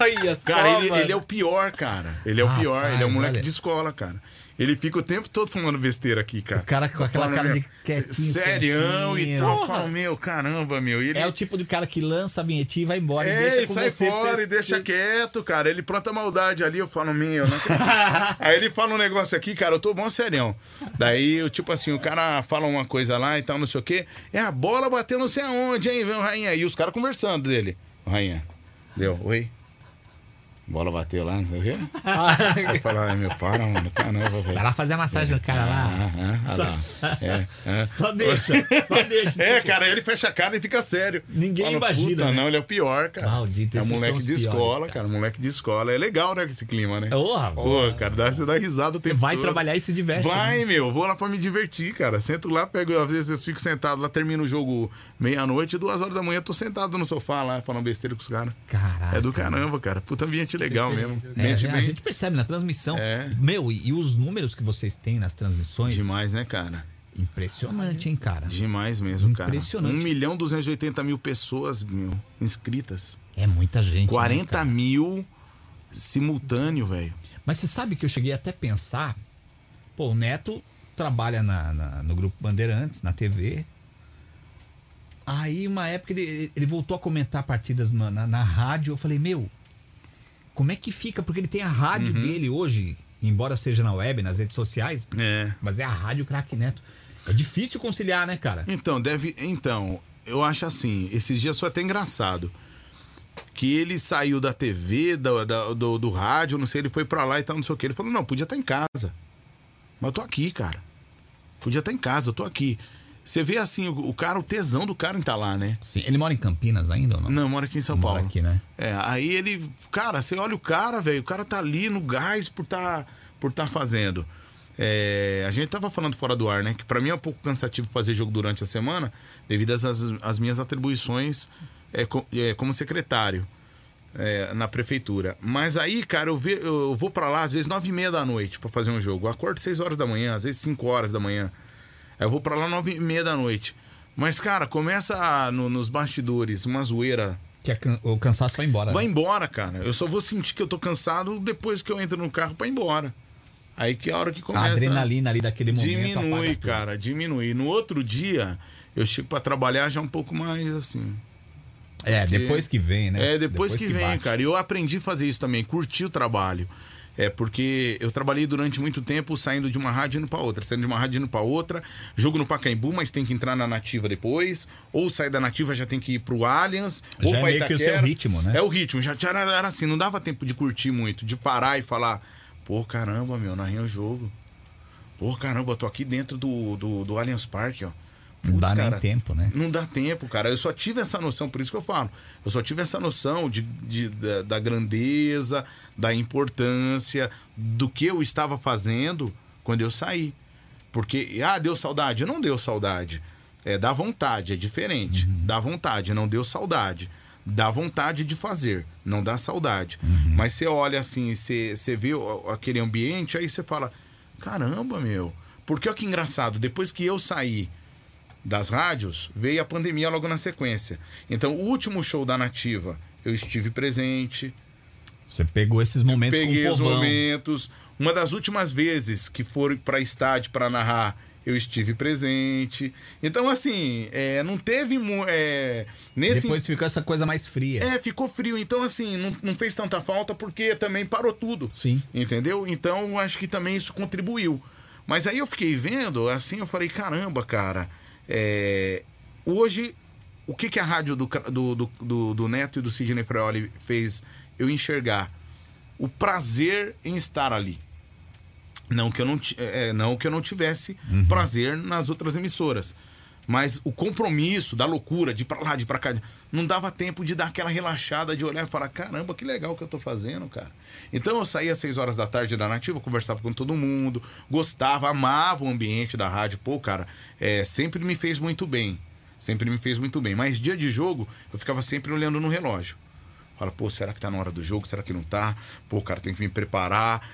Speaker 1: Olha só,
Speaker 3: Cara, ele,
Speaker 1: mano.
Speaker 3: ele é o pior, cara. Ele é o
Speaker 2: Rapaz,
Speaker 3: pior, ele é um moleque
Speaker 2: olha.
Speaker 3: de escola, cara. Ele fica o tempo todo falando besteira aqui, cara.
Speaker 2: O cara com aquela
Speaker 3: Falando,
Speaker 2: cara de
Speaker 3: meu,
Speaker 2: quietinho,
Speaker 3: Serião e
Speaker 2: quietinho.
Speaker 3: tal.
Speaker 2: Porra.
Speaker 3: Fala, meu, caramba, meu. E ele,
Speaker 2: É o tipo do cara que lança a vinhetinha e vai embora. e
Speaker 3: é,
Speaker 2: deixa
Speaker 3: e
Speaker 2: com
Speaker 3: sai
Speaker 2: você, pra
Speaker 3: fora
Speaker 2: você-
Speaker 3: e deixa quieto, cara. Ele planta maldade ali, eu falo, meu, não acredito. Aí ele fala um negócio aqui, cara, eu tô bom serião. Daí, eu, tipo assim, o cara fala uma coisa lá e tal, não sei o quê. É a bola bateu não sei aonde, hein, viu, rainha? E os caras conversando dele. Rainha, deu, oi. Bola bateu lá, não sei o quê. Aí fala, ai, meu, para, mano, caramba, velho.
Speaker 2: Vai lá fazer a massagem no cara lá.
Speaker 3: Ah, ah, ah, lá. É, ah.
Speaker 2: Só deixa, só deixa.
Speaker 3: É, cara, ele fecha a cara e fica sério.
Speaker 2: Ninguém
Speaker 3: Fala,
Speaker 2: imagina,
Speaker 3: Puta,
Speaker 2: né?"
Speaker 3: não, ele é o pior, cara.
Speaker 2: Maldito,
Speaker 3: é
Speaker 2: esses são
Speaker 3: moleque
Speaker 2: os
Speaker 3: de
Speaker 2: piores,
Speaker 3: escola,
Speaker 2: cara.
Speaker 3: cara. um Moleque de escola. É legal, né, esse clima, né?
Speaker 2: Porra,
Speaker 3: Pô, cara, dá, você dá risada o
Speaker 2: Você
Speaker 3: tempo
Speaker 2: vai
Speaker 3: todo.
Speaker 2: trabalhar e se diverte. né?
Speaker 3: Vai, meu, vou lá pra me divertir, cara. Sento lá, pego, às vezes eu fico sentado lá, termino o jogo meia-noite, duas horas da manhã, eu tô sentado no sofá lá, falando besteira com os caras.
Speaker 2: Caraca.
Speaker 3: É do caramba, cara. Puta ambiente legal mesmo.
Speaker 2: É,
Speaker 3: Ambiente
Speaker 2: a
Speaker 3: bem
Speaker 2: gente percebe na transmissão.
Speaker 3: É.
Speaker 2: Meu, e, e os números que vocês têm nas transmissões.
Speaker 3: demais, né, cara?
Speaker 2: Impressionante, hein, cara?
Speaker 3: Demais mesmo, cara.
Speaker 2: Impressionante.
Speaker 3: 1 milhão 280 mil pessoas, meu, inscritas.
Speaker 2: É muita gente. né,
Speaker 3: 40
Speaker 2: cara?
Speaker 3: mil simultâneo, velho.
Speaker 2: Mas você sabe que eu cheguei até a pensar. Pô, o Neto trabalha na- na- no Grupo Bandeirantes, na TV. Aí, uma época, ele, ele voltou a comentar partidas na, na- na rádio. Eu falei, meu, como é que fica? Porque ele tem a rádio dele hoje, embora seja na web, nas redes sociais,
Speaker 3: É.
Speaker 2: mas é a rádio Craque Neto. É difícil conciliar, né, cara?
Speaker 3: Então, deve. Então, eu acho assim, esses dias foi até engraçado. Que ele saiu da TV, da- da- do, do rádio, não sei, ele foi pra lá e tal, não sei o que. Ele falou, não, podia estar em casa. Mas eu tô aqui, cara. Podia estar em casa, eu tô aqui. Você vê assim, o, o cara, o tesão do cara em estar lá, né?
Speaker 2: Sim. Ele mora em Campinas ainda ou não?
Speaker 3: Não, mora aqui em São
Speaker 2: Mora
Speaker 3: Paulo.
Speaker 2: aqui, né?
Speaker 3: É, aí ele, cara, você olha o cara, velho, o cara tá ali no gás por tá, por tá fazendo. É, a gente tava falando fora do ar, né? Que pra mim é um pouco cansativo fazer jogo durante a semana, devido às, às- às minhas atribuições é, co- é, como secretário é, na prefeitura. Mas aí, cara, eu, ve, eu vou pra lá às vezes nove e meia da noite pra fazer um jogo. Eu acordo seis horas da manhã, às vezes cinco horas da manhã. Aí eu vou pra lá nove e meia da noite. Mas, cara, começa a- no- nos bastidores uma zoeira
Speaker 2: Que a can- o cansaço vai embora.
Speaker 3: Vai
Speaker 2: né?
Speaker 3: embora, cara. Eu só vou sentir que eu tô cansado depois que eu entro no carro pra ir embora. Aí que é a hora que
Speaker 2: A
Speaker 3: começa.
Speaker 2: adrenalina ali daquele momento apaga
Speaker 3: diminui,
Speaker 2: tudo.
Speaker 3: cara, diminui. No outro dia, eu chego pra trabalhar já um pouco mais assim.
Speaker 2: É, depois que vem, né?
Speaker 3: É, depois, que, vem,
Speaker 2: bate.
Speaker 3: cara. E eu aprendi a fazer isso também, curtir o trabalho. É, porque eu trabalhei durante muito tempo saindo de uma rádio e indo pra outra, saindo de uma rádio e indo pra outra, jogo no Pacaembu, mas tem que entrar na Nativa depois, ou sair da Nativa já tem que ir pro Allianz, ou
Speaker 2: Já é
Speaker 3: pra
Speaker 2: meio que o seu
Speaker 3: Itaquera.
Speaker 2: ritmo, né?
Speaker 3: É o ritmo, já já era, era assim, não dava tempo de curtir muito, de parar e falar, pô, caramba, meu, narrei o jogo. Pô, caramba, eu tô aqui dentro do, do, do Allianz Parque, ó.
Speaker 2: Não dá
Speaker 3: Putz,
Speaker 2: nem
Speaker 3: cara,
Speaker 2: tempo, né?
Speaker 3: não dá tempo, cara. Eu só tive essa noção, por isso que eu falo. Eu só tive essa noção de, de- da, da grandeza, da importância, do que eu estava fazendo quando eu saí. Porque, ah, deu saudade? Não deu saudade. É, dá vontade, é diferente. Dá vontade, não deu saudade. Dá vontade de fazer, não dá saudade. Mas você olha assim, você, você vê o- aquele ambiente, aí você fala: caramba, meu. Porque olha que engraçado, depois que eu saí das rádios, veio a pandemia logo na sequência. Então, o último show da Nativa, eu estive presente.
Speaker 2: Você pegou esses momentos
Speaker 3: Peguei
Speaker 2: com o
Speaker 3: os
Speaker 2: povão.
Speaker 3: momentos. Uma das últimas vezes que foram pra estádio pra narrar, eu estive presente. Então, assim, é, não teve. mu- É, nesse
Speaker 2: Depois ficou essa coisa mais fria.
Speaker 3: É, ficou frio. Então, assim, não, não fez tanta falta porque também parou tudo.
Speaker 2: Sim.
Speaker 3: Entendeu? Então, acho que também isso contribuiu. Mas aí eu fiquei vendo, assim, eu falei, caramba, cara, é, hoje, o que, que a rádio do, Ca- do, do, do- do Neto e do Sidney Freoli fez eu enxergar? O prazer em estar ali. Não que eu não, ti- é, não, que eu não tivesse prazer nas outras emissoras. Mas o compromisso da loucura, de ir pra lá, de ir pra cá, não dava tempo de dar aquela relaxada, de olhar e falar: caramba, que legal que eu tô fazendo, cara. Então eu saía às 6 horas da tarde da Nativa, conversava com todo mundo, gostava, amava o ambiente da rádio. Pô, cara, é, sempre me fez muito bem. Sempre me fez muito bem. Mas dia de jogo, eu ficava sempre olhando no relógio. Fala, pô, será que tá na hora do jogo? Será que não tá? Pô, cara, tem que me preparar.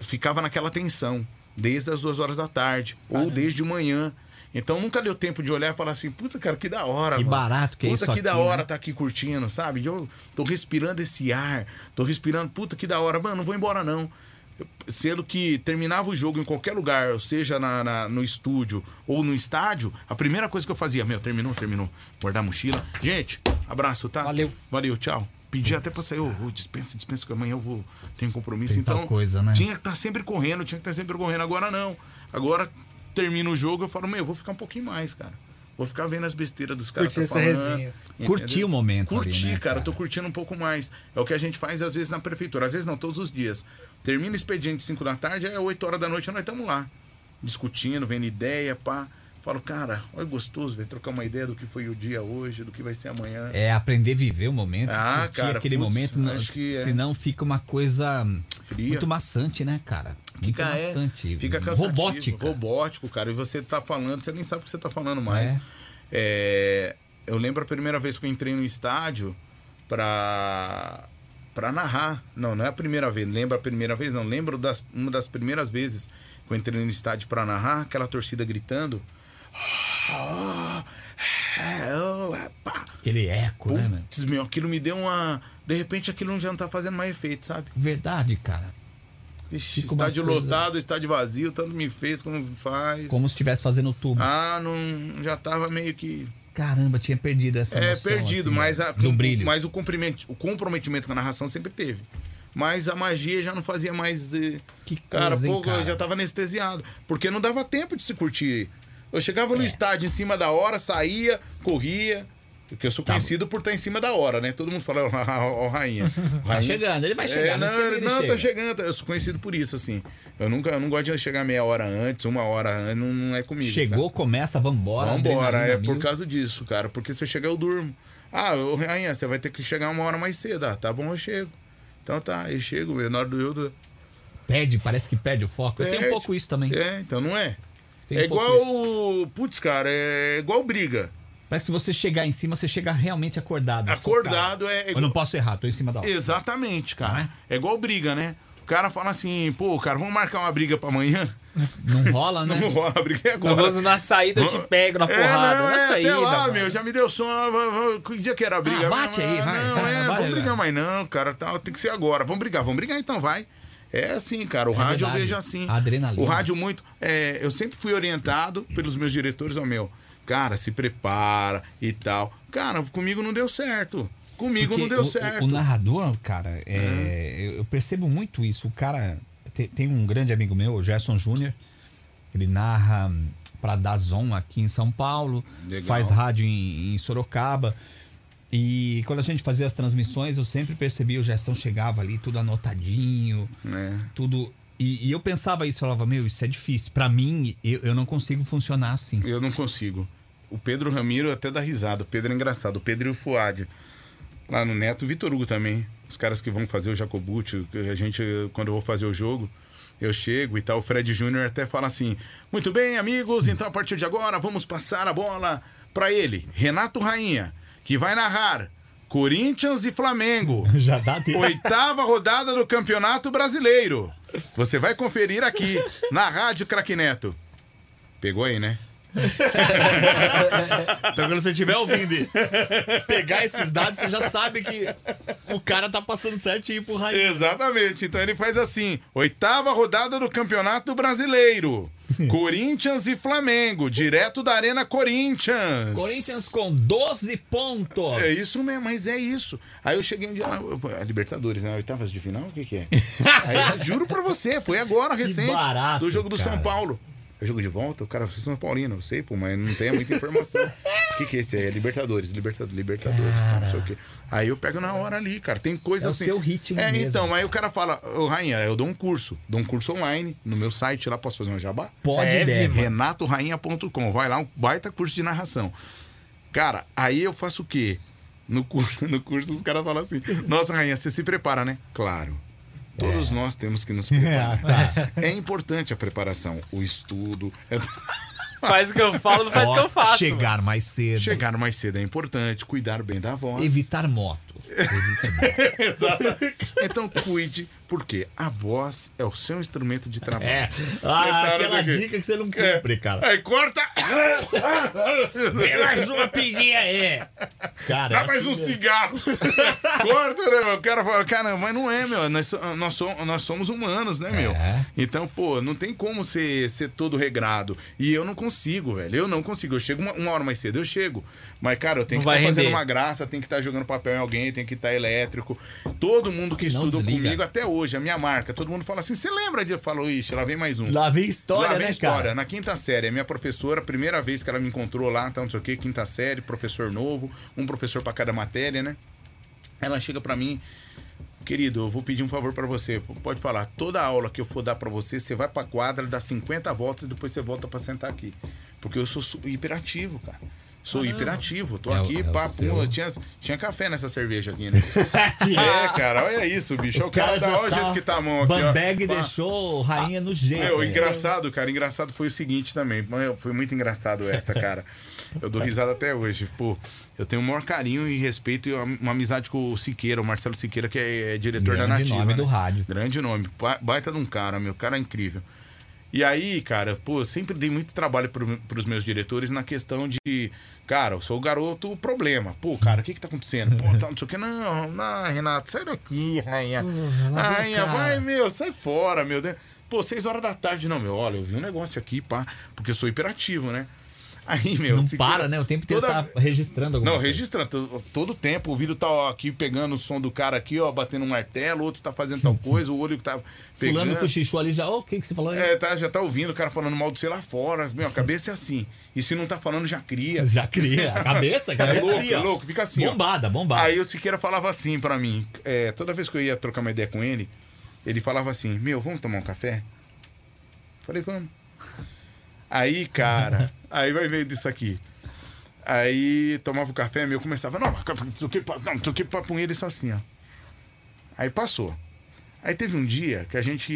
Speaker 3: Ficava naquela tensão, desde as duas horas da tarde, ou desde de manhã. Então nunca deu tempo de olhar e falar assim, puta, cara, que da hora.
Speaker 2: Que
Speaker 3: mano.
Speaker 2: barato que é
Speaker 3: Puta,
Speaker 2: isso
Speaker 3: que da
Speaker 2: aqui,
Speaker 3: hora
Speaker 2: né?"
Speaker 3: tá aqui curtindo, sabe? Eu tô respirando esse ar, tô respirando, puta, que da hora. Mano, não vou embora não. Eu- Sendo que terminava o jogo em qualquer lugar, ou seja na, na- no estúdio ou no estádio, a primeira coisa que eu fazia, meu, terminou, terminou. Guardar a mochila. Gente, abraço, tá?
Speaker 1: Valeu.
Speaker 3: Valeu, tchau. Pedi até pra sair, ô, ô, dispensa, dispensa, que amanhã eu vou, tenho compromisso.
Speaker 2: Tem tal
Speaker 3: então,
Speaker 2: coisa, né?
Speaker 3: tinha que estar sempre correndo, tinha que estar sempre correndo. Agora não. Agora termina o jogo, eu falo, meu, eu vou ficar um pouquinho mais, cara. Vou ficar vendo as besteiras dos caras.
Speaker 1: Curtir
Speaker 3: tá
Speaker 1: essa
Speaker 3: falando,
Speaker 1: resenha.
Speaker 3: entendeu?
Speaker 2: Curtir o momento ali,
Speaker 3: Curtir,
Speaker 2: né,
Speaker 3: cara.
Speaker 2: cara?
Speaker 3: Eu tô curtindo um pouco mais. É o que a gente faz às vezes na prefeitura. Às vezes não, todos os dias. Termina o expediente 5 da tarde, é 8 horas da noite, nós estamos lá. Discutindo, vendo ideia, pá. Falo, cara, olha gostoso, velho, trocar uma ideia do que foi o dia hoje, do que vai ser amanhã.
Speaker 2: É aprender a viver o momento,
Speaker 3: Ah,
Speaker 2: curtir
Speaker 3: cara,
Speaker 2: aquele
Speaker 3: putz,
Speaker 2: momento, não-
Speaker 3: acho que é.
Speaker 2: senão fica uma coisa
Speaker 3: Fria.
Speaker 2: muito maçante, né, cara? Muito
Speaker 3: Fica, é,
Speaker 2: maçante,
Speaker 3: fica cansativo,
Speaker 2: né? robótica.
Speaker 3: robótico, cara. E você tá falando, você nem sabe o que você tá falando mais.
Speaker 2: É.
Speaker 3: É, eu lembro a primeira vez que eu entrei no estádio pra, pra narrar. Não, não é a primeira vez. Lembro a primeira vez, não. Lembro das, uma das primeiras vezes que eu entrei no estádio pra narrar, aquela torcida gritando. Ah, ah, ah, ah, pá.
Speaker 2: Aquele eco, né, mano?
Speaker 3: Putz, meu, aquilo me deu uma. De repente aquilo já não tá fazendo mais efeito, sabe?
Speaker 2: Verdade, cara.
Speaker 3: Ixi,
Speaker 2: Fica uma
Speaker 3: estádio
Speaker 2: coisa-
Speaker 3: lotado, estádio vazio, tanto me fez como faz.
Speaker 2: Como se estivesse fazendo tubo.
Speaker 3: Ah, não, já tava meio que
Speaker 2: Caramba, tinha perdido essa
Speaker 3: é
Speaker 2: noção,
Speaker 3: perdido,
Speaker 2: assim,
Speaker 3: mas a,
Speaker 2: do brilho.
Speaker 3: mas o cumprimento, o comprometimento com a narração sempre teve. Mas a magia já não fazia mais eh,
Speaker 2: Que
Speaker 3: cara,
Speaker 2: coisa, hein,
Speaker 3: pouco
Speaker 2: cara?
Speaker 3: eu já tava anestesiado, porque não dava tempo de se curtir. Eu chegava
Speaker 2: É.
Speaker 3: no estádio em cima da hora, saía, corria. Porque eu sou
Speaker 2: Tá.
Speaker 3: conhecido por estar em cima da hora, né? Todo mundo fala, ó, ó, ó, rainha.
Speaker 2: Tá
Speaker 3: Rainha.
Speaker 2: chegando, ele vai chegar,
Speaker 3: É,
Speaker 2: mas
Speaker 3: não,
Speaker 2: chega, ele
Speaker 3: não,
Speaker 2: chega.
Speaker 3: tá chegando. Eu sou conhecido por isso, assim. Eu nunca, eu não gosto de chegar meia hora antes, uma hora antes, não, não é comigo. cara.
Speaker 2: Chegou, começa, vambora.
Speaker 3: Vambora,
Speaker 2: adrenalina
Speaker 3: é por
Speaker 2: mil.
Speaker 3: causa disso, cara. Porque se eu chegar, eu durmo. Ah, ô, Rainha, você vai ter que chegar uma hora mais cedo. Ah, tá bom, eu chego. Então tá, eu chego, eu, na hora do eu. do-
Speaker 2: Perde, parece que perde o foco. Eu tenho
Speaker 3: Perde.
Speaker 2: um pouco isso também.
Speaker 3: É, então não é.
Speaker 2: Tem
Speaker 3: é
Speaker 2: um pouco
Speaker 3: igual.
Speaker 2: isso.
Speaker 3: Putz, cara, é igual briga.
Speaker 2: Parece que você chegar em cima, você chega realmente acordado. focado.
Speaker 3: Acordado é.
Speaker 2: Eu não posso errar, tô em cima da hora.
Speaker 3: Exatamente, cara. É igual briga, né? O cara fala assim, pô, cara, vamos marcar uma briga pra amanhã?
Speaker 2: Não rola, né?
Speaker 3: Não rola, a briga é agora.
Speaker 1: Famoso na saída eu te pego na
Speaker 3: É,
Speaker 1: porrada.
Speaker 3: não,
Speaker 1: na
Speaker 3: é,
Speaker 1: saída.
Speaker 3: até lá,
Speaker 1: mano.
Speaker 3: meu, já me deu sono. ah, vamos- vamos- Que dia que era a briga?
Speaker 2: Ah, bate aí, vai,
Speaker 3: Não,
Speaker 2: vai,
Speaker 3: é,
Speaker 2: vai, vai.
Speaker 3: vamos brigar mais não, cara. Tá, tem que ser agora. Vamos brigar, vamos brigar então, vai. É assim, cara. O rádio
Speaker 2: verdade.
Speaker 3: eu vejo assim.
Speaker 2: A adrenalina.
Speaker 3: O rádio muito. é, eu sempre fui orientado pelos meus diretores ao meu. Cara, se prepara e tal. Cara, comigo não deu certo. Comigo
Speaker 2: Porque
Speaker 3: não deu
Speaker 2: o, o-
Speaker 3: certo.
Speaker 2: O, narrador, cara, é, eu, eu percebo muito isso. O cara. te- Tem, um grande amigo meu, o Gerson Júnior. Ele narra hum, pra Dazon aqui em São Paulo.
Speaker 3: Legal.
Speaker 2: Faz rádio em, em Sorocaba. E quando a gente fazia as transmissões, eu sempre percebi o Gerson chegava ali, tudo anotadinho,
Speaker 3: né?
Speaker 2: tudo. E, e eu pensava isso, falava, meu, isso é difícil. Pra mim, eu, eu não consigo funcionar assim.
Speaker 3: Eu não consigo. O Pedro Ramiro até dá risada. O Pedro é engraçado. O Pedro e o Fuad. Lá no Neto, o Vitor Hugo também. Os caras que vão fazer o Jacobucci, que a gente, quando eu vou fazer o jogo, eu chego e tal. O Fred Júnior até fala assim: Muito bem, amigos, então a partir de agora vamos passar a bola para ele, Renato Rainha, que vai narrar Corinthians e Flamengo.
Speaker 2: Já dá tempo.
Speaker 3: Oitava rodada do Campeonato Brasileiro. Você vai conferir aqui, na Rádio Craque Neto. Pegou aí, né?
Speaker 4: Então, quando você estiver ouvindo e pegar esses dados, você já sabe que o cara tá passando certinho pro Raí.
Speaker 3: Exatamente. Então ele faz assim: oitava rodada do Campeonato Brasileiro. Corinthians e Flamengo, direto da Arena Corinthians.
Speaker 2: Corinthians com 12 pontos.
Speaker 3: É isso mesmo, mas é isso. Aí eu cheguei um dia. ah, eu- A Libertadores, né? Oitavas de final? O que, que é? Aí, eu juro pra você, foi agora, recente.
Speaker 2: barato,
Speaker 3: do jogo do
Speaker 2: cara.
Speaker 3: São Paulo. É jogo de volta? O cara, você é São Paulino, eu sei, pô, mas não tem muita informação. O que, que é esse aí? É Libertadores, Libertadores, Libertadores, tá, não sei o quê. Aí eu pego na hora ali, cara. Tem coisa
Speaker 2: É o
Speaker 3: assim.
Speaker 2: seu ritmo
Speaker 3: É,
Speaker 2: mesmo.
Speaker 3: então, aí o cara fala, ô Rainha, eu dou um curso. Dou um curso online no meu site lá, posso fazer um jabá?
Speaker 2: Pode
Speaker 1: É,
Speaker 2: deve.
Speaker 1: viva.
Speaker 3: renatorainha.com. Vai lá, um baita curso de narração. Cara, aí eu faço o quê? No, cur- no curso os caras falam assim: Nossa, Rainha, você se prepara, né? Claro. Todos nós temos que nos preparar. É importante a preparação, o estudo. é-
Speaker 1: Faz o que eu falo, não faz o que eu faço. mano.
Speaker 2: Chegar mais cedo.
Speaker 3: Chegar mais cedo é importante, cuidar bem da voz.
Speaker 2: Evitar moto.
Speaker 3: Exato. Então cuide, porque a voz é o seu instrumento de trabalho.
Speaker 2: É.
Speaker 3: Prepara
Speaker 2: Ah,
Speaker 3: isso
Speaker 2: aquela
Speaker 3: aqui. É.
Speaker 2: dica que você não cumpre, cara.
Speaker 3: Aí corta!
Speaker 2: Tem mais uma pinguinha aí. Cara, é
Speaker 3: Dá mais
Speaker 2: assim
Speaker 3: um
Speaker 2: mesmo.
Speaker 3: cigarro. Corta, né, meu? O cara fala, caramba, mas não é, meu. Nós, so- nós, so- nós somos humanos, né, meu?
Speaker 2: É.
Speaker 3: Então, pô, não tem como ser, ser todo regrado. E eu não consigo, velho. Eu não consigo. Eu chego uma, uma hora mais cedo, eu chego. Mas, cara, eu tenho
Speaker 1: Não
Speaker 3: que
Speaker 1: vai
Speaker 3: estar fazendo
Speaker 1: render.
Speaker 3: uma graça, tem que estar jogando papel em alguém, tem que estar elétrico. Todo mundo que
Speaker 2: Senão
Speaker 3: estudou
Speaker 2: desliga.
Speaker 3: comigo até hoje, a minha marca, todo mundo fala assim: você lembra de. Eu falo, ixi, lá vem mais um.
Speaker 2: Lá vem história,
Speaker 3: Lá vem
Speaker 2: né,
Speaker 3: história.
Speaker 2: cara?
Speaker 3: Na quinta série, a minha professora, a primeira vez que ela me encontrou lá, então não sei o quê, quinta série, professor novo, um professor pra cada matéria, né? Ela chega pra mim, querido, eu vou pedir um favor pra você. Pode falar, toda aula que eu for dar pra você, você vai pra quadra, dá 50 voltas e depois você volta pra sentar aqui. Porque eu sou su- hiperativo, cara. Sou hiperativo, tô
Speaker 2: É o-
Speaker 3: aqui,
Speaker 2: é o
Speaker 3: papo.
Speaker 2: seu-
Speaker 3: Eu tinha, tinha café nessa cerveja aqui, né? é, cara, olha isso, bicho. é O cara, dá,
Speaker 2: já
Speaker 3: olha o jeito que tá a mão aqui, ó.
Speaker 2: Bambag
Speaker 3: Pá.
Speaker 2: deixou rainha no
Speaker 3: Meu,
Speaker 2: jeito.
Speaker 3: engraçado, cara. Engraçado foi o seguinte também. Mano, foi muito engraçado essa, cara. Eu dou risada até hoje. Pô, eu tenho o maior carinho e respeito e uma amizade com o Siqueira, o Marcelo Siqueira, que é, é diretor da
Speaker 2: Grande
Speaker 3: Nativa.
Speaker 2: nome
Speaker 3: né?
Speaker 2: do rádio.
Speaker 3: Grande nome. Ba- Baita de um cara, meu. Cara incrível. E aí, cara, pô, eu sempre dei muito trabalho pro, pros meus diretores na questão de, cara, eu sou o garoto problema. Pô, cara, o que que tá acontecendo? Pô, tá, não sei o que. Não, não, Renato, sai daqui, rainha.
Speaker 2: Uhum,
Speaker 3: rainha, vai, meu, sai fora, meu Deus. Pô, seis horas da tarde, não, meu, olha, eu vi um negócio aqui, pá, porque eu sou hiperativo, né? Aí, meu.
Speaker 2: Não
Speaker 3: se-
Speaker 2: para, né? O tempo inteiro
Speaker 3: toda-
Speaker 2: você tá registrando alguma
Speaker 3: não,
Speaker 2: coisa.
Speaker 3: registrando. Todo, todo tempo o vídeo tá ó, aqui pegando o som do cara aqui, ó, batendo um martelo, outro tá fazendo tal coisa, o olho que tá pegando.
Speaker 2: Fulano com o Xixu ali já. Ô, o que, que você falou aí?
Speaker 3: É, tá, já tá ouvindo o cara falando mal do sei lá fora. Meu, a cabeça é assim. E se não tá falando, já cria.
Speaker 2: Já cria. A cabeça, a
Speaker 3: É
Speaker 2: cabeça
Speaker 3: louco,
Speaker 2: ali,
Speaker 3: é
Speaker 2: ó.
Speaker 3: louco, fica assim. ó.
Speaker 2: Bombada, bombada.
Speaker 3: Aí o Siqueira falava assim pra mim. é, toda vez que eu ia trocar uma ideia com ele, ele falava assim: Meu, vamos tomar um café? Falei, vamos. Aí, cara, aí vai ver disso aqui. Aí tomava o café, meu, começava, não, não sei o que, pá, não não sei o que, papo, ele só assim, ó. Aí passou. Aí teve um dia que a gente.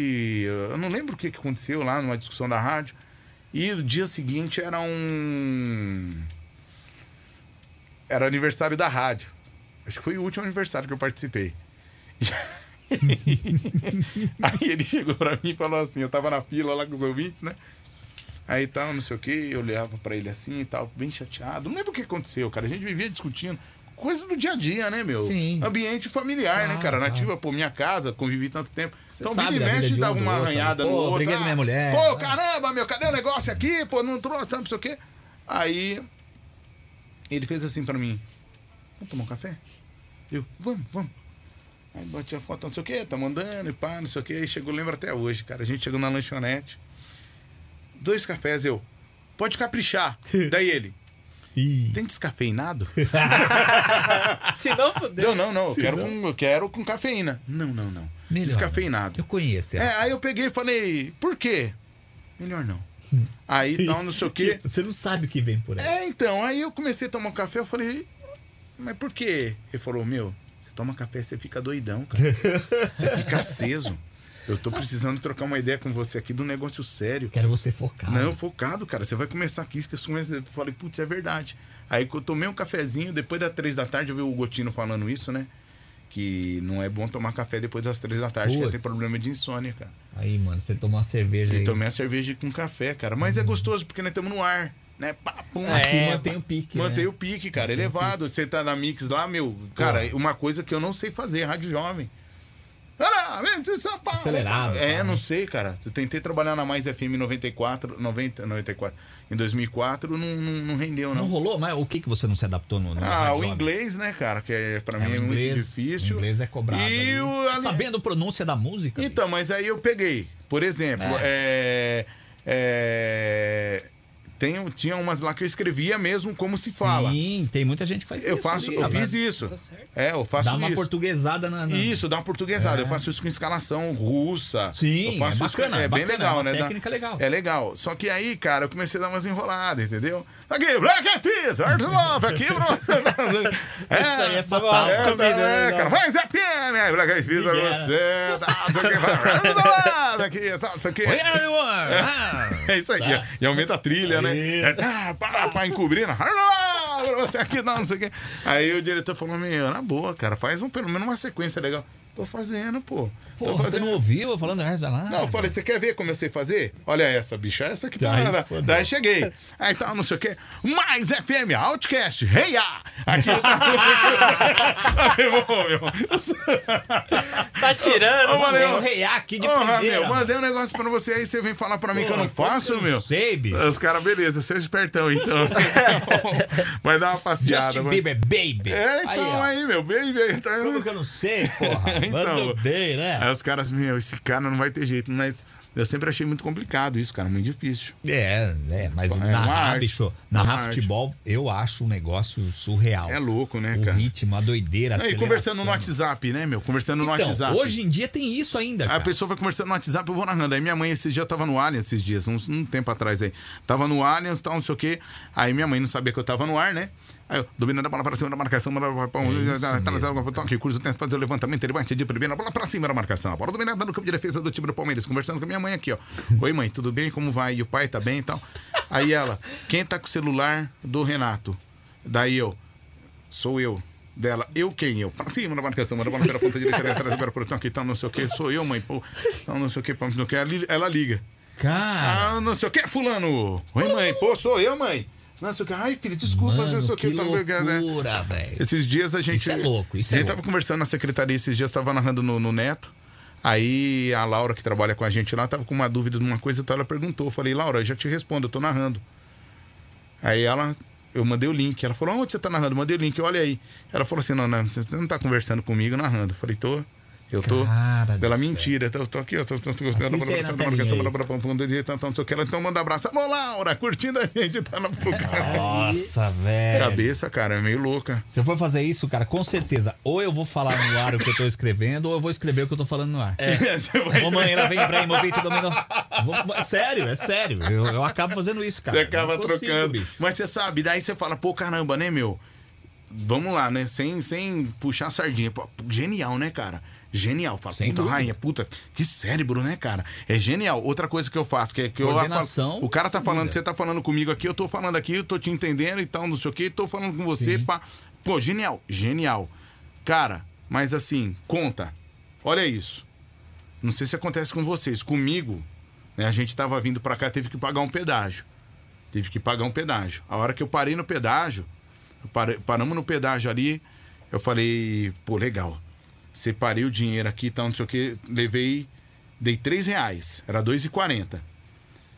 Speaker 3: Eu não lembro o que que aconteceu lá numa discussão da rádio. E o dia seguinte era um. Era aniversário da rádio. Acho que foi o último aniversário que eu participei. Aí ele chegou pra mim e falou assim: eu tava na fila lá com os ouvintes, né? Aí tal, não sei o que, eu olhava pra ele assim e tal, bem chateado. Não lembro o que aconteceu, cara. A gente vivia discutindo. Coisa do dia a dia, né, meu?
Speaker 2: Sim.
Speaker 3: Ambiente familiar, né, cara? Nativa, pô, minha casa, convivi tanto tempo. então,
Speaker 2: sabe
Speaker 3: vira e
Speaker 2: da vida
Speaker 3: mexe
Speaker 2: de um
Speaker 3: dava
Speaker 2: do
Speaker 3: uma
Speaker 2: outro, né?
Speaker 3: arranhada no
Speaker 2: Pô,
Speaker 3: outro.
Speaker 2: briguei com minha mulher.
Speaker 3: Pô,
Speaker 2: Ah.
Speaker 3: caramba, meu, cadê o negócio aqui? Pô, não trouxe, não sei o quê. Aí ele fez assim pra mim: Vamos tomar um café? Eu, vamos, vamos. Aí bati a foto, não sei o quê, tá mandando e pá, não sei o quê. Aí chegou, lembro até hoje, cara. A gente chegou na lanchonete, dois cafés, eu, pode caprichar. Daí ele,
Speaker 2: Ih.
Speaker 3: tem descafeinado?
Speaker 1: Se não, fudeu.
Speaker 3: Não, não, não, eu quero, Com, eu quero com cafeína. Não, não, não.
Speaker 2: Melhor. né?
Speaker 3: Descafeinado.
Speaker 2: Eu conheço.
Speaker 3: É, aí eu peguei e falei, por quê? Melhor não. Aí não, não sei o quê.
Speaker 2: Você não sabe o que vem por aí.
Speaker 3: É, então, aí eu comecei a tomar um café, eu falei, mas por quê? Ele falou, meu, você toma café, você fica doidão, cara. Você fica aceso. Eu tô precisando trocar uma ideia com você aqui do negócio sério.
Speaker 2: Quero você focar.
Speaker 3: Não, focado, cara. Você vai começar aqui, isso que eu sou- eu falei, putz, é verdade. Aí que eu tomei um cafezinho, depois das três da tarde, eu vi o Gotino falando isso, né? Que não é bom tomar café depois das três da tarde, que
Speaker 2: Putz.
Speaker 3: tem problema de insônia, cara.
Speaker 2: Aí, mano, você tomou uma cerveja
Speaker 3: E
Speaker 2: aí.
Speaker 3: tomei a cerveja com café, cara. Mas é gostoso, porque nós estamos no ar. né? Pá, pum,
Speaker 2: Aqui
Speaker 1: É,
Speaker 2: mantém o pique. né?
Speaker 3: Mantém o pique, cara, elevado. Você tá na mix lá, meu. Cara, uma coisa que eu não sei fazer, rádio jovem. Cara, vem de São Paulo.
Speaker 2: Acelerado,
Speaker 3: É,
Speaker 2: cara.
Speaker 3: não sei, cara. Eu tentei trabalhar na Mais FM 94, 90, 94, em 2004, não, não, não rendeu,
Speaker 2: Não
Speaker 3: não.
Speaker 2: rolou, mas o que, que você não se adaptou no, no
Speaker 3: Ah,
Speaker 2: rádio,
Speaker 3: o
Speaker 2: homem?
Speaker 3: inglês, né, cara? Que é, pra
Speaker 2: É,
Speaker 3: mim
Speaker 2: o
Speaker 3: é muito
Speaker 2: inglês,
Speaker 3: difícil.
Speaker 2: O inglês é cobrado.
Speaker 3: E
Speaker 2: ali.
Speaker 3: o ale-
Speaker 2: Sabendo a pronúncia da música.
Speaker 3: Então, mas aí eu peguei. Por exemplo, é. é, tem, tinha umas lá que eu escrevia mesmo como se fala.
Speaker 2: Sim, tem muita gente que faz
Speaker 3: Eu
Speaker 2: isso.
Speaker 3: faço,
Speaker 2: ali,
Speaker 3: eu
Speaker 2: rapaz.
Speaker 3: fiz isso.
Speaker 1: Tá certo.
Speaker 3: É, eu faço
Speaker 2: Dá uma
Speaker 3: isso.
Speaker 2: portuguesada na. na-
Speaker 3: Isso, dá uma portuguesada. Eu faço isso com escalação russa.
Speaker 2: Sim,
Speaker 3: eu faço
Speaker 2: é
Speaker 3: isso com-
Speaker 2: bacana,
Speaker 3: é bem
Speaker 2: bacana,
Speaker 3: legal,
Speaker 2: é uma
Speaker 3: né? Dá-
Speaker 2: técnica legal.
Speaker 3: É legal. Só que aí, cara, eu comecei a dar umas enroladas, entendeu? Aqui, Black Eyed Peas, Arthur Love, aqui, bro. É,
Speaker 2: Isso aí é
Speaker 3: é,
Speaker 2: fantástico,
Speaker 3: tá,
Speaker 2: né?
Speaker 3: é, cara. Mas é PM, aí, Black Eyed Peas, é
Speaker 2: Libera.
Speaker 3: você. Tá, não sei o que, Arthur Love, aqui, tá, não sei o que.
Speaker 2: Oi, everyone! Ah!
Speaker 3: É isso aí. E aumenta a trilha, né?
Speaker 2: Isso.
Speaker 3: Ah, para, para encobrindo. Ah, Você aqui não, não sei o quê. Aí o diretor falou: Meu, na boa, cara, faz um, pelo menos uma sequência legal. Tô fazendo, pô. Tô
Speaker 2: Pô, você
Speaker 3: fazendo.
Speaker 2: não ouviu eu falando essa lá?
Speaker 3: Não, eu falei, você quer ver como eu sei fazer? Olha essa, bicha, essa que tá.
Speaker 2: Daí
Speaker 3: Daí,
Speaker 2: fodeu.
Speaker 3: cheguei. Aí tá, não sei o quê. Mais FM, Outcast, Reia! Aqui tá. meu, meu.
Speaker 1: Tá tirando.
Speaker 3: Eu falei,
Speaker 2: Tem o rei aqui de
Speaker 3: Porra,
Speaker 2: primeira.
Speaker 3: meu, mandei um negócio pra você aí, você vem falar pra mim que eu não faço, meu. Ah,
Speaker 2: Sei, bicho.
Speaker 3: Os caras, beleza, você é espertão, então. Vai dar uma passeada.
Speaker 2: Justin
Speaker 3: vai.
Speaker 2: Bieber, baby.
Speaker 3: É, então
Speaker 2: ó.
Speaker 3: aí, meu, bem, bem. Tá...
Speaker 2: Como que eu não sei, porra?
Speaker 3: Então.
Speaker 2: Mandou bem, né?
Speaker 3: Aí os caras, meu, esse cara não vai ter jeito, mas eu sempre achei muito complicado isso, cara, muito difícil.
Speaker 2: É, é, mas
Speaker 3: É uma
Speaker 2: narrar,
Speaker 3: arte.
Speaker 2: bicho,
Speaker 3: Uma
Speaker 2: narrar
Speaker 3: arte.
Speaker 2: futebol, eu acho um negócio surreal.
Speaker 3: É louco, né,
Speaker 2: O
Speaker 3: cara?
Speaker 2: ritmo, a doideira, a
Speaker 3: Aí conversando no WhatsApp, né, meu? Conversando no
Speaker 2: então,
Speaker 3: WhatsApp. Ah,
Speaker 2: Hoje em dia tem isso ainda,
Speaker 3: Aí
Speaker 2: cara.
Speaker 3: a pessoa vai conversando no WhatsApp, eu vou narrando. Aí minha mãe esses dias tava no Allianz, esses dias, uns- um, tempo atrás aí. Tava no Allianz, tal, não sei o quê. Aí minha mãe não sabia que eu tava no ar, né? Aí eu, dominando a bola pra cima da marcação, bola pra- pra- tá- tá- tá- toque, curso, tenta fazer o levantamento, ele bate de primeira, bola pra cima da marcação. A bola dominada no campo de defesa do time do Palmeiras, conversando com a minha mãe aqui, ó. Oi, mãe, tudo bem? Como vai? E o pai tá bem e tal. Aí ela, quem tá com o celular do Renato? Daí eu, sou eu. Dela, eu quem? Eu? Pra cima da marcação, manda a bola pela ponta direita, atrás, agora por aqui, tal, não sei o que, sou eu, mãe, pô, tal, não sei o que, não quer. Ela liga.
Speaker 2: Cara,
Speaker 3: Ah, não sei o que, fulano. Oi, mãe, pô, sou eu, mãe. Não sei o que, ai, filho, desculpa, não sei
Speaker 2: mano,
Speaker 3: o que,
Speaker 2: que
Speaker 3: tal, né?
Speaker 2: loucura, velho.
Speaker 3: Esses dias a gente.
Speaker 2: Isso é louco, isso
Speaker 3: A
Speaker 2: é
Speaker 3: gente
Speaker 2: louco.
Speaker 3: tava conversando na secretaria esses dias, tava narrando no, no Neto. Aí a Laura, que trabalha com a gente lá, tava com uma dúvida de uma coisa e tal. Ela perguntou. Eu falei, Laura, eu já te respondo, eu tô narrando. Aí ela. Eu mandei o link. Ela falou, onde você tá narrando? Eu mandei o link, olha aí. Ela falou assim: não, não, você não tá conversando comigo narrando. Eu falei, tô. Eu tô.
Speaker 2: Cara do
Speaker 3: pela
Speaker 2: céu.
Speaker 3: mentira. Eu tô aqui, eu tô. tô, tô, tô, tô, tô,
Speaker 2: Assiste aí na telinha aí.
Speaker 3: tô- tô- tô- tô- tô- tô- tô- tô- tô- tô- não sei o que. Ela então manda abraço. Alô, Laura, curtindo a gente, tá na
Speaker 2: Nossa, velho.
Speaker 3: é Cabeça, cara, é meio louca.
Speaker 2: Se eu for fazer isso, cara, com certeza, ou eu vou falar no ar o que eu tô escrevendo, ou eu vou escrever o que eu tô falando no ar.
Speaker 3: Você vai-
Speaker 2: Ô mãe, ela vem Ibrahimovic dominou. Vou- É sério, é sério. Eu, eu acabo fazendo isso, cara.
Speaker 3: Você acaba
Speaker 2: Não consigo,
Speaker 3: trocando.
Speaker 2: bicho.
Speaker 3: Mas você sabe, daí você fala, pô, caramba, né, meu? Vamos lá, né? Sem, sem puxar a sardinha. Pô, genial, né, cara? Genial. Fala,
Speaker 2: Sem
Speaker 3: puta
Speaker 2: dúvida.
Speaker 3: rainha, puta, que cérebro, né, cara? É genial. Outra coisa que eu faço, que é que eu
Speaker 2: Coordenação,
Speaker 3: falo, O cara
Speaker 2: sem
Speaker 3: tá
Speaker 2: dúvida.
Speaker 3: falando, você tá falando comigo aqui, eu tô falando aqui, eu tô te entendendo e tal, não sei o quê, tô falando com você, pá. Pô, genial, genial. Cara, mas assim, conta. Olha isso. Não sei se acontece com vocês. Comigo, né, a gente tava vindo pra cá, teve que pagar um pedágio. Tive que pagar um pedágio. A hora que eu parei no pedágio, eu pare- paramos no pedágio ali, eu falei, pô, legal. Separei o dinheiro aqui, tal, não sei o que, levei, dei 3 reais, era 2,40.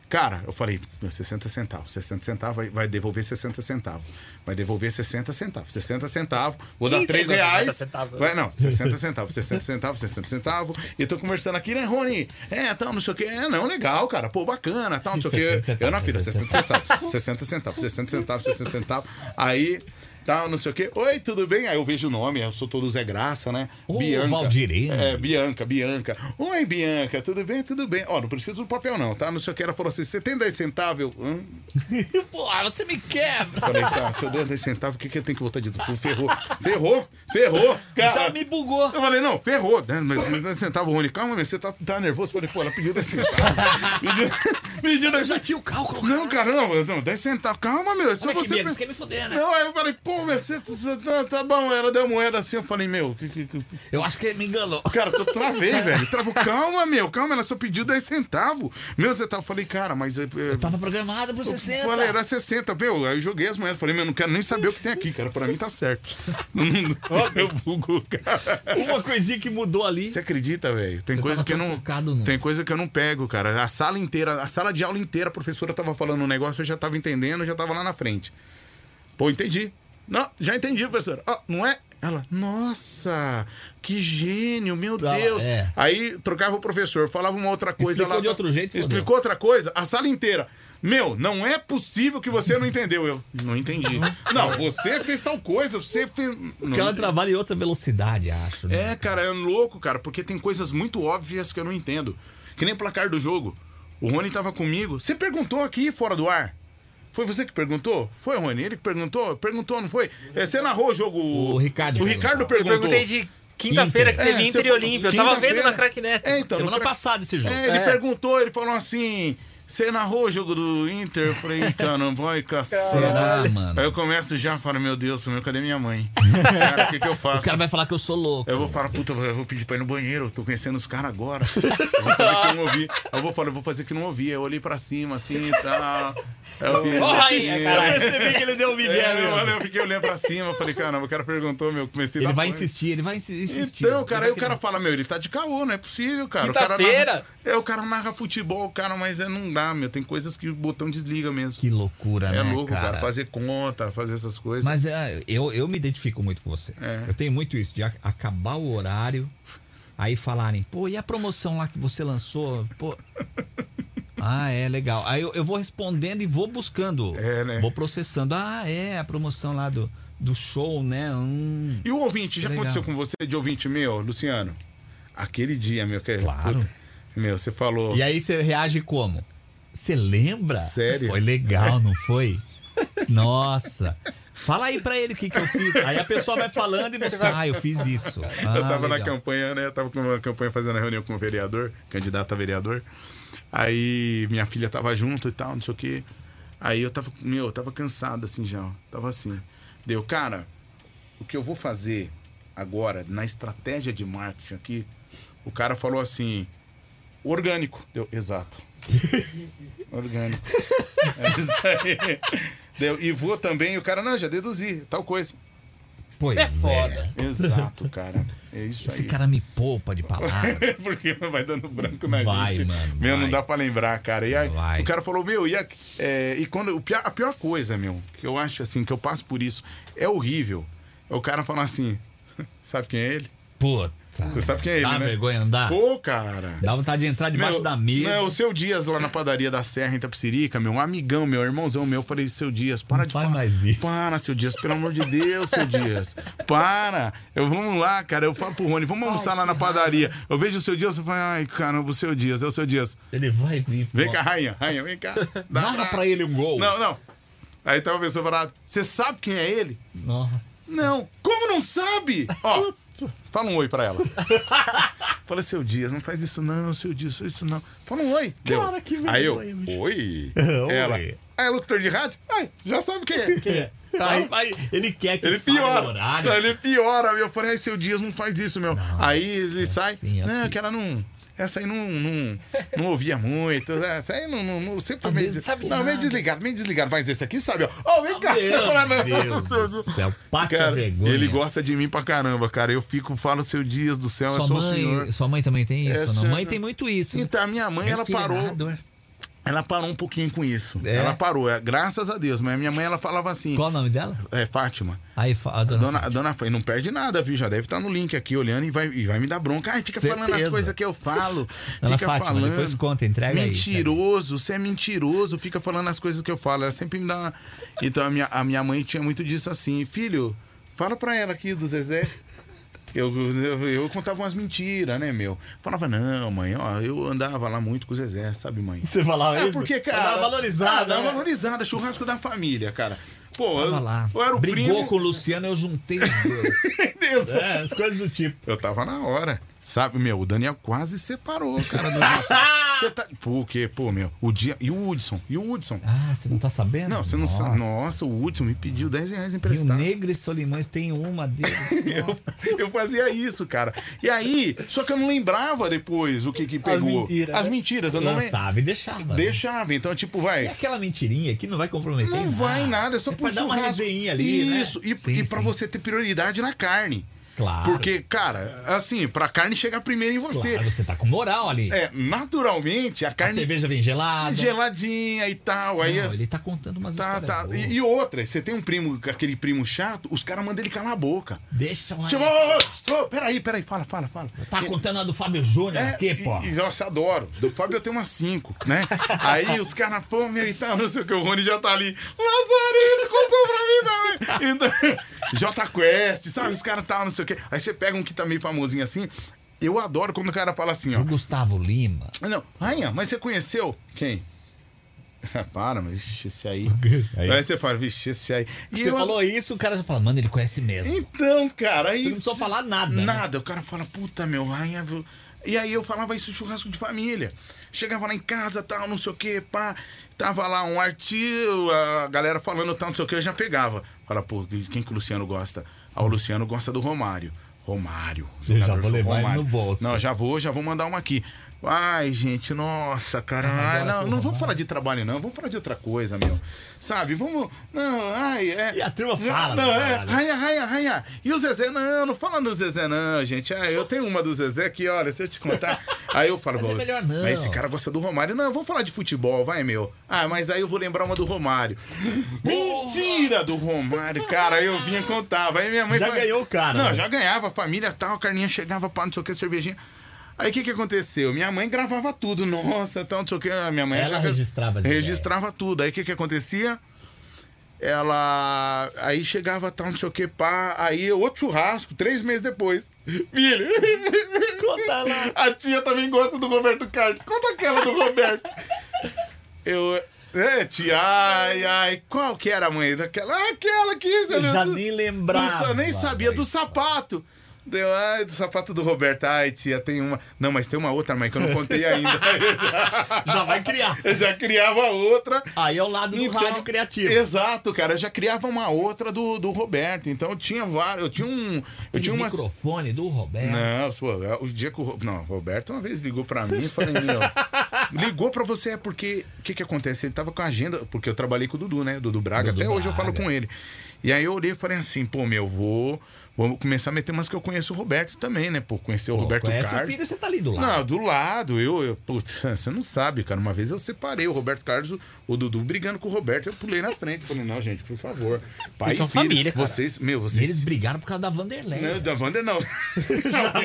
Speaker 3: Cara, eu falei, meu, 60 centavos, 60 centavos, vai, vai devolver 60 centavos. Vai devolver 60 centavos, 60 centavos, vou dar
Speaker 1: Ih,
Speaker 3: 3
Speaker 1: pegou 60
Speaker 3: reais.
Speaker 1: centavos.
Speaker 3: Vai, não, 60 centavos, 60 centavos, 60 centavos. E eu tô conversando aqui, né, Rony? É, tal, não sei o que. É, não, legal, cara. Pô, bacana, tal, não sei o que.
Speaker 2: 60 centavos,
Speaker 3: Eu na fila, 60 centavos, 60 centavos, 60 centavos, 60 centavos. Aí, tal, não sei o que. Oi, tudo bem? Aí eu vejo o nome, eu sou todo Zé Graça, né?
Speaker 2: Ô, Valdirene.
Speaker 3: É, Bianca, Bianca. Oi, Bianca, tudo bem? Tudo bem. Ó, não preciso do papel, não, tá? Não sei o que. Ela falou assim: você tem 10 centavos? Eu, hum?
Speaker 2: Pô, ah, você me quebra.
Speaker 3: Falei, tá, se eu der 10 centavos, o que, que eu tenho que voltar de tudo? Ferrou, ferrou, ferrou. Cara.
Speaker 2: Já me bugou.
Speaker 3: Eu falei, não, ferrou. Né? Mas, mas 10 centavos, Rony, calma, meu, você tá, tá nervoso? Eu falei, pô, ela pediu 10 centavos. Pediu, pediu 10
Speaker 2: Já tinha o cálculo.
Speaker 3: Não, caramba, não, 10 centavos. Calma, meu, é só
Speaker 2: Como é que
Speaker 3: você.
Speaker 2: me-
Speaker 3: pensar-
Speaker 2: você quer me foder, né?
Speaker 3: Não, aí eu falei, pô, bom, Mercedes, você tá, tá bom. Ela deu moeda assim, eu falei, meu, que, que, que-
Speaker 2: Eu acho que ele me enganou.
Speaker 3: Cara, eu tô travei, velho. Travo, calma, meu, calma, ela só pediu 10 centavos. Meu, você tá, eu falei, cara, mas. é, é,
Speaker 2: Eu tava programado pro
Speaker 3: eu
Speaker 2: 60.
Speaker 3: Falei, era 60, meu. Aí eu joguei as moedas. Falei, meu, não quero nem saber o que tem aqui, cara. Pra mim tá certo. Ó, meu vulgo, cara.
Speaker 2: Uma coisinha que mudou ali.
Speaker 3: Você acredita, velho? Tem coisa
Speaker 2: tava
Speaker 3: que eu
Speaker 2: tão
Speaker 3: não.
Speaker 2: focado no-
Speaker 3: Tem coisa que eu não pego, cara. A sala inteira, a sala de aula inteira, a professora tava falando um negócio, eu já tava entendendo, eu já tava lá na frente. Pô, entendi. Não, já entendi, professora. Ó, não é? Ela, nossa, que gênio, meu
Speaker 2: Tá,
Speaker 3: Deus.
Speaker 2: é.
Speaker 3: Aí trocava o professor, falava uma outra coisa.
Speaker 2: Explicou
Speaker 3: ela-
Speaker 2: de outro jeito, fodeu.
Speaker 3: Explicou outra coisa, a sala inteira. Meu, não é possível que você não entendeu. Eu não entendi. não, você fez tal coisa, você fez. Não
Speaker 2: Porque ela
Speaker 3: entendi.
Speaker 2: trabalha em outra velocidade, acho. né?
Speaker 3: É, cara, é louco, cara, porque tem coisas muito óbvias que eu não entendo. Que nem o placar do jogo. O Rony tava comigo. Você perguntou aqui fora do ar. Foi você que perguntou? Foi, Rony? Ele que perguntou? Perguntou, não foi? É, você narrou o jogo.
Speaker 2: O Ricardo
Speaker 3: O Ricardo
Speaker 1: Eu
Speaker 3: perguntou.
Speaker 1: perguntei de quinta-feira que
Speaker 3: É,
Speaker 1: teve
Speaker 3: você
Speaker 1: Inter e
Speaker 3: falou-
Speaker 1: Olímpia. Eu tava vendo
Speaker 3: quinta-feira.
Speaker 1: na Cracknet.
Speaker 3: É, então,
Speaker 2: Semana
Speaker 3: no cra-
Speaker 2: passada esse jogo.
Speaker 3: é, ele
Speaker 1: É.
Speaker 3: perguntou, ele falou assim: você narrou o jogo do Inter? Eu falei, "Ih, cara, não vai cacete.
Speaker 2: Será, mano?
Speaker 3: Aí é. eu começo já e falo, meu Deus, meu, cadê minha mãe? Cara, o que, que eu faço?
Speaker 2: O cara vai falar que eu sou louco.
Speaker 3: Eu vou falar, puta, eu vou pedir pra ir no banheiro, eu tô conhecendo os caras agora. Eu vou fazer que eu não ouvi. Eu vou falar, eu vou fazer que não ouvi. Eu olhei pra cima, assim e tal. Aí Eu fiz. assim, né?
Speaker 1: Porra aí, caralho.
Speaker 2: percebi que ele deu um
Speaker 3: É, eu, olhei, eu fiquei olhando pra cima, eu falei, caramba, o cara perguntou, meu, eu comecei a
Speaker 2: Ele
Speaker 3: dar
Speaker 2: vai
Speaker 3: pane.
Speaker 2: insistir, é ele vai insi- insistir.
Speaker 3: Então, cara, aí o
Speaker 2: Ele vai
Speaker 3: cara fala, meu, ele tá de caô, não é possível, cara. O cara narra-
Speaker 1: Quinta-feira.
Speaker 3: É, o cara narra futebol, cara, mas é, não dá, meu. Tem coisas que o botão desliga mesmo.
Speaker 2: Que loucura,
Speaker 3: é
Speaker 2: né,
Speaker 3: louco, cara. Fazer conta, fazer essas coisas.
Speaker 2: Mas é, eu, eu me identifico muito com você.
Speaker 3: É.
Speaker 2: Eu tenho muito isso, de a- acabar o horário, aí falarem, pô, e a promoção lá que você lançou? Pô. Ah, é legal. Aí eu, eu vou respondendo e vou buscando.
Speaker 3: É, né?
Speaker 2: Vou processando. Ah, é, a promoção lá do, do show, né? Hum.
Speaker 3: E o ouvinte, já
Speaker 2: Legal.
Speaker 3: aconteceu com você de ouvinte meu, Luciano? Aquele dia, meu, que
Speaker 2: Claro.
Speaker 3: puta, meu, você falou.
Speaker 2: E aí você reage como? Você lembra?
Speaker 3: Sério?
Speaker 2: Foi legal, não foi? Nossa. Fala aí pra ele o que, que eu fiz. Aí a pessoa vai falando e você, ah, eu fiz isso. Ah,
Speaker 3: eu tava na
Speaker 2: legal.
Speaker 3: campanha, né? Eu tava com uma campanha fazendo a reunião com o vereador, candidato a vereador. Aí minha filha tava junto e tal, não sei o quê. Aí eu tava, meu, eu tava cansado assim já. ó. Tava assim. Deu, cara, o que eu vou fazer agora na estratégia de marketing aqui, o cara falou assim: orgânico. Deu, exato. orgânico. É isso aí. Deu, e vou também, o cara, não, já deduzi, tal coisa.
Speaker 2: Pois
Speaker 1: É foda.
Speaker 3: Exato, cara. É isso
Speaker 2: Esse
Speaker 3: aí.
Speaker 2: cara me poupa de palavra.
Speaker 3: Porque vai dando branco na
Speaker 2: Vai,
Speaker 3: gente.
Speaker 2: mano,
Speaker 3: Meu, não
Speaker 2: vai.
Speaker 3: dá pra lembrar, cara. E aí,
Speaker 2: Vai.
Speaker 3: o cara falou, meu, e, a, é, e quando. o pior- a pior coisa, meu, que eu acho assim, que eu passo por isso, é horrível. É o cara falar assim, sabe quem é ele?
Speaker 2: Puta.
Speaker 3: Você sabe quem é ele,
Speaker 2: dá
Speaker 3: né?
Speaker 2: vergonha, não dá?
Speaker 3: Pô, cara.
Speaker 2: Dá vontade de entrar Ah. debaixo
Speaker 3: Meu,
Speaker 2: da mesa.
Speaker 3: Não, o seu Dias lá na padaria da Serra em Tapsirica, meu, um amigão, meu irmãozão meu, eu falei, seu Dias, para
Speaker 2: Não
Speaker 3: de
Speaker 2: faz
Speaker 3: falar.
Speaker 2: mais isso.
Speaker 3: Para, seu Dias, pelo amor de Deus, seu Dias. Para. Eu vamos lá, cara. Eu falo pro Rony, vamos almoçar lá na padaria. Eu vejo o seu Dias, eu falo, ai, caramba, o seu Dias, é o seu Dias.
Speaker 2: Ele vai vir.
Speaker 3: Vem
Speaker 2: pô.
Speaker 3: cá, rainha, rainha, vem cá. Dá
Speaker 2: Narra pra ele um gol.
Speaker 3: Não, não. Aí tá tava a pessoa falando, você sabe quem é ele?
Speaker 2: Nossa.
Speaker 3: Não. Como não sabe? Ó, fala um oi pra ela. fala, seu Dias, não faz isso não, seu Dias, faz isso não. Fala um oi. Cara, que vergonha. Aí eu, oi. ela,
Speaker 2: Oi.
Speaker 3: ah, é locutor de rádio? Ai, já sabe quem é.
Speaker 2: Aí, aí, ele quer que
Speaker 3: Ele
Speaker 2: fale o
Speaker 3: piora.
Speaker 2: horário.
Speaker 3: Ele piora. meu. Eu falei, ai, seu Dias, não faz isso, meu. aí
Speaker 2: é
Speaker 3: ele sai,
Speaker 2: senhora.
Speaker 3: não, é que ela não... Essa aí não, não, não ouvia muito. Essa aí não. não, não sempre foi meio,
Speaker 2: vezes
Speaker 3: des-
Speaker 2: sabe de
Speaker 3: não, meio
Speaker 2: nada. Ah,
Speaker 3: desligado, meio desligado. Mas esse aqui sabe, ó. Ó, vem cá.
Speaker 2: Meu
Speaker 3: né?
Speaker 2: Deus
Speaker 3: Seu
Speaker 2: do céu. Pate a
Speaker 3: Cara,
Speaker 2: vergonha.
Speaker 3: ele gosta de mim pra caramba, cara. Eu fico, falo, seu Dias do céu, eu
Speaker 2: Sua
Speaker 3: sou o
Speaker 2: mãe,
Speaker 3: senhor.
Speaker 2: sua mãe também tem isso?
Speaker 3: É,
Speaker 2: não?
Speaker 3: senhor.
Speaker 2: Mãe tem muito isso. né?
Speaker 3: Então, a minha mãe,
Speaker 2: Meu
Speaker 3: ela
Speaker 2: filho é
Speaker 3: parou.
Speaker 2: narrador.
Speaker 3: Ela parou um pouquinho com isso.
Speaker 2: É?
Speaker 3: Ela parou, é, graças a Deus. Mas a minha mãe, ela falava assim,
Speaker 2: Qual o nome dela?
Speaker 3: é, Fátima.
Speaker 2: Aí, fa- a dona.
Speaker 3: Dona, dona Fanny, não perde nada, viu? Já deve estar no link aqui olhando e vai, e vai me dar bronca. Ai, fica falando as
Speaker 2: Certeza.
Speaker 3: coisas que eu falo.
Speaker 2: Dona
Speaker 3: fica
Speaker 2: Fátima,
Speaker 3: falando.
Speaker 2: depois conta, entrega aí,
Speaker 3: Mentiroso, você é mentiroso, fica falando as coisas que eu falo. Ela sempre me dá uma... Então a minha, a minha mãe tinha muito disso assim. Filho, fala pra ela aqui do Zezé. Eu, eu, eu contava umas mentiras, né, meu? Falava, não, mãe, ó, eu andava lá muito com o Zezé, sabe, mãe?
Speaker 2: Você falava
Speaker 3: É porque, cara.
Speaker 2: Dá valorizada.
Speaker 3: Ah, dá
Speaker 2: né?
Speaker 3: uma valorizada, churrasco da família, cara. Pô, eu,
Speaker 2: Tava lá.
Speaker 3: eu era o
Speaker 2: Brigou
Speaker 3: primo.
Speaker 2: com o Luciano, eu juntei os dois.
Speaker 3: Deus.
Speaker 2: é, as coisas do tipo.
Speaker 3: Eu tava na hora. Sabe, meu, o Daniel quase separou o cara do Você tá. Pô, o quê? Pô, meu. O dia... E o Hudson? E o Hudson?
Speaker 2: Ah, você não tá sabendo?
Speaker 3: Não, você não sabe. Nossa, o Hudson me pediu 10 reais
Speaker 2: E o
Speaker 5: tá.
Speaker 3: emprestado.
Speaker 2: Negro e Solimões tem uma deles. Nossa.
Speaker 3: Eu, eu fazia isso, cara. E aí, só que eu não lembrava depois o que que pegou.
Speaker 1: mentiras,
Speaker 3: As
Speaker 1: né?
Speaker 3: mentiras, eu não lembro.
Speaker 2: Lançava e deixava. né?
Speaker 3: Deixava, então, tipo,
Speaker 2: É
Speaker 3: vai.
Speaker 2: aquela mentirinha que não vai comprometer
Speaker 3: Não vai nada, é só
Speaker 2: é
Speaker 3: pro
Speaker 2: pra dar uma
Speaker 3: churrasco.
Speaker 2: resenha ali, né?
Speaker 3: Isso, e,
Speaker 2: Sim,
Speaker 3: e pra
Speaker 2: sim.
Speaker 3: você ter prioridade na carne.
Speaker 2: Claro.
Speaker 3: Porque, cara, assim, pra carne chegar primeiro em você.
Speaker 2: Claro, você tá com moral ali.
Speaker 3: É, naturalmente, a
Speaker 2: a
Speaker 3: carne
Speaker 2: cerveja vem gelada.
Speaker 3: geladinha e tal. Aí
Speaker 2: Não,
Speaker 3: as-
Speaker 2: ele tá contando umas
Speaker 3: é, Tá,
Speaker 2: histórias
Speaker 3: tá.
Speaker 2: boas.
Speaker 3: E, e outra, você tem um primo, aquele primo chato, os caras mandam ele calar a boca.
Speaker 2: Deixa eu...
Speaker 3: Tipo, ô, ô, ô, ô, peraí, peraí, fala, fala, fala.
Speaker 2: Tá contando a do Fábio Júnior
Speaker 3: É,
Speaker 2: aqui, pô.
Speaker 3: e, e, nossa, adoro. Do Fábio eu tenho umas cinco, né? Aí os caras, pô, meu, e tal, não sei o que, o Rony já tá ali. Lazarento, contou pra mim também. Então, J Quest, sabe? Os caras tal, não sei o que. Aí você pega um que tá meio famosinho assim. Eu adoro quando o cara fala assim, ó.
Speaker 2: É O Gustavo Lima.
Speaker 3: Não, rainha, mas você conheceu quem? Ah, para, mas ixi, esse aí.
Speaker 2: Aí-
Speaker 3: aí. você fala, vixe, esse aí. E
Speaker 2: Você
Speaker 3: eu-
Speaker 2: falou isso, o cara já fala, mano, ele conhece mesmo.
Speaker 3: Então, cara, aí.
Speaker 2: Você não precisou falar nada, né?
Speaker 3: Nada. O cara fala, puta, meu, rainha. viu? E aí eu falava isso em churrasco de família. Chegava lá em casa, tal, não sei o quê, pá. Tava lá um artigo, a galera falando tal, não sei o quê, eu já pegava. Fala, pô, quem que o Luciano gosta? Ah, o Luciano gosta do Romário. Romário.
Speaker 2: Eu já
Speaker 3: jogador
Speaker 2: vou
Speaker 3: do
Speaker 2: levar ele no bolso.
Speaker 3: Não, já vou, já vou mandar uma aqui. Ai, gente, nossa, cara. ai,
Speaker 2: agora,
Speaker 3: não,
Speaker 2: pô,
Speaker 3: não
Speaker 2: Romário.
Speaker 3: vamos falar de trabalho, não. Vamos falar de outra coisa, meu. Sabe, vamos. Não, ai, é.
Speaker 2: E a turma fala,
Speaker 3: Não,
Speaker 2: né,
Speaker 3: é.
Speaker 2: caralho?
Speaker 3: Raia, raia, raia. E o Zezé? Não, não fala do Zezé, não, gente. Ah, eu tenho uma do Zezé que, olha, se eu te contar. Aí eu falo,
Speaker 2: Mas é
Speaker 3: "Bom,
Speaker 2: melhor não."
Speaker 3: Mas esse cara gosta do Romário. Não, vamos falar de futebol, vai, meu. Ah, mas aí eu vou lembrar uma do Romário. Mentira do Romário, cara. Aí eu vinha e contava. Aí minha mãe
Speaker 2: Já ganhou o cara,
Speaker 3: Não,
Speaker 2: né?
Speaker 3: já ganhava, a família tal, a carninha chegava, pá, não sei o que, cervejinha. Aí o que, que aconteceu? Minha mãe gravava tudo, nossa, tal, não sei o que. a Minha mãe
Speaker 2: Ela
Speaker 3: achava-
Speaker 2: registrava as ideias.
Speaker 3: Registrava tudo. Aí o que, que acontecia? ela. Aí chegava tal, não sei o que, pá. Aí outro churrasco, três meses depois. Filho,
Speaker 2: Conta lá.
Speaker 3: a tia também gosta do Roberto Carlos. Conta aquela do Roberto. Eu. É, tia, ai, ai. Qual que era a mãe daquela? Ah, Aquela que.
Speaker 2: Eu já nem lembrava.
Speaker 3: Eu nem sabia do sapato. Deu, ai, do sapato do Roberto. Ai, tia, tem uma. Não, mas tem uma outra, mãe, que eu não contei ainda.
Speaker 2: Já vai criar.
Speaker 3: eu já criava outra.
Speaker 2: Aí é o lado do
Speaker 3: Então,
Speaker 2: rádio criativo.
Speaker 3: Exato, cara. Eu já criava uma outra do, do Roberto. Então eu tinha vários. Eu tinha um. Eu tinha
Speaker 2: o
Speaker 3: umas.
Speaker 2: microfone do Roberto.
Speaker 3: Não, pô, é, o dia que o. Ro- Não, o Roberto uma vez ligou pra mim e falou: meu, ligou pra você é porque. O que que acontece? Ele tava com a agenda. Porque eu trabalhei com o Dudu, né? Dudu Braga.
Speaker 2: Dudu
Speaker 3: Até hoje eu falo
Speaker 2: Braga.
Speaker 3: com ele. E aí eu olhei e falei assim: pô, meu, vou. Vou começar a meter umas que eu conheço o Roberto também, né? Pô, conhecer o
Speaker 2: Pô,
Speaker 3: Roberto
Speaker 2: conhece o
Speaker 3: Carlos.
Speaker 2: filho, você tá ali do lado.
Speaker 3: Não, do lado, eu, eu putz, você não sabe, cara. Uma vez eu separei o Roberto Carlos, o- o Dudu brigando com o Roberto, eu pulei na frente. Falei, não, gente, por favor. Pai
Speaker 1: Vocês são
Speaker 3: e filho,
Speaker 1: família, cara.
Speaker 3: vocês, meu,
Speaker 2: E
Speaker 3: vocês.
Speaker 2: eles brigaram por causa da Vanderlei.
Speaker 3: Não, da Wander não.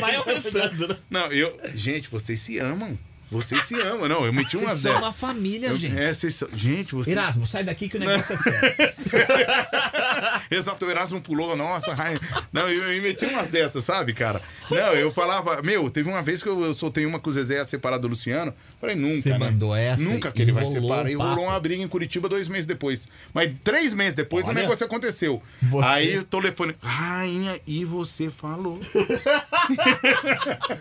Speaker 2: Vai aumentando, né?
Speaker 3: Não, eu. Gente, vocês se amam. Vocês se amam. Não, eu meti
Speaker 2: Vocês
Speaker 3: umas
Speaker 2: são uma
Speaker 3: dela.
Speaker 2: família,
Speaker 3: Eu-
Speaker 2: gente.
Speaker 3: É, vocês são. Gente, vocês.
Speaker 2: Erasmo, sai daqui que o negócio é sério.
Speaker 3: Exato, o Erasmo pulou, nossa, rainha. Não, eu, eu meti umas dessas, sabe, cara? Não, eu falava, meu, teve uma vez que eu, eu soltei uma com o Zezé separado do Luciano. Falei, nunca.
Speaker 2: Você
Speaker 3: né?
Speaker 2: mandou essa
Speaker 3: Nunca
Speaker 2: e
Speaker 3: que ele vai
Speaker 2: rolou
Speaker 3: separar.
Speaker 2: um
Speaker 3: E rolou
Speaker 2: papo.
Speaker 3: uma briga em Curitiba dois meses depois. Mas três meses depois
Speaker 2: Olha,
Speaker 3: o negócio aconteceu.
Speaker 2: você-
Speaker 3: Aí o telefone, rainha, e você falou.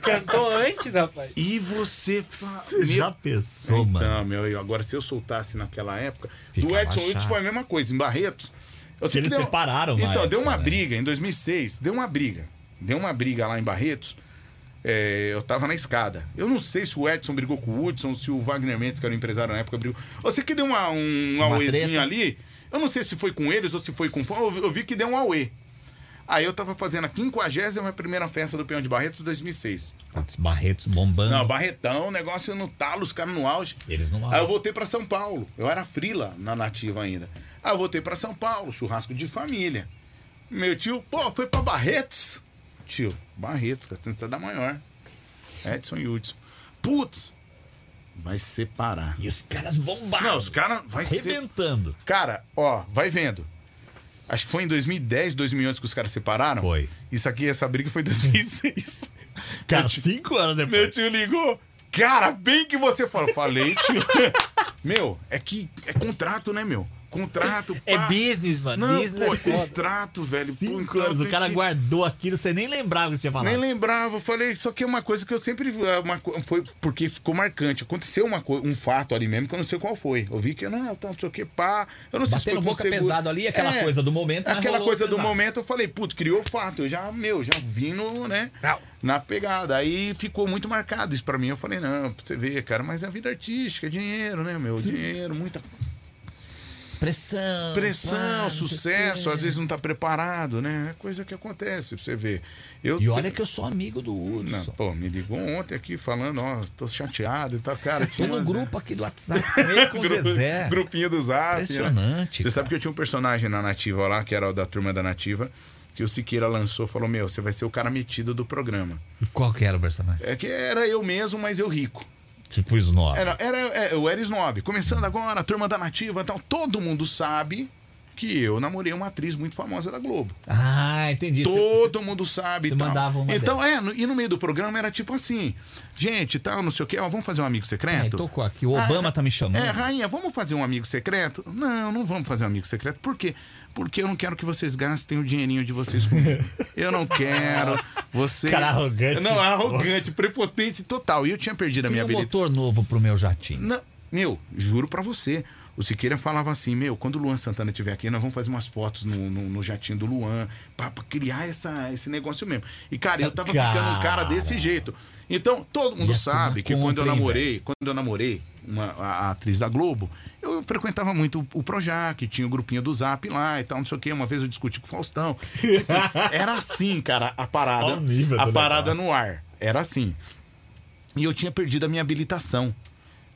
Speaker 1: Cantou antes, rapaz.
Speaker 3: E você falou.
Speaker 2: Você já pensou, mano?
Speaker 3: Então, meu, eu- agora se eu soltasse naquela época, do
Speaker 2: Ficava
Speaker 3: Edson Wilson
Speaker 2: chato.
Speaker 3: foi a mesma coisa, em Barretos. Eu sei
Speaker 2: Eles
Speaker 3: que deu-
Speaker 2: separaram na
Speaker 3: Então,
Speaker 2: época,
Speaker 3: deu uma
Speaker 2: né?
Speaker 3: briga em 2006, deu uma briga. Deu uma briga lá em Barretos. é, eu tava na escada. Eu não sei se o Edson brigou com o Hudson, se o Wagner Mendes, que era o empresário na época, brigou. Eu sei que deu uma, um auezinho
Speaker 2: treta.
Speaker 3: ali. Eu não sei se foi com eles ou se foi com. Eu, eu vi que deu um auê. Aí eu tava fazendo a 51 primeira festa do Peão de Barretos 2006.
Speaker 2: Putz, Barretos bombando.
Speaker 3: Então. Não, Barretão, negócio no talo, os caras no auge.
Speaker 2: Eles não
Speaker 3: Aí eu voltei pra São Paulo. Eu era frila na nativa ainda. Aí eu voltei pra São Paulo, churrasco de família. Meu tio, pô, foi pra Barretos. Tio, Barretos, 400 da maior. Edson e Hudson. Putz, vai separar.
Speaker 2: E os caras bombaram.
Speaker 3: Não, os caras vai ser.
Speaker 2: Arrebentando.
Speaker 3: Cara, ó, vai vendo. Acho que foi em 2010, 2011 que os caras separaram.
Speaker 2: Foi.
Speaker 3: Isso aqui, essa briga foi em 2006.
Speaker 2: Cara, cinco anos depois.
Speaker 3: Meu tio ligou. Cara, bem que você falou. Falei, tio. meu, é que é contrato, né, meu? Contrato, pá.
Speaker 1: É business, mano.
Speaker 3: Não,
Speaker 1: business
Speaker 3: pô,
Speaker 1: é foda.
Speaker 3: contrato, velho. pô,
Speaker 2: Cinco
Speaker 3: então
Speaker 2: anos, o
Speaker 3: tem
Speaker 2: cara
Speaker 3: que-
Speaker 2: guardou aquilo, você nem lembrava que você tinha falado.
Speaker 3: Nem lembrava, eu falei, só que é uma coisa que eu sempre. é uma co- foi porque ficou marcante. Aconteceu uma, co- um fato ali mesmo que eu não sei qual foi. Eu vi que, não, tá, não sei o que, pá. Eu não sei se
Speaker 2: Batendo
Speaker 3: foi
Speaker 2: boca
Speaker 3: com seguro- É,
Speaker 2: pesado ali, aquela coisa do momento, mas
Speaker 3: Aquela
Speaker 2: Tá rolou
Speaker 3: coisa do
Speaker 2: pesado.
Speaker 3: momento, eu falei, putz, criou fato. Eu já, meu, já vim no, né? Na pegada. Aí ficou muito marcado isso pra mim. Eu falei, não, pra você ver, cara, mas é a vida artística, é dinheiro, né, meu? Dinheiro, muita
Speaker 2: Pressão.
Speaker 3: pressão,
Speaker 2: pá, não sei o
Speaker 3: sucesso,
Speaker 2: quê.
Speaker 3: às vezes não tá preparado, né? É coisa que acontece, pra você ver. Eu
Speaker 2: E olha
Speaker 3: se-
Speaker 2: que eu sou amigo do
Speaker 3: não,
Speaker 2: Hudson.
Speaker 3: pô, me ligou ontem aqui falando, ó, tô chateado e tal, cara.
Speaker 2: Tô
Speaker 3: tinha
Speaker 2: no
Speaker 3: umas-
Speaker 2: grupo aqui do WhatsApp com ele e com o
Speaker 3: Gru-
Speaker 2: Zezé.
Speaker 3: Grupinho do Zap.
Speaker 2: Impressionante,
Speaker 3: né? Você sabe que eu tinha um personagem na Nativa lá, que era o da turma da Nativa, que o Siqueira lançou, falou: Meu, você vai ser o cara metido do programa.
Speaker 2: Qual que era o personagem?
Speaker 3: É que era eu mesmo, mas eu rico.
Speaker 2: Tipo Snob.
Speaker 3: Era, era, é, eu era snob. Começando agora, a turma da Nativa e tal. Todo mundo sabe que eu namorei uma atriz muito famosa da Globo.
Speaker 2: Ah, entendi. Você-
Speaker 3: Todo mundo sabe.
Speaker 2: você
Speaker 3: e tal.
Speaker 2: mandava uma
Speaker 3: então,
Speaker 2: dessa.
Speaker 3: é, no- e no meio do programa era tipo assim: gente, tal, não sei o quê, ó, vamos fazer um amigo secreto?
Speaker 2: É, tocou aqui. O Obama tá me chamando.
Speaker 3: É, rainha, vamos fazer um amigo secreto? Não, não vamos fazer um amigo secreto. Por quê? Porque eu não quero que vocês gastem o dinheirinho de vocês comigo. Eu não quero. Você.
Speaker 2: Cara arrogante.
Speaker 3: Não, arrogante, prepotente total. E eu tinha perdido a minha
Speaker 2: Queria um
Speaker 3: habilidade.
Speaker 2: motor novo pro meu jatinho.
Speaker 3: Não, meu, juro pra você. O Siqueira falava assim, meu, quando o Luan Santana estiver aqui, nós vamos fazer umas fotos no, no- no jatinho do Luan, pra, pra criar essa, esse negócio mesmo. E, cara, eu tava ficando um cara desse jeito. Então, todo mundo
Speaker 2: E a turma
Speaker 3: sabe que quando eu
Speaker 2: compra, hein,
Speaker 3: namorei, quando eu namorei uma, a, a atriz da Globo, eu frequentava muito o, o Projac, tinha o grupinho do Zap lá e tal, não sei o quê. Uma vez eu discuti com o Faustão. Enfim, era assim, cara, a parada.
Speaker 2: Olha o nível
Speaker 3: A
Speaker 2: do
Speaker 3: parada no ar. Era assim. E eu tinha perdido a minha habilitação,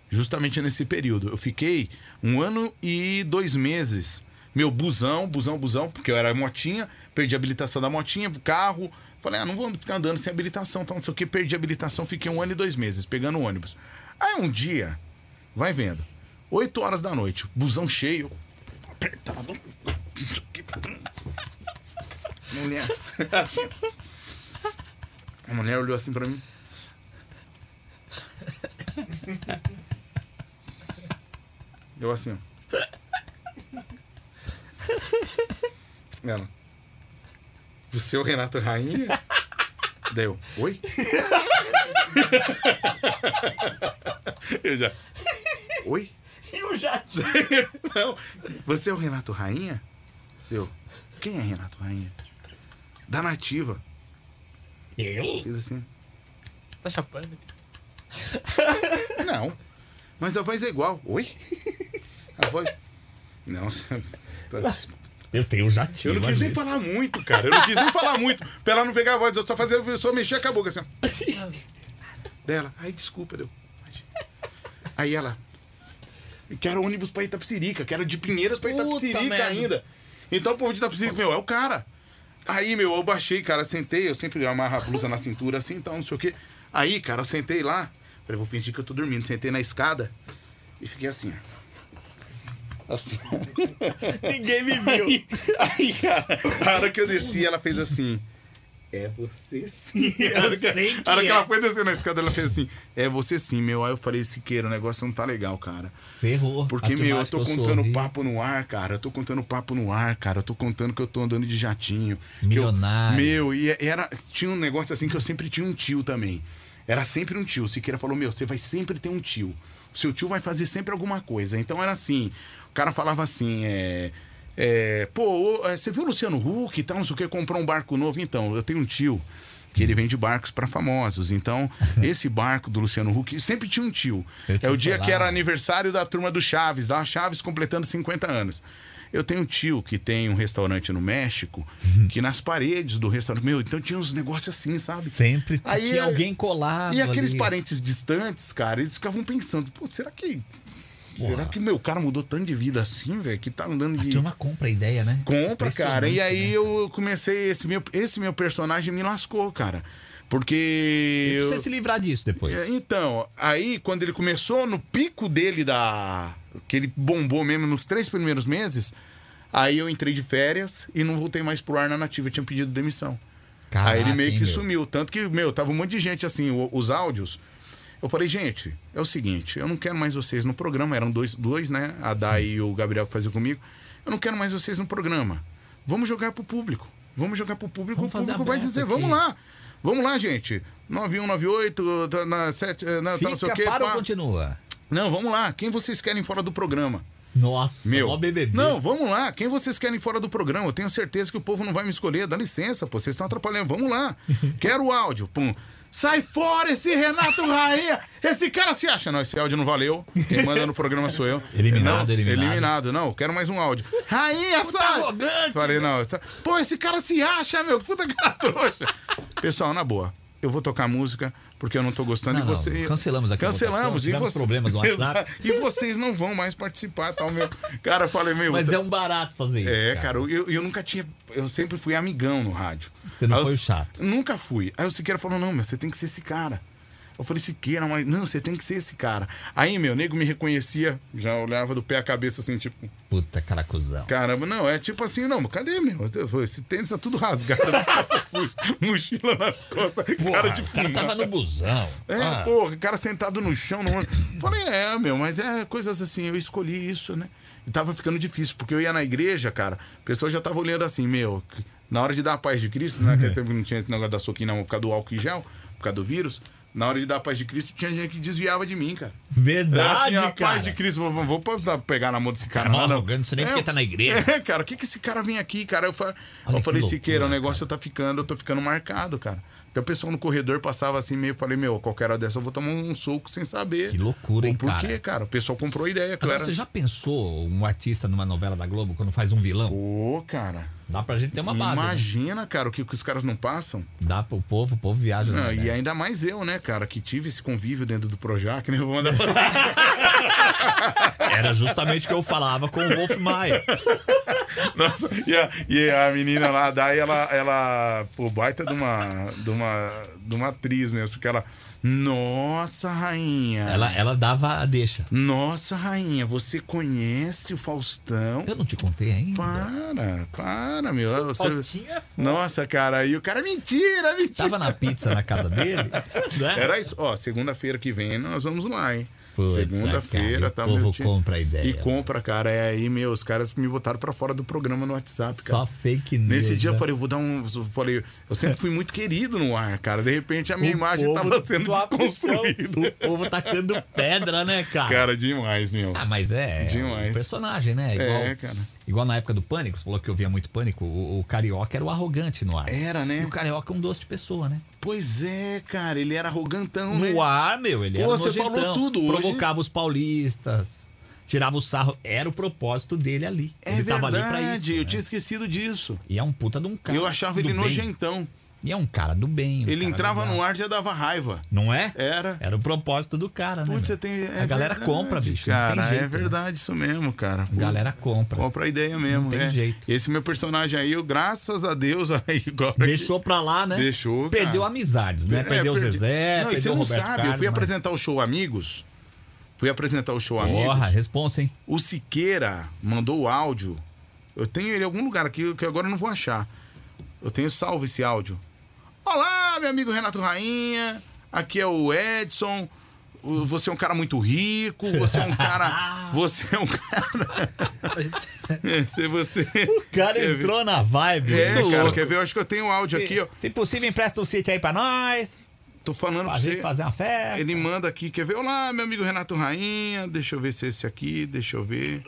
Speaker 3: justamente nesse período. Eu fiquei um ano e dois meses. Meu busão, busão, busão, porque eu era motinha, perdi a habilitação da motinha, carro. Falei, ah, não vou ficar andando sem habilitação, tal, não sei o que. Perdi a habilitação, fiquei um ano e dois meses pegando ônibus. Aí um dia, vai vendo, oito horas da noite, busão cheio, apertado. Mulher. assim. A mulher olhou assim pra mim. Eu assim, ó. Ela. Você é o Renato Rainha? Daí eu, oi? eu já. Oi? Eu já. Não. Você é o Renato Rainha? Eu. Quem é Renato Rainha? Da Nativa. Eu? Fiz assim.
Speaker 1: Tá chapando aqui.
Speaker 3: Não. Mas a voz é igual. Oi? A voz. Não, você tá-
Speaker 2: Eu tenho um jatinho.
Speaker 3: eu não quis nem falar muito, cara. Eu não quis nem falar muito. Pra ela não pegar a voz, eu só fazia, eu só mexia com a boca assim. ó. Dela, ai, desculpa, deu. Aí ela. "Eu Quero ônibus pra Itapsirica, quero de Pinheiras pra
Speaker 1: Puta
Speaker 3: Itapsirica
Speaker 1: merda.
Speaker 3: ainda. Então o povo de Itapsirica, meu, é o cara. Aí, meu, eu baixei, cara, sentei, eu sempre amarro a blusa na cintura assim, então, não sei o quê. Aí, cara, eu sentei lá, falei, vou fingir que eu tô dormindo. Sentei na escada e fiquei assim, ó. Assim.
Speaker 2: Ninguém me viu.
Speaker 3: Aí, cara, a hora que eu desci, ela fez assim. É você sim. A hora que,
Speaker 2: sei que
Speaker 3: a hora que
Speaker 2: é.
Speaker 3: ela foi descendo na escada, ela fez assim: É você sim, meu. Aí eu falei: Siqueira, o negócio não tá legal, cara.
Speaker 2: Ferrou.
Speaker 3: Porque,
Speaker 2: A
Speaker 3: meu, eu
Speaker 2: temática
Speaker 3: tô
Speaker 2: sou
Speaker 3: contando
Speaker 2: horrível.
Speaker 3: papo no ar, cara. Eu tô contando papo no ar, cara. Eu tô contando que eu tô andando de jatinho. que eu-
Speaker 2: Milionário.
Speaker 3: meu, e era, tinha um negócio assim que eu sempre tinha um tio também. Era sempre um tio. O Siqueira falou: Meu, você vai sempre ter um tio. O seu tio vai fazer sempre alguma coisa. Então era assim: o cara falava assim, é. é, Pô, ô, é, você viu o Luciano Huck e tal, não sei o que, comprou um barco novo? Então, eu tenho um tio que ele vende barcos pra famosos. Então, esse barco do Luciano Huck sempre tinha um tio.
Speaker 2: Eu tinha
Speaker 3: É o dia que
Speaker 2: falado.
Speaker 3: era aniversário da turma do Chaves, lá Chaves completando 50 anos. Eu tenho um tio que tem um restaurante no México,
Speaker 2: Uhum.
Speaker 3: que nas paredes do restaurante, meu, então tinha uns negócios assim, sabe?
Speaker 2: Sempre
Speaker 3: Aí
Speaker 2: tinha
Speaker 3: é-
Speaker 2: alguém colado.
Speaker 3: E aqueles
Speaker 2: ali.
Speaker 3: parentes distantes, cara, eles ficavam pensando, pô, será que será que meu cara mudou tanto de vida assim, velho, que tá andando de
Speaker 2: Turma compra a ideia, né?
Speaker 3: Compra, cara.
Speaker 2: Ah, Impressionante,
Speaker 3: E aí
Speaker 2: né?
Speaker 3: eu comecei esse meu esse meu personagem me lascou, cara. Porque
Speaker 2: Precisa
Speaker 3: eu-
Speaker 2: se livrar disso depois.
Speaker 3: é, Então, aí quando ele começou, no pico dele da. que ele bombou mesmo nos três primeiros meses, aí eu entrei de férias e não voltei mais pro ar na nativa, eu tinha pedido demissão.
Speaker 2: Caraca,
Speaker 3: aí ele meio
Speaker 2: hein,
Speaker 3: que
Speaker 2: meu?
Speaker 3: sumiu. Tanto que, meu, tava um monte de gente assim, o- os áudios. Eu falei, gente, é o seguinte, eu não quero mais vocês no programa. Eram dois, dois né? A Dai e o Gabriel que faziam comigo. Eu não quero mais vocês no programa. Vamos jogar pro público. Vamos jogar pro público,
Speaker 1: Vamos
Speaker 3: o
Speaker 1: fazer
Speaker 3: público vai
Speaker 1: aberto
Speaker 3: dizer,
Speaker 1: aqui.
Speaker 3: vamos lá. Vamos lá, gente. 9198, tá na 7, na, tá não sei o quê.
Speaker 2: Fica, para
Speaker 3: pá.
Speaker 2: ou continua?
Speaker 3: Não, vamos lá. Quem vocês querem fora do programa?
Speaker 2: Nossa,
Speaker 3: Meu.
Speaker 2: ó BBB.
Speaker 3: Não, vamos lá. Quem vocês querem fora do programa? Eu tenho certeza que o povo não vai me escolher. Dá licença, pô. Vocês estão atrapalhando. Vamos lá. Quero o áudio. Pum. Sai fora esse Renato Rainha! Esse cara se acha. Não, esse áudio não valeu. Quem manda no programa sou eu.
Speaker 2: Eliminado,
Speaker 3: não,
Speaker 2: eliminado.
Speaker 3: Não, quero mais um áudio. Rainha, sai!
Speaker 2: arrogante,
Speaker 3: Falei, não. essa- Pô, esse cara se acha, meu. Puta cara trouxa. Pessoal, na boa. Eu vou tocar música porque eu não tô gostando
Speaker 2: Não,
Speaker 3: e
Speaker 2: não,
Speaker 3: você.
Speaker 2: cancelamos aqui a votação,
Speaker 3: Cancelamos. e
Speaker 2: tivemos
Speaker 3: você...
Speaker 2: problemas no WhatsApp.
Speaker 3: Exato. E vocês não vão mais participar, tal, meu. Cara, eu falei, meu.
Speaker 2: Mas
Speaker 3: tá-
Speaker 2: é um barato fazer isso.
Speaker 3: é, cara, eu, eu nunca tinha. Eu sempre fui amigão no rádio.
Speaker 2: Você não
Speaker 3: Aí eu
Speaker 2: foi o
Speaker 3: se-
Speaker 2: chato.
Speaker 3: Nunca fui. Aí o Siqueira falou: não, meu, você tem que ser esse cara. Eu falei, Siqueira, mas não, você tem que ser esse cara. Aí, meu, nego me reconhecia, já olhava do pé à cabeça assim, tipo,
Speaker 2: Puta caracuzão.
Speaker 3: caramba, não, é tipo assim, não, cadê, meu? Esse tênis tá tudo rasgado, calça suja, mochila nas costas, cara de
Speaker 2: o cara
Speaker 3: fumo.
Speaker 2: tava no busão.
Speaker 3: É,
Speaker 2: Ah,
Speaker 3: porra, o cara sentado no chão. No... Falei, é, meu, mas é coisas assim, eu escolhi isso, né? E tava ficando difícil, porque eu ia na igreja, cara, o pessoal já tava olhando assim, meu, na hora de dar a paz de Cristo, naquele tempo que não tinha esse negócio da soquinha na mão por causa do álcool em gel, por causa do vírus, na hora de dar a paz de Cristo, tinha gente que desviava de mim, cara. Era
Speaker 2: Verdade,
Speaker 3: assim, a
Speaker 2: cara.
Speaker 3: paz de Cristo, vou, vou- vou dar- pegar na mão desse cara.
Speaker 2: Cara, mó
Speaker 3: lá, não.
Speaker 2: arrogante, isso nem porque tá na igreja.
Speaker 3: É, cara, o que, que esse cara vem aqui, cara? Eu, fa...
Speaker 2: Olha
Speaker 3: eu
Speaker 2: que
Speaker 3: falei,
Speaker 2: loucura,
Speaker 3: Siqueira, o negócio tá ficando, eu tô ficando marcado, cara. Até o pessoal no corredor passava assim, meio, eu falei, meu, qualquer hora dessa eu vou tomar um soco sem saber.
Speaker 2: Que loucura,
Speaker 3: Pô,
Speaker 2: hein,
Speaker 3: por
Speaker 2: cara?
Speaker 3: Por quê, cara? O pessoal comprou a ideia,
Speaker 2: Agora,
Speaker 3: claro.
Speaker 2: você já pensou um artista numa novela da Globo quando faz um vilão?
Speaker 3: Pô, cara.
Speaker 2: Dá pra gente ter uma base. né?
Speaker 3: Imagina, cara, o que, que os caras não passam.
Speaker 2: Dá pro povo, o povo viaja. né? na
Speaker 3: Não,
Speaker 2: novela.
Speaker 3: e ainda mais eu, né, cara, que tive esse convívio dentro do Projac, né? Eu vou mandar pra
Speaker 2: Era justamente o que eu falava com o Wolf Maia.
Speaker 3: Nossa, e a, e a menina lá, a Dai, ela, ela pô, baita de uma, de, uma, de uma atriz mesmo, porque ela, nossa rainha,
Speaker 2: Ela, ela dava a deixa.
Speaker 3: nossa rainha, você conhece o Faustão?
Speaker 2: Eu não te contei ainda.
Speaker 3: Para, para, meu. Você...
Speaker 1: Faustinho é foda.
Speaker 3: Nossa, cara, aí o cara, mentira, mentira.
Speaker 2: Tava na pizza na casa dele. Né?
Speaker 3: Era isso. Ó, segunda-feira que vem nós vamos lá, hein?
Speaker 2: Puta, cara,
Speaker 3: Segunda-feira,
Speaker 2: e
Speaker 3: tá
Speaker 2: o povo
Speaker 3: meu time.
Speaker 2: compra a ideia.
Speaker 3: E compra, cara. É aí, meu, os caras me botaram pra fora do programa no WhatsApp, cara.
Speaker 2: Só fake news.
Speaker 3: Nesse dia eu
Speaker 2: né?
Speaker 3: falei, eu vou dar um. eu Falei, eu sempre fui muito querido no ar, cara. De repente a minha imagem
Speaker 2: povo
Speaker 3: tava sendo
Speaker 1: do apostão.
Speaker 3: desconstruída.
Speaker 2: O povo tá tacando pedra, né, cara?
Speaker 3: Cara, demais, meu.
Speaker 2: Ah, mas é.
Speaker 3: Demais.
Speaker 2: um personagem, né? Igual,
Speaker 3: É, cara.
Speaker 2: Igual na época do Pânico, você falou que eu via muito Pânico, o, o Carioca era o arrogante no ar.
Speaker 3: Era,
Speaker 2: E
Speaker 3: né?
Speaker 2: o Carioca é um doce de pessoa, né?
Speaker 3: Pois é, cara, ele era arrogantão, né?
Speaker 2: No ar, meu, ele
Speaker 3: Pô,
Speaker 2: era um
Speaker 3: você
Speaker 2: nojentão,
Speaker 3: falou tudo hoje.
Speaker 2: Provocava os paulistas, tirava o sarro. Era o propósito dele ali.
Speaker 3: É
Speaker 2: ele
Speaker 3: verdade,
Speaker 2: tava ali pra isso.
Speaker 3: eu
Speaker 2: né?
Speaker 3: tinha esquecido disso.
Speaker 2: E é um puta de um cara.
Speaker 3: eu achava
Speaker 2: do
Speaker 3: ele
Speaker 2: bem.
Speaker 3: nojentão.
Speaker 2: E é um cara do bem. um
Speaker 3: Ele
Speaker 2: cara
Speaker 3: entrava
Speaker 2: legal.
Speaker 3: no ar e já dava raiva.
Speaker 2: Não é?
Speaker 3: Era.
Speaker 2: Era o propósito do cara, né?
Speaker 3: Putz, você
Speaker 2: meu?
Speaker 3: tem. é
Speaker 2: a galera
Speaker 3: verdade,
Speaker 2: compra, bicho. não
Speaker 3: Cara,
Speaker 2: tem jeito,
Speaker 3: é verdade isso mesmo, cara.
Speaker 2: Né? A galera compra.
Speaker 3: Compra a ideia mesmo,
Speaker 2: Não tem
Speaker 3: é.
Speaker 2: jeito.
Speaker 3: Esse meu personagem aí, eu, graças a Deus, aí agora. que-
Speaker 2: Deixou pra lá, né?
Speaker 3: Deixou, cara.
Speaker 2: Perdeu amizades, né?
Speaker 3: É,
Speaker 2: Perdeu o
Speaker 3: perdi.
Speaker 2: Zezé,
Speaker 3: Não, e você
Speaker 2: perdeu o
Speaker 3: não
Speaker 2: Roberto
Speaker 3: sabe, eu
Speaker 2: Carlos,
Speaker 3: fui
Speaker 2: mas-
Speaker 3: apresentar o show Amigos. Fui apresentar o show
Speaker 2: Porra,
Speaker 3: Amigos.
Speaker 2: responsa, hein?
Speaker 3: O Siqueira mandou o áudio. Eu tenho ele em algum lugar aqui que agora eu não vou achar. Eu tenho salvo esse áudio. Olá, meu amigo Renato Rainha. Aqui é o Edson. O- Você é um cara muito rico. Você é um cara. Você é um cara. Se você.
Speaker 2: O cara
Speaker 3: Quer ver?
Speaker 2: entrou na vibe.
Speaker 3: É,
Speaker 2: muito
Speaker 3: cara,
Speaker 2: louco.
Speaker 3: quer ver? Eu acho que eu tenho o áudio aqui, ó.
Speaker 2: Se, se possível, empresta um sítio aí pra nós.
Speaker 3: Tô falando
Speaker 2: Pra
Speaker 3: pra
Speaker 2: gente
Speaker 3: você.
Speaker 2: fazer uma festa.
Speaker 3: Ele manda aqui, quer ver? Olá, meu amigo Renato Rainha. Deixa eu ver se é esse aqui, deixa eu ver.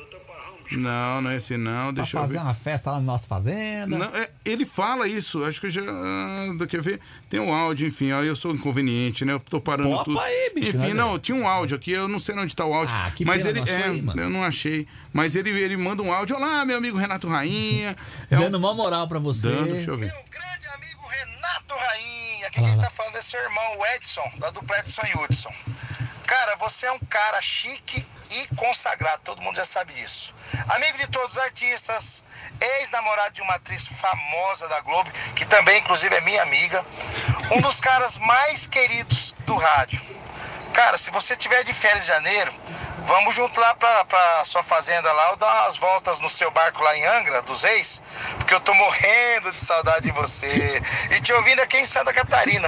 Speaker 3: Não, não é esse não,
Speaker 2: Pra
Speaker 3: deixa eu
Speaker 2: fazer
Speaker 3: ver.
Speaker 2: uma festa lá na nossa fazenda.
Speaker 3: Não, é, ele fala isso, acho que eu já. ah, Quer ver? Tem um áudio, enfim. Aí eu sou inconveniente, né? Eu tô parando
Speaker 2: Popa
Speaker 3: tudo.
Speaker 2: aí, bicho,
Speaker 3: enfim,
Speaker 2: nada.
Speaker 3: não, tinha um áudio aqui, eu não sei onde tá o áudio.
Speaker 2: Ah, que
Speaker 3: mas
Speaker 2: pena,
Speaker 3: ele. é,
Speaker 2: não achou aí, mano.
Speaker 3: eu não achei. Mas ele, ele manda um áudio. Olá, meu amigo Renato Rainha. É um-
Speaker 2: Dando um uma moral pra você.
Speaker 3: Dando, deixa eu ver.
Speaker 6: Meu um grande amigo Renato Rainha, aqui quem está falando é seu irmão o Edson, da dupla Edson e Hudson. Cara, você é um cara chique e consagrado, todo mundo já sabe disso. Amigo de todos os artistas, ex-namorado de uma atriz famosa da Globo, que também, inclusive, é minha amiga. Um dos caras mais queridos do rádio. Cara, se você tiver de férias em janeiro, vamos junto lá pra, pra sua fazenda lá ou dar umas voltas no seu barco lá em Angra, dos Reis, porque eu tô morrendo de saudade de você. E te ouvindo aqui em Santa Catarina.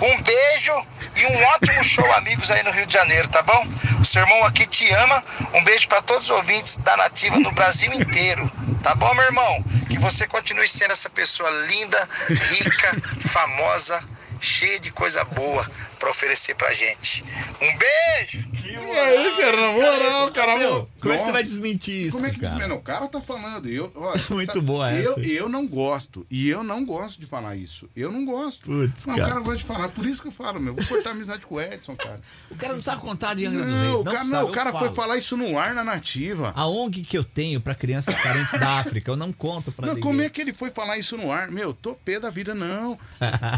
Speaker 6: Um beijo e um ótimo show, amigos, aí no Rio de Janeiro, tá bom? O seu irmão aqui te ama. Um beijo para todos os ouvintes da Nativa no Brasil inteiro. Tá bom, meu irmão? Que você continue sendo essa pessoa linda, rica, famosa, cheia de coisa boa para oferecer pra gente. Um beijo!
Speaker 2: É,
Speaker 3: E aí, cara, na moral, cara, meu,
Speaker 2: Como é que você vai
Speaker 3: nossa.
Speaker 2: desmentir isso?
Speaker 3: Como é que
Speaker 2: cara?
Speaker 3: desmena? O cara tá falando. Eu, ó, você
Speaker 2: Muito boa
Speaker 3: eu,
Speaker 2: essa.
Speaker 3: eu não gosto. E eu não gosto de falar isso. Eu não gosto.
Speaker 2: Putz,
Speaker 3: Mas
Speaker 2: cara.
Speaker 3: o cara gosta de falar. Por isso que eu falo, meu. Vou cortar a amizade com o Edson, cara.
Speaker 2: O cara não sabe contar de Angra dos
Speaker 3: Não,
Speaker 2: Reis.
Speaker 3: o
Speaker 2: Não,
Speaker 3: cara,
Speaker 2: sabe,
Speaker 3: não, o
Speaker 2: eu
Speaker 3: cara foi
Speaker 2: falo. Ah,
Speaker 3: falar isso no ar na nativa.
Speaker 2: A ONG que eu tenho pra crianças carentes da África, eu não conto pra
Speaker 3: Não,
Speaker 2: ninguém.
Speaker 3: como é que ele foi falar isso no ar? Meu, tô pé da vida, não.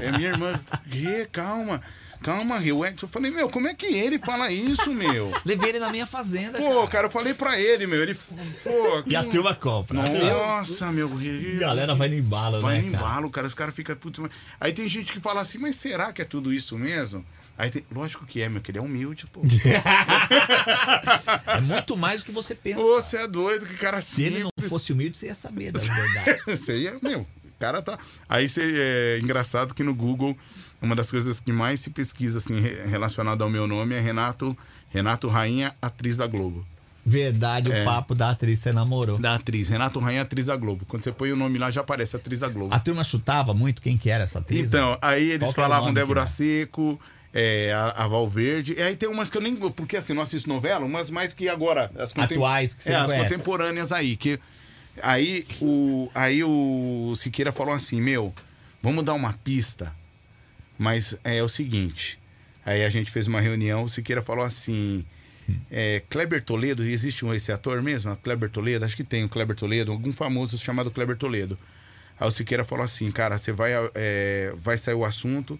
Speaker 3: É minha irmã. Rê, calma. Calma, Rê. O Edson. Eu falei, meu, como é que ele fala isso, meu?
Speaker 2: Levei ele na minha fazenda, cara.
Speaker 3: Pô, cara, eu falei pra ele, meu. Ele. Pô,
Speaker 2: E a
Speaker 3: que- um
Speaker 2: turma compra.
Speaker 3: Nossa, meu.
Speaker 2: A galera vai no embalo,
Speaker 3: Vai
Speaker 2: né,
Speaker 3: no
Speaker 2: cara?
Speaker 3: embalo, cara. Os caras ficam. Putz, mas... Aí tem gente que fala assim, mas será que é tudo isso mesmo? Aí tem... Lógico que é, meu, que ele é humilde, pô.
Speaker 2: É muito mais do que você pensa.
Speaker 3: Ô, você é doido, que cara
Speaker 2: Se ele não
Speaker 3: simples.
Speaker 2: fosse humilde, você ia saber da verdade.
Speaker 3: Isso aí é, meu, o cara tá. Aí você, é engraçado que no Google, uma das coisas que mais se pesquisa, assim, re- relacionada ao meu nome é Renato, Renato Rainha, atriz da Globo.
Speaker 2: Verdade,
Speaker 3: É.
Speaker 2: o papo da atriz você namorou.
Speaker 3: Da atriz, Renato Rainha, atriz da Globo. Quando você põe o nome lá, já aparece atriz da Globo.
Speaker 2: A turma chutava muito quem que era essa atriz? né?
Speaker 3: Então, aí eles
Speaker 2: Qual que era o
Speaker 3: falavam
Speaker 2: nome
Speaker 3: Débora
Speaker 2: que
Speaker 3: Seco, é, a, a Valverde. E aí tem umas que eu nem. Porque assim, não assisto novela, umas mais que agora. As contem-
Speaker 2: Atuais que você
Speaker 3: é,
Speaker 2: não
Speaker 3: as
Speaker 2: conhece.
Speaker 3: contemporâneas aí. Que, aí, o, aí o Siqueira falou assim: Meu, vamos dar uma pista. Mas é o seguinte. Aí a gente fez uma reunião, o Siqueira falou assim. É, Kleber Toledo, existe um esse ator mesmo? Kleber Toledo? Acho que tem o Kleber Toledo, algum famoso chamado Kleber Toledo. Aí o Siqueira falou assim, cara, você vai, é, vai sair o assunto,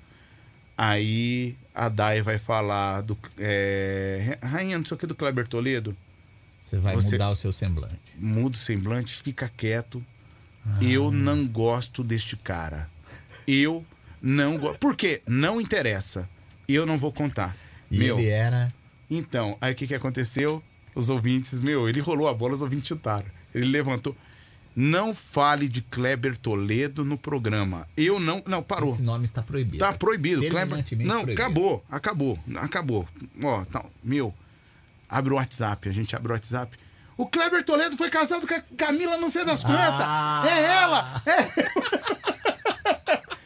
Speaker 3: aí a Dai vai falar do. é, Rainha, não sei o que do Kleber Toledo
Speaker 2: Você vai
Speaker 3: Você-
Speaker 2: mudar o seu semblante.
Speaker 3: muda o semblante, fica quieto.
Speaker 2: Ah.
Speaker 3: Eu não gosto deste cara. Eu não gosto. Por quê? Não interessa. Eu não vou contar.
Speaker 2: E
Speaker 3: meu,
Speaker 2: ele é- era.
Speaker 3: então, aí o que, que aconteceu? Os ouvintes, meu, ele rolou a bola, os ouvintes chutaram. Ele levantou. Não fale de Kleber Toledo no programa. Eu não. Não, parou.
Speaker 2: Esse nome está proibido.
Speaker 3: Tá proibido, Kleber.
Speaker 2: Terminantemente
Speaker 3: Não,
Speaker 2: proibido.
Speaker 3: acabou, acabou, acabou. Ó, tá, meu, abre o WhatsApp, a gente abre o WhatsApp. O Kleber Toledo foi casado com a Camila não sei das quantas.
Speaker 2: Ah.
Speaker 3: É ela! É ela.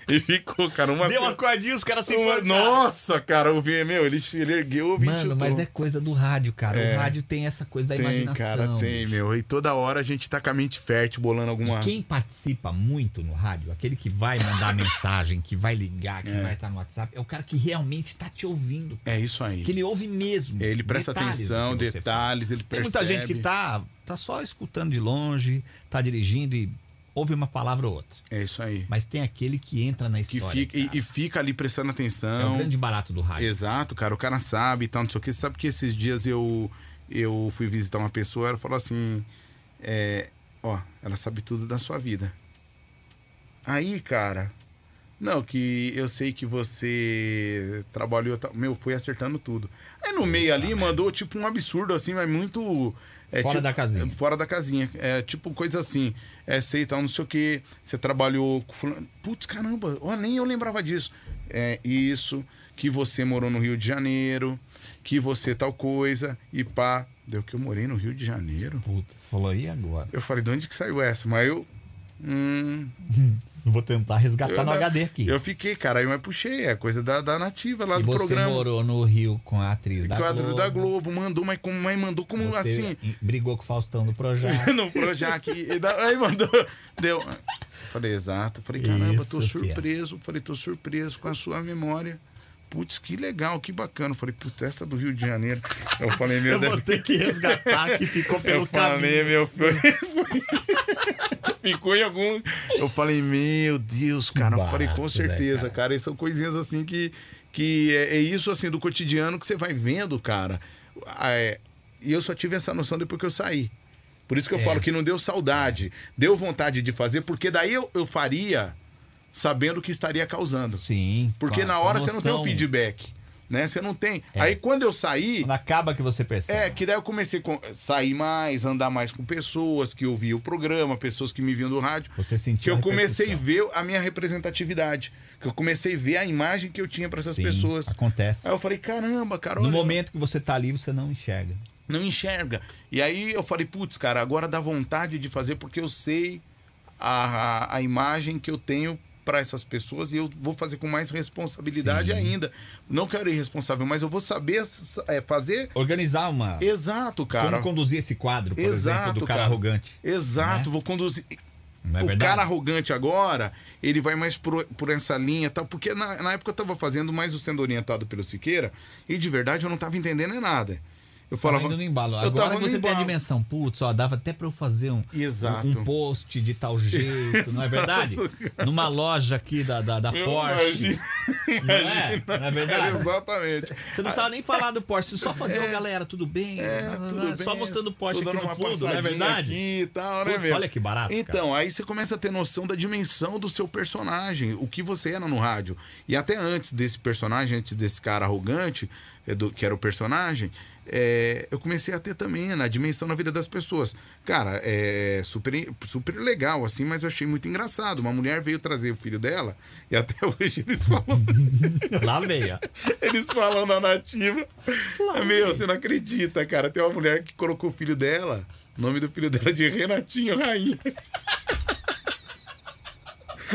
Speaker 3: e ficou, cara, uma...
Speaker 2: Deu uma cordinha, os caras se
Speaker 3: uma-
Speaker 2: enforcaram.
Speaker 3: Nossa, cara, o vi- meu, ele, ele ergueu o vídeo.
Speaker 2: Mano, mas é coisa do rádio, cara.
Speaker 3: É.
Speaker 2: O rádio tem essa coisa da
Speaker 3: Tem,
Speaker 2: imaginação.
Speaker 3: cara, tem, meu. E toda hora a gente tá com a mente fértil bolando alguma...
Speaker 2: Quem participa muito no rádio, aquele que vai mandar mensagem, que vai ligar, que vai estar no WhatsApp, é o cara que realmente tá te ouvindo.
Speaker 3: É isso aí.
Speaker 2: Que ele ouve mesmo.
Speaker 3: Ele presta
Speaker 2: Detalhes do
Speaker 3: atenção,
Speaker 2: que você fala.
Speaker 3: detalhes, ele
Speaker 2: Tem
Speaker 3: percebe.
Speaker 2: muita gente que tá, tá só escutando de longe, tá dirigindo e ouve uma palavra ou outra.
Speaker 3: É isso aí.
Speaker 2: Mas tem aquele que entra na
Speaker 3: Que
Speaker 2: história.
Speaker 3: fica, e,
Speaker 2: cara.
Speaker 3: e fica ali prestando atenção.
Speaker 2: É o grande barato do rádio.
Speaker 3: Exato, cara, o cara sabe e tal, não sei o que. Você sabe que esses dias eu, eu fui visitar uma pessoa, ela falou assim: é, Ó, ela sabe tudo da sua vida. Aí, cara, não, que eu sei que você trabalhou. e tal. Meu, foi acertando tudo. Aí no meio ali mandou tipo um absurdo assim, mas muito. é,
Speaker 2: Fora
Speaker 3: tipo-
Speaker 2: da casinha.
Speaker 3: Fora da casinha. É tipo coisa assim. É, sei tal, não sei o que. Você trabalhou com fulano. Putz, caramba, ó, nem eu lembrava disso. É isso, que você morou no Rio de Janeiro, que você tal coisa, e pá. Deu que eu morei no Rio de Janeiro.
Speaker 2: Puta, você falou aí agora.
Speaker 3: Eu falei, de onde que saiu essa? Mas eu. Hum,
Speaker 2: Eu Vou tentar resgatar
Speaker 3: Eu
Speaker 2: Tá no
Speaker 3: não-
Speaker 2: HD aqui.
Speaker 3: eu fiquei, cara, aí mas puxei, é coisa da, da nativa lá
Speaker 2: e
Speaker 3: do
Speaker 2: você
Speaker 3: programa.
Speaker 2: morou no Rio com a atriz da
Speaker 3: quadro
Speaker 2: Globo.
Speaker 3: da Globo, mandou, mas, como, mas mandou como
Speaker 2: Você
Speaker 3: assim?
Speaker 2: brigou com o Faustão do Projeto.
Speaker 3: no Projac. E da- aí mandou. Deu. Eu Falei, exato. Falei, caramba, tô
Speaker 2: Isso, fia.
Speaker 3: surpreso. Falei, tô surpreso com a sua memória. Putz, que legal, que bacana. Falei, putz, essa do Rio de Janeiro. Eu falei, meu
Speaker 2: Eu vou
Speaker 3: deve-
Speaker 2: ter que resgatar que ficou pelo
Speaker 3: eu falei,
Speaker 2: caminho.
Speaker 3: meu, foi, foi- ficou em algum. Eu falei, meu Deus, cara. eu falei, com
Speaker 2: Barato,
Speaker 3: certeza,
Speaker 2: né,
Speaker 3: cara. E são coisinhas assim que. que é, é isso assim do cotidiano que você vai vendo, cara. Ah, é, e eu só tive essa noção depois que eu saí. Por isso que eu
Speaker 2: É.
Speaker 3: falo que não deu saudade. Deu vontade de fazer, porque daí eu, eu faria sabendo o que estaria causando.
Speaker 2: Sim.
Speaker 3: Porque
Speaker 2: com a-
Speaker 3: na
Speaker 2: com a
Speaker 3: hora você não tem o
Speaker 2: noção. É.
Speaker 3: feedback. né? Você não tem. Aí quando eu saí,
Speaker 2: Quando acaba que você percebe.
Speaker 3: é, que daí eu comecei a con- sair mais, andar mais com pessoas que ouviam o programa, pessoas que me viam do rádio.
Speaker 2: Você sentiu
Speaker 3: Que eu
Speaker 2: a
Speaker 3: comecei a
Speaker 2: repercussão.
Speaker 3: ver a minha representatividade. Que eu comecei a ver a imagem que eu tinha pra essas
Speaker 2: Sim,
Speaker 3: pessoas.
Speaker 2: Acontece.
Speaker 3: Aí eu falei, caramba, cara,
Speaker 2: No
Speaker 3: olha,
Speaker 2: momento que você tá ali, você não enxerga.
Speaker 3: não enxerga. E aí eu falei, putz, cara, agora dá vontade de fazer porque eu sei a, a, a imagem que eu tenho para essas pessoas e eu vou fazer com mais responsabilidade ainda. Não quero ir responsável, mas eu vou saber s- é, fazer.
Speaker 2: Organizar uma.
Speaker 3: Exato, cara.
Speaker 2: Como conduzir esse quadro, por
Speaker 3: Exato,
Speaker 2: exemplo, do cara,
Speaker 3: cara.
Speaker 2: arrogante.
Speaker 3: Exato, vou conduzir.
Speaker 2: Né? Não é
Speaker 3: o
Speaker 2: verdade?
Speaker 3: cara arrogante agora, ele vai mais por, por essa linha e tal. Porque na, na época eu tava fazendo mais o sendo orientado pelo Siqueira e de verdade eu não tava entendendo nada. Eu
Speaker 2: Tava
Speaker 3: falava.
Speaker 2: indo no embalo.
Speaker 3: eu
Speaker 2: Agora
Speaker 3: tava
Speaker 2: que
Speaker 3: no
Speaker 2: você tem a
Speaker 3: embalo.
Speaker 2: dimensão, putz, ó, dava até pra eu fazer um,
Speaker 3: Exato.
Speaker 2: um post de tal jeito, não é verdade? Numa loja aqui da, da, da
Speaker 3: Eu
Speaker 2: Porsche.
Speaker 3: imagino.
Speaker 2: Não é? Não é verdade?
Speaker 3: Exatamente.
Speaker 2: Você não precisava nem falar do Porsche, só fazer, ô galera, tudo bem? Lá, lá, lá,
Speaker 3: É. tudo
Speaker 2: é só
Speaker 3: bem,
Speaker 2: mostrando o Porsche
Speaker 3: tô
Speaker 2: aqui
Speaker 3: dando
Speaker 2: no
Speaker 3: uma
Speaker 2: fundo, não é
Speaker 3: passadinha
Speaker 2: verdade?
Speaker 3: aqui e tal, né,
Speaker 2: Puta,
Speaker 3: meu?
Speaker 2: olha que barato,
Speaker 3: Então, aí você começa a ter noção da dimensão do seu personagem, o que você era no rádio. E até antes desse personagem, antes desse cara arrogante, é, do- que era o personagem, é, eu comecei a ter também na dimensão na vida das pessoas. Cara, é super, super legal, assim, mas eu achei muito engraçado. Uma mulher veio trazer o filho dela, e até hoje eles falam Então.
Speaker 2: Lá veio. ó.
Speaker 3: eles falam na nativa. Meu, você não acredita, cara. Tem uma mulher que colocou o filho dela, o nome do filho dela é de Renatinho Rainha.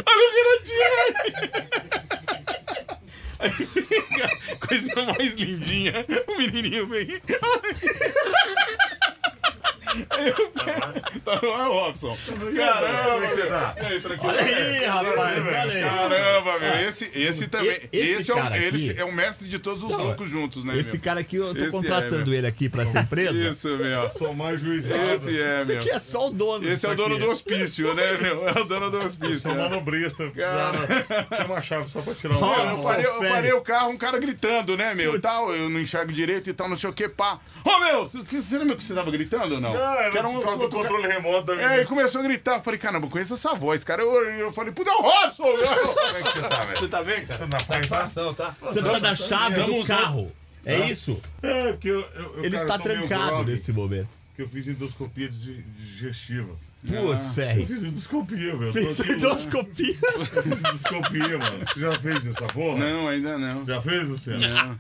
Speaker 3: Olha o Renatinho Rainha. Aí fica a Coisa mais lindinha. O menininho vem. Aí o cara- Tá no ar, Robson. Caramba, como você tá? E aí, tranquilo?
Speaker 2: Ih, rapaz, olha aí.
Speaker 3: Caramba, meu, esse, esse também.
Speaker 2: esse
Speaker 3: Esse, é, o,
Speaker 2: cara
Speaker 3: ele
Speaker 2: aqui-
Speaker 3: é o mestre de todos os loucos juntos, né,
Speaker 2: Esse
Speaker 3: meu?
Speaker 2: cara aqui, eu tô
Speaker 3: Esse é,
Speaker 2: contratando
Speaker 3: meu.
Speaker 2: ele aqui pra essa empresa.
Speaker 3: Isso, meu.
Speaker 7: Sou mais juizado.
Speaker 3: Esse é,
Speaker 2: Esse
Speaker 3: meu.
Speaker 2: aqui é só o dono.
Speaker 3: Esse é o
Speaker 2: disso
Speaker 3: dono
Speaker 2: aqui.
Speaker 3: do hospício, né, meu? É o dono do hospício.
Speaker 7: Sou
Speaker 3: né?
Speaker 7: manobrista.
Speaker 3: Cara.
Speaker 7: precisava- Tem uma chave só pra tirar um.
Speaker 3: Mano, eu, parei, eu
Speaker 2: Sério?
Speaker 3: parei o carro, um cara gritando, né, meu? Tal, eu não enxergo direito e tal, não sei o que, pá. Ô, meu, você lembra que você tava gritando ou não?
Speaker 7: Ah,
Speaker 3: Que
Speaker 7: era um por causa do controle remoto da minha.
Speaker 3: É, e começou a gritar. Eu falei, caramba, conheço essa voz, cara. Eu, eu falei, puta, é o Robson! meu.
Speaker 7: Como é que você tá, velho?
Speaker 3: Você tá bem, cara?
Speaker 7: Na paz, tá?
Speaker 2: Você precisa da chave do
Speaker 3: Estamos-
Speaker 2: carro. É isso?
Speaker 7: É, porque eu, eu, eu,
Speaker 2: Ele
Speaker 7: cara,
Speaker 2: está
Speaker 7: eu tô meio
Speaker 2: trancado
Speaker 7: grogue,
Speaker 2: nesse momento.
Speaker 7: Que eu fiz endoscopia digi- digestiva. Ah,
Speaker 2: Putz,
Speaker 7: Eu
Speaker 2: Ferri.
Speaker 7: fiz endoscopia, velho. Tô
Speaker 2: Fez
Speaker 7: aqui,
Speaker 3: um
Speaker 2: endoscopia.
Speaker 7: Eu fiz endoscopia, mano. Você já fez essa porra?
Speaker 3: Não, ainda não.
Speaker 7: Já fez, Luciano?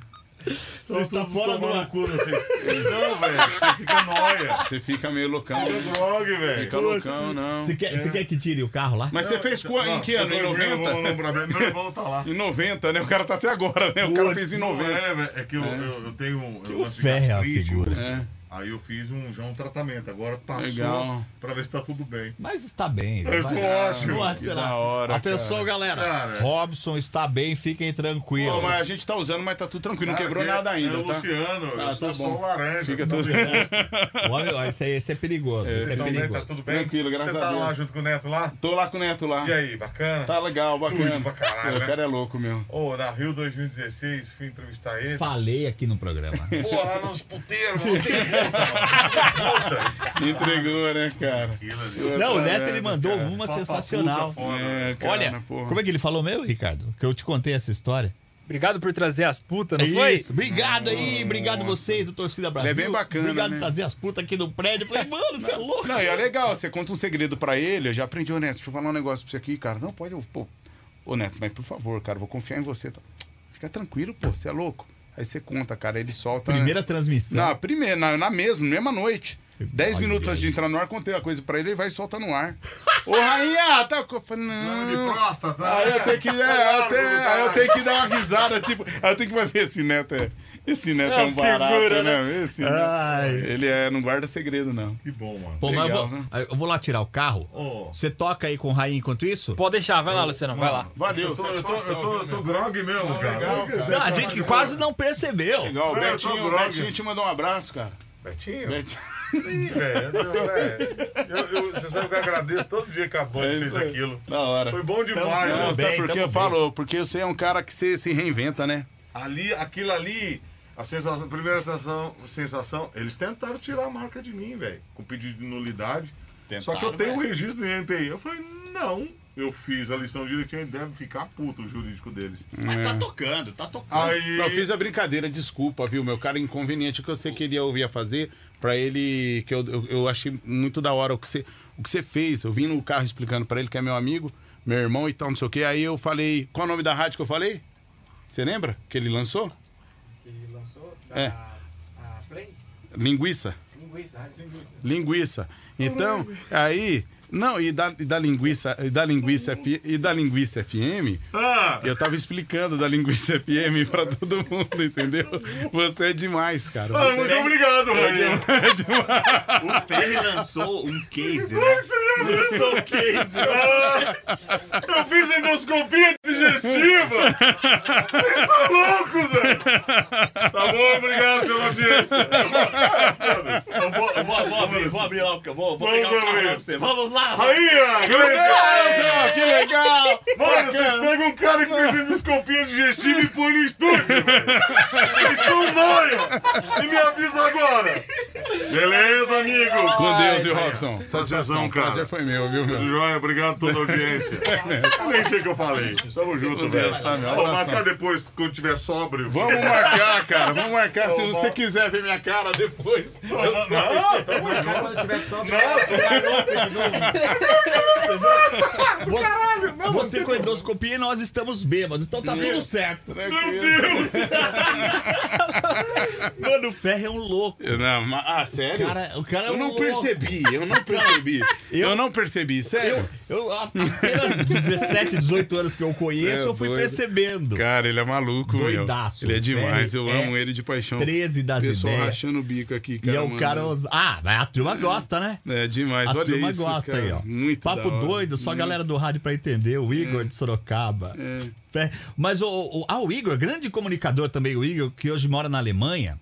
Speaker 2: Você está Tá fora do ar.
Speaker 7: cu, assim. Não, velho. Você fica nóia.
Speaker 3: Você fica meio loucão,
Speaker 7: Fica
Speaker 3: né?
Speaker 7: drogue, velho.
Speaker 3: Fica loucão, não.
Speaker 2: Você quer, você quer que tire o carro lá?
Speaker 3: Mas você fez qual, em que ano? Em
Speaker 7: Eu vou
Speaker 3: 90?
Speaker 7: lembrar bem. Meu irmão tá lá.
Speaker 3: Em 90, né? O cara tá até agora, né? O cara fez em
Speaker 7: Não,
Speaker 3: 90.
Speaker 7: É, velho, é que eu, eu, eu tenho um. eu nasci
Speaker 2: ferro é a
Speaker 7: gastrite,
Speaker 2: figura.
Speaker 7: assim.
Speaker 3: É.
Speaker 7: Aí eu fiz um, já um tratamento. Agora passou
Speaker 3: Legal.
Speaker 7: pra ver se tá tudo bem.
Speaker 2: Mas está bem. ele
Speaker 7: Eu
Speaker 2: vai-
Speaker 7: tô ótimo.
Speaker 2: Pode ser
Speaker 3: Que
Speaker 2: lá.
Speaker 3: da hora,
Speaker 2: Atenção, galera.
Speaker 7: Cara.
Speaker 2: Robson está bem, fiquem
Speaker 3: Pô,
Speaker 2: tranquilos.
Speaker 3: mas a gente tá usando, mas tá tudo tranquilo. Não
Speaker 7: Cara,
Speaker 3: quebrou
Speaker 7: aqui é-
Speaker 3: nada ainda,
Speaker 7: é o
Speaker 3: tá?
Speaker 7: Luciano,
Speaker 3: Ah,
Speaker 7: eu
Speaker 3: tá
Speaker 7: sou só
Speaker 3: bom.
Speaker 7: um laranja.
Speaker 3: Fica
Speaker 7: tá
Speaker 3: tudo-
Speaker 7: bem.
Speaker 2: Olha, olha, esse, aí- esse é perigoso. Esse é
Speaker 7: Vocês tão bem?
Speaker 2: perigoso.
Speaker 7: Tá tudo bem?
Speaker 3: Tranquilo, graças
Speaker 7: Você tá
Speaker 3: a Deus.
Speaker 7: lá junto com o Neto lá?
Speaker 3: Tô lá com o Neto lá.
Speaker 7: E aí, bacana?
Speaker 3: Tá legal, bacana.
Speaker 7: Tudo pra caralho,
Speaker 3: Pô,
Speaker 7: né?
Speaker 3: O cara é louco, meu.
Speaker 7: Ô, na Rio 2016, fui entrevistar ele.
Speaker 2: Falei aqui no programa.
Speaker 7: Pô, lá nos puteiros, mano. Puta,
Speaker 3: Me entregou, né, cara?
Speaker 7: aquilo ali.
Speaker 2: Não, o
Speaker 3: tá
Speaker 2: Neto
Speaker 3: vendo,
Speaker 2: ele mandou
Speaker 7: cara.
Speaker 2: uma
Speaker 7: Papa
Speaker 2: sensacional.
Speaker 7: puta, foda,
Speaker 3: É,
Speaker 7: velho.
Speaker 3: cara,
Speaker 2: Olha,
Speaker 3: porra.
Speaker 2: como é que ele falou mesmo, Ricardo? Que eu te contei essa história. É
Speaker 1: Obrigado por trazer as putas,
Speaker 3: É
Speaker 1: não foi?
Speaker 2: Isso. Obrigado aí, obrigado vocês, o Torcida Brasil.
Speaker 3: Hum. bem bacana,
Speaker 2: Obrigado por
Speaker 3: né?
Speaker 2: trazer as putas aqui no prédio. Eu falei, mano, você é louco.
Speaker 3: Não, e é legal, você conta um segredo pra ele, eu já aprendi, ô Neto, deixa eu falar um negócio pra você aqui, cara. Não, pode, eu- pô. Ô Neto, mas por favor, cara, eu vou confiar em você. tá? Fica tranquilo, pô, você é louco. Aí você conta, cara, ele solta. né?
Speaker 2: Primeira transmissão.
Speaker 3: Na primeira, na, na mesma, mesma noite. Dez
Speaker 2: Olha
Speaker 3: minutos
Speaker 2: aí.
Speaker 3: antes de entrar no ar, contei a coisa pra ele, ele vai e solta no ar. Ô, rainha, tá. Eu falei,
Speaker 7: Não, tá? de
Speaker 3: não.
Speaker 7: próstata.
Speaker 3: Aí eu tenho que. é,
Speaker 7: Largo
Speaker 3: eu tenho-
Speaker 7: do
Speaker 3: aí eu
Speaker 7: caralho.
Speaker 3: tenho que dar uma risada, tipo. Aí eu tenho que fazer esse neto. É, esse neto é, um barato, né? Esse neto, Ele é, não guarda segredo, não.
Speaker 7: Que bom, mano.
Speaker 2: Pô, mas eu
Speaker 3: Legal,
Speaker 2: vou,
Speaker 3: né?
Speaker 2: eu vou lá tirar o carro.
Speaker 7: Ô,
Speaker 2: Você toca aí com o Raí enquanto isso?
Speaker 1: Pode deixar, vai lá, Luciano, vai lá.
Speaker 3: Valeu,
Speaker 7: eu tô, eu tô, eu tô, eu tô grog mesmo, cara.
Speaker 3: legal, cara.
Speaker 2: Não, a gente que quase não percebeu.
Speaker 3: Legal, o
Speaker 7: Eu tô
Speaker 3: Betinho, o
Speaker 7: grogue.
Speaker 3: Betinho te mandou um abraço, cara.
Speaker 7: Betinho?
Speaker 2: Né?
Speaker 3: Betinho.
Speaker 7: Ih, velho, eu-
Speaker 2: Então,
Speaker 7: velho, eu- eu- Você sabe que eu agradeço todo dia que a Band
Speaker 3: É
Speaker 7: fez
Speaker 3: isso aí.
Speaker 7: aquilo.
Speaker 3: Da hora.
Speaker 7: Foi bom demais. né?
Speaker 2: Tamo
Speaker 3: Não,
Speaker 7: mano.
Speaker 2: bem,
Speaker 3: sabe por que
Speaker 2: tamo
Speaker 3: eu
Speaker 2: bem.
Speaker 3: falo? Porque você é um cara que você se reinventa, né?
Speaker 7: Ali, aquilo ali, a, sensação, a primeira sensação, sensação, eles tentaram tirar a marca de mim, velho, com pedido de nulidade.
Speaker 3: Tentaram,
Speaker 7: Só que eu tenho
Speaker 3: velho.
Speaker 7: um registro do MPI. Eu falei, não, eu fiz a lição direitinho e deve ficar puto o jurídico deles.
Speaker 2: Mas tá tocando, tá tocando.
Speaker 7: Aí.
Speaker 3: Eu fiz a brincadeira, desculpa, viu? Meu cara inconveniente que você queria ouvir a fazer pra ele. Que eu, eu, eu achei muito da hora o que você, o que você fez. Eu vim no carro explicando pra ele que é meu amigo, meu irmão e tal, não sei o quê. Aí eu falei. Qual o nome da rádio que eu falei? Você lembra? Que ele lançou?
Speaker 5: que lançou da
Speaker 3: É.
Speaker 5: a Play?
Speaker 3: Linguiça.
Speaker 5: Linguiça, rádio linguiça.
Speaker 3: Linguiça. Então, aí. Não, e da, e da linguiça, e da linguiça, F- e da linguiça FM,
Speaker 7: Ah,
Speaker 3: eu tava explicando da linguiça FM pra todo mundo, entendeu? Você é demais, cara.
Speaker 7: ah,
Speaker 3: Você
Speaker 7: muito obrigado, Rogério.
Speaker 2: O Ferri lançou um case,
Speaker 7: Como
Speaker 2: né?
Speaker 7: que você me abriu?
Speaker 2: Lançou um case.
Speaker 3: né?
Speaker 7: Ah, Eu fiz endoscopia digestiva! Vocês são loucos, velho! Tá bom, obrigado pela audiência!
Speaker 2: Eu vou, eu vou, eu vou abrir, vou abrir lá, porque eu vou, vou
Speaker 7: Vamos
Speaker 2: pegar o carro lá
Speaker 7: abrir.
Speaker 2: pra você. Vamos lá!
Speaker 7: Aí, ó, grande!
Speaker 3: Olha só, que legal!
Speaker 7: Mano, vocês pegam um cara que fez endoscopia digestiva e põe no estúdio, velho! Vocês são um noia! E me avisa agora! Beleza, amigos?
Speaker 3: Com Deus, viu, Robson? Satisfação,
Speaker 7: Satisfação, cara.
Speaker 3: Prazer foi meu, viu, meu?
Speaker 7: Tudo jóia, obrigado a toda a audiência. Eu Nem sei o que eu falei. Tamo junto, velho. Vou marcar depois, quando tiver sóbrio.
Speaker 3: tá, Vamos marcar, cara. Vamos marcar. Se
Speaker 7: Vamos.
Speaker 3: você quiser ver minha cara depois.
Speaker 7: Não, não, tamo junto.
Speaker 8: Quando eu tiver só
Speaker 2: é Você, você com endoscopia e nós estamos bêbados, então tá
Speaker 3: É.
Speaker 2: tudo certo.
Speaker 7: Meu Deus!
Speaker 2: Mano, o Ferri é um louco.
Speaker 3: Não, mas- ah, sério?
Speaker 2: Cara, o cara é um
Speaker 3: eu não
Speaker 2: louco.
Speaker 3: percebi, eu não percebi. eu, não percebi, sério.
Speaker 2: Eu, eu apenas 17, 18 anos que eu conheço,
Speaker 3: Cê é
Speaker 2: eu fui
Speaker 3: doido.
Speaker 2: percebendo.
Speaker 3: Cara, ele é maluco, meu.
Speaker 2: Doidaço,
Speaker 3: Ele é demais,
Speaker 2: velho,
Speaker 3: eu
Speaker 2: é
Speaker 3: amo ele de paixão.
Speaker 2: 13 das
Speaker 3: um Pessoal
Speaker 2: ideias.
Speaker 3: rachando o bico aqui,
Speaker 2: E
Speaker 3: cara.
Speaker 2: é o
Speaker 3: mano.
Speaker 2: cara. os- Ah, mas a turma gosta, né?
Speaker 3: É demais,
Speaker 2: A
Speaker 3: olha
Speaker 2: turma
Speaker 3: isso,
Speaker 2: gosta
Speaker 3: cara.
Speaker 2: aí, ó.
Speaker 3: Muito
Speaker 2: Papo
Speaker 3: da hora.
Speaker 2: doido, só a
Speaker 3: Muito. É.
Speaker 2: galera do rádio pra entender. O Igor de Sorocaba. Fe- Mas o, o, ah, o Igor, grande comunicador também, o Igor, que hoje mora na Alemanha,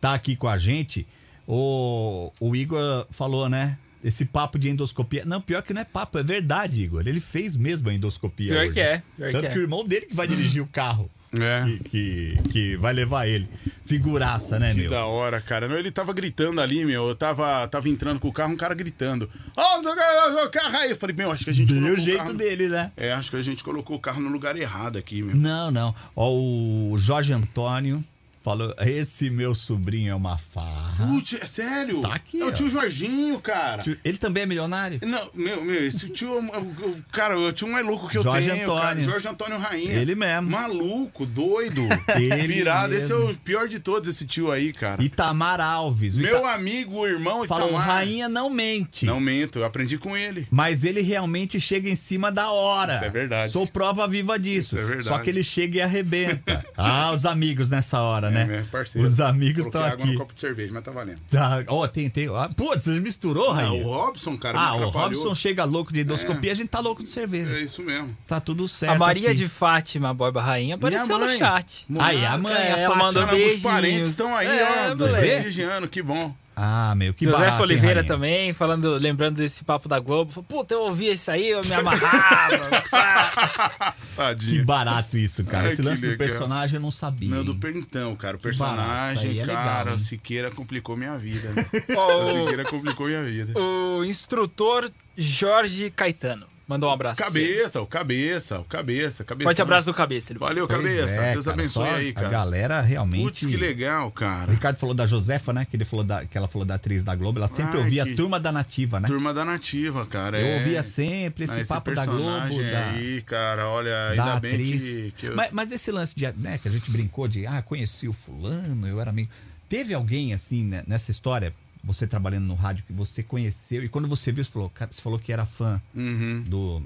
Speaker 2: tá aqui com a gente. O, o Igor falou, né? Esse papo de endoscopia. Não, pior que não é papo, é verdade, Igor. Ele fez mesmo a endoscopia.
Speaker 1: Pior
Speaker 2: hoje.
Speaker 1: que é, pior
Speaker 2: Tanto
Speaker 1: que
Speaker 2: que,
Speaker 1: é.
Speaker 2: o irmão dele que vai dirigir o carro.
Speaker 3: É.
Speaker 2: Que, que, que vai levar ele. Figuraça, né,
Speaker 3: Que
Speaker 2: meu?
Speaker 3: da hora, cara. Não, ele tava gritando ali, meu. Eu tava, tava entrando com o carro, um cara gritando. Ó, o carro aí. Eu falei, meu, acho que a gente
Speaker 2: Deu
Speaker 3: colocou
Speaker 2: o jeito
Speaker 3: carro...
Speaker 2: dele, né?
Speaker 3: É, acho que a gente colocou o carro no lugar errado aqui, meu.
Speaker 2: Não, não. Ó, o Jorge Antônio falou: esse meu sobrinho é uma farra.
Speaker 3: Putz, é sério?
Speaker 2: Tá aqui,
Speaker 3: É
Speaker 2: ó.
Speaker 3: o tio Jorginho, cara.
Speaker 2: Tio- Ele também é milionário?
Speaker 3: Não, meu, meu, esse tio. é um- é um- Cara, o tio mais louco que eu
Speaker 2: Jorge
Speaker 3: tenho. cara.
Speaker 2: Antônio.
Speaker 3: Jorge Antônio Rainha.
Speaker 2: Ele mesmo.
Speaker 3: Maluco, doido.
Speaker 2: Ele
Speaker 3: Pirado. Esse é
Speaker 2: mesmo.
Speaker 3: o pior de todos, esse tio aí, cara.
Speaker 2: Itamar Alves. O
Speaker 3: Meu
Speaker 2: Ita-
Speaker 3: amigo, irmão
Speaker 2: falou:
Speaker 3: Itamar.
Speaker 2: tá- rainha não mente.
Speaker 3: Não mento, eu aprendi com ele.
Speaker 2: Mas ele realmente chega em cima da hora.
Speaker 3: Isso é verdade.
Speaker 2: Sou prova viva disso.
Speaker 3: Isso é verdade.
Speaker 2: Só que ele chega e arrebenta. ah, os amigos nessa hora, né?
Speaker 3: meu É parceiro.
Speaker 2: Os amigos
Speaker 3: Coloquei
Speaker 2: estão
Speaker 3: água no
Speaker 2: aqui.
Speaker 3: copo de cerveja, mas tá valendo.
Speaker 2: Tá, Ó, tem, tem. Ah, putz, você misturou,
Speaker 3: Ah,
Speaker 2: Rainha?
Speaker 3: o Robson, cara,
Speaker 2: Ah,
Speaker 3: me
Speaker 2: o
Speaker 3: atrapalhou.
Speaker 2: Robson chega louco de endoscopia, a gente tá louco de cerveja.
Speaker 3: É isso mesmo.
Speaker 2: Tá tudo certo.
Speaker 1: A Maria
Speaker 2: aqui.
Speaker 1: de Fátima, Borba Rainha, apareceu
Speaker 3: É, Minha
Speaker 1: no
Speaker 3: mãe.
Speaker 1: chat.
Speaker 2: Aí, a mãe,
Speaker 1: É,
Speaker 2: a
Speaker 1: ela
Speaker 2: Fátima.
Speaker 1: mandou
Speaker 3: Cara, os
Speaker 1: beijinhos.
Speaker 3: parentes estão aí,
Speaker 1: É,
Speaker 3: ó,
Speaker 1: moleque.
Speaker 3: prestigiando, que bom.
Speaker 2: Ah, meu, que
Speaker 1: José
Speaker 2: barato, hein,
Speaker 1: Oliveira
Speaker 2: Rainha?
Speaker 1: também, falando, lembrando desse papo da Globo. Falou, Puta, eu ouvia isso aí, eu me amarrava. Ah, pá.
Speaker 3: Tadinho.
Speaker 2: Que barato isso, cara.
Speaker 3: Ai,
Speaker 2: Esse
Speaker 3: que
Speaker 2: lance do
Speaker 3: legal.
Speaker 2: personagem eu não sabia.
Speaker 3: Não,
Speaker 2: hein?
Speaker 3: do Perntão, cara. O
Speaker 2: barato, isso aí
Speaker 3: personagem,
Speaker 2: é legal,
Speaker 3: cara,
Speaker 2: hein?
Speaker 3: Siqueira complicou minha vida. né?
Speaker 1: Ó,
Speaker 3: Siqueira complicou minha vida.
Speaker 1: o, o instrutor Jorge Caetano mandou um abraço. pra você.
Speaker 3: Cabeça, o cabeça, o cabeça, cabeça. né?
Speaker 1: Forte abraço do cabeça. Ele
Speaker 3: Valeu,
Speaker 2: Pois
Speaker 3: cabeça.
Speaker 2: é,
Speaker 3: Deus
Speaker 2: cara,
Speaker 3: abençoe
Speaker 2: só
Speaker 3: aí,
Speaker 2: A
Speaker 3: cara.
Speaker 2: galera realmente.
Speaker 3: Putz, que legal,
Speaker 2: O
Speaker 3: cara.
Speaker 2: Ricardo falou da Josefa, né? Que, ele falou da, que ela falou da atriz da Globo. Ela sempre
Speaker 3: Ai,
Speaker 2: ouvia
Speaker 3: que-
Speaker 2: a turma da Nativa, né?
Speaker 3: Turma da Nativa, cara.
Speaker 2: Eu
Speaker 3: é.
Speaker 2: ouvia sempre esse
Speaker 3: Ah,
Speaker 2: papo da Globo,
Speaker 3: personagem
Speaker 2: da,
Speaker 3: aí, cara, olha, ainda
Speaker 2: da
Speaker 3: bem
Speaker 2: atriz.
Speaker 3: que, que eu-
Speaker 2: mas, mas esse lance de, né, que a gente brincou de, ah, conheci o fulano, eu era amigo. Teve alguém assim né, nessa história, você trabalhando no rádio, que você conheceu e quando você viu, você falou, cara, você falou que era fã
Speaker 3: Uhum.
Speaker 2: do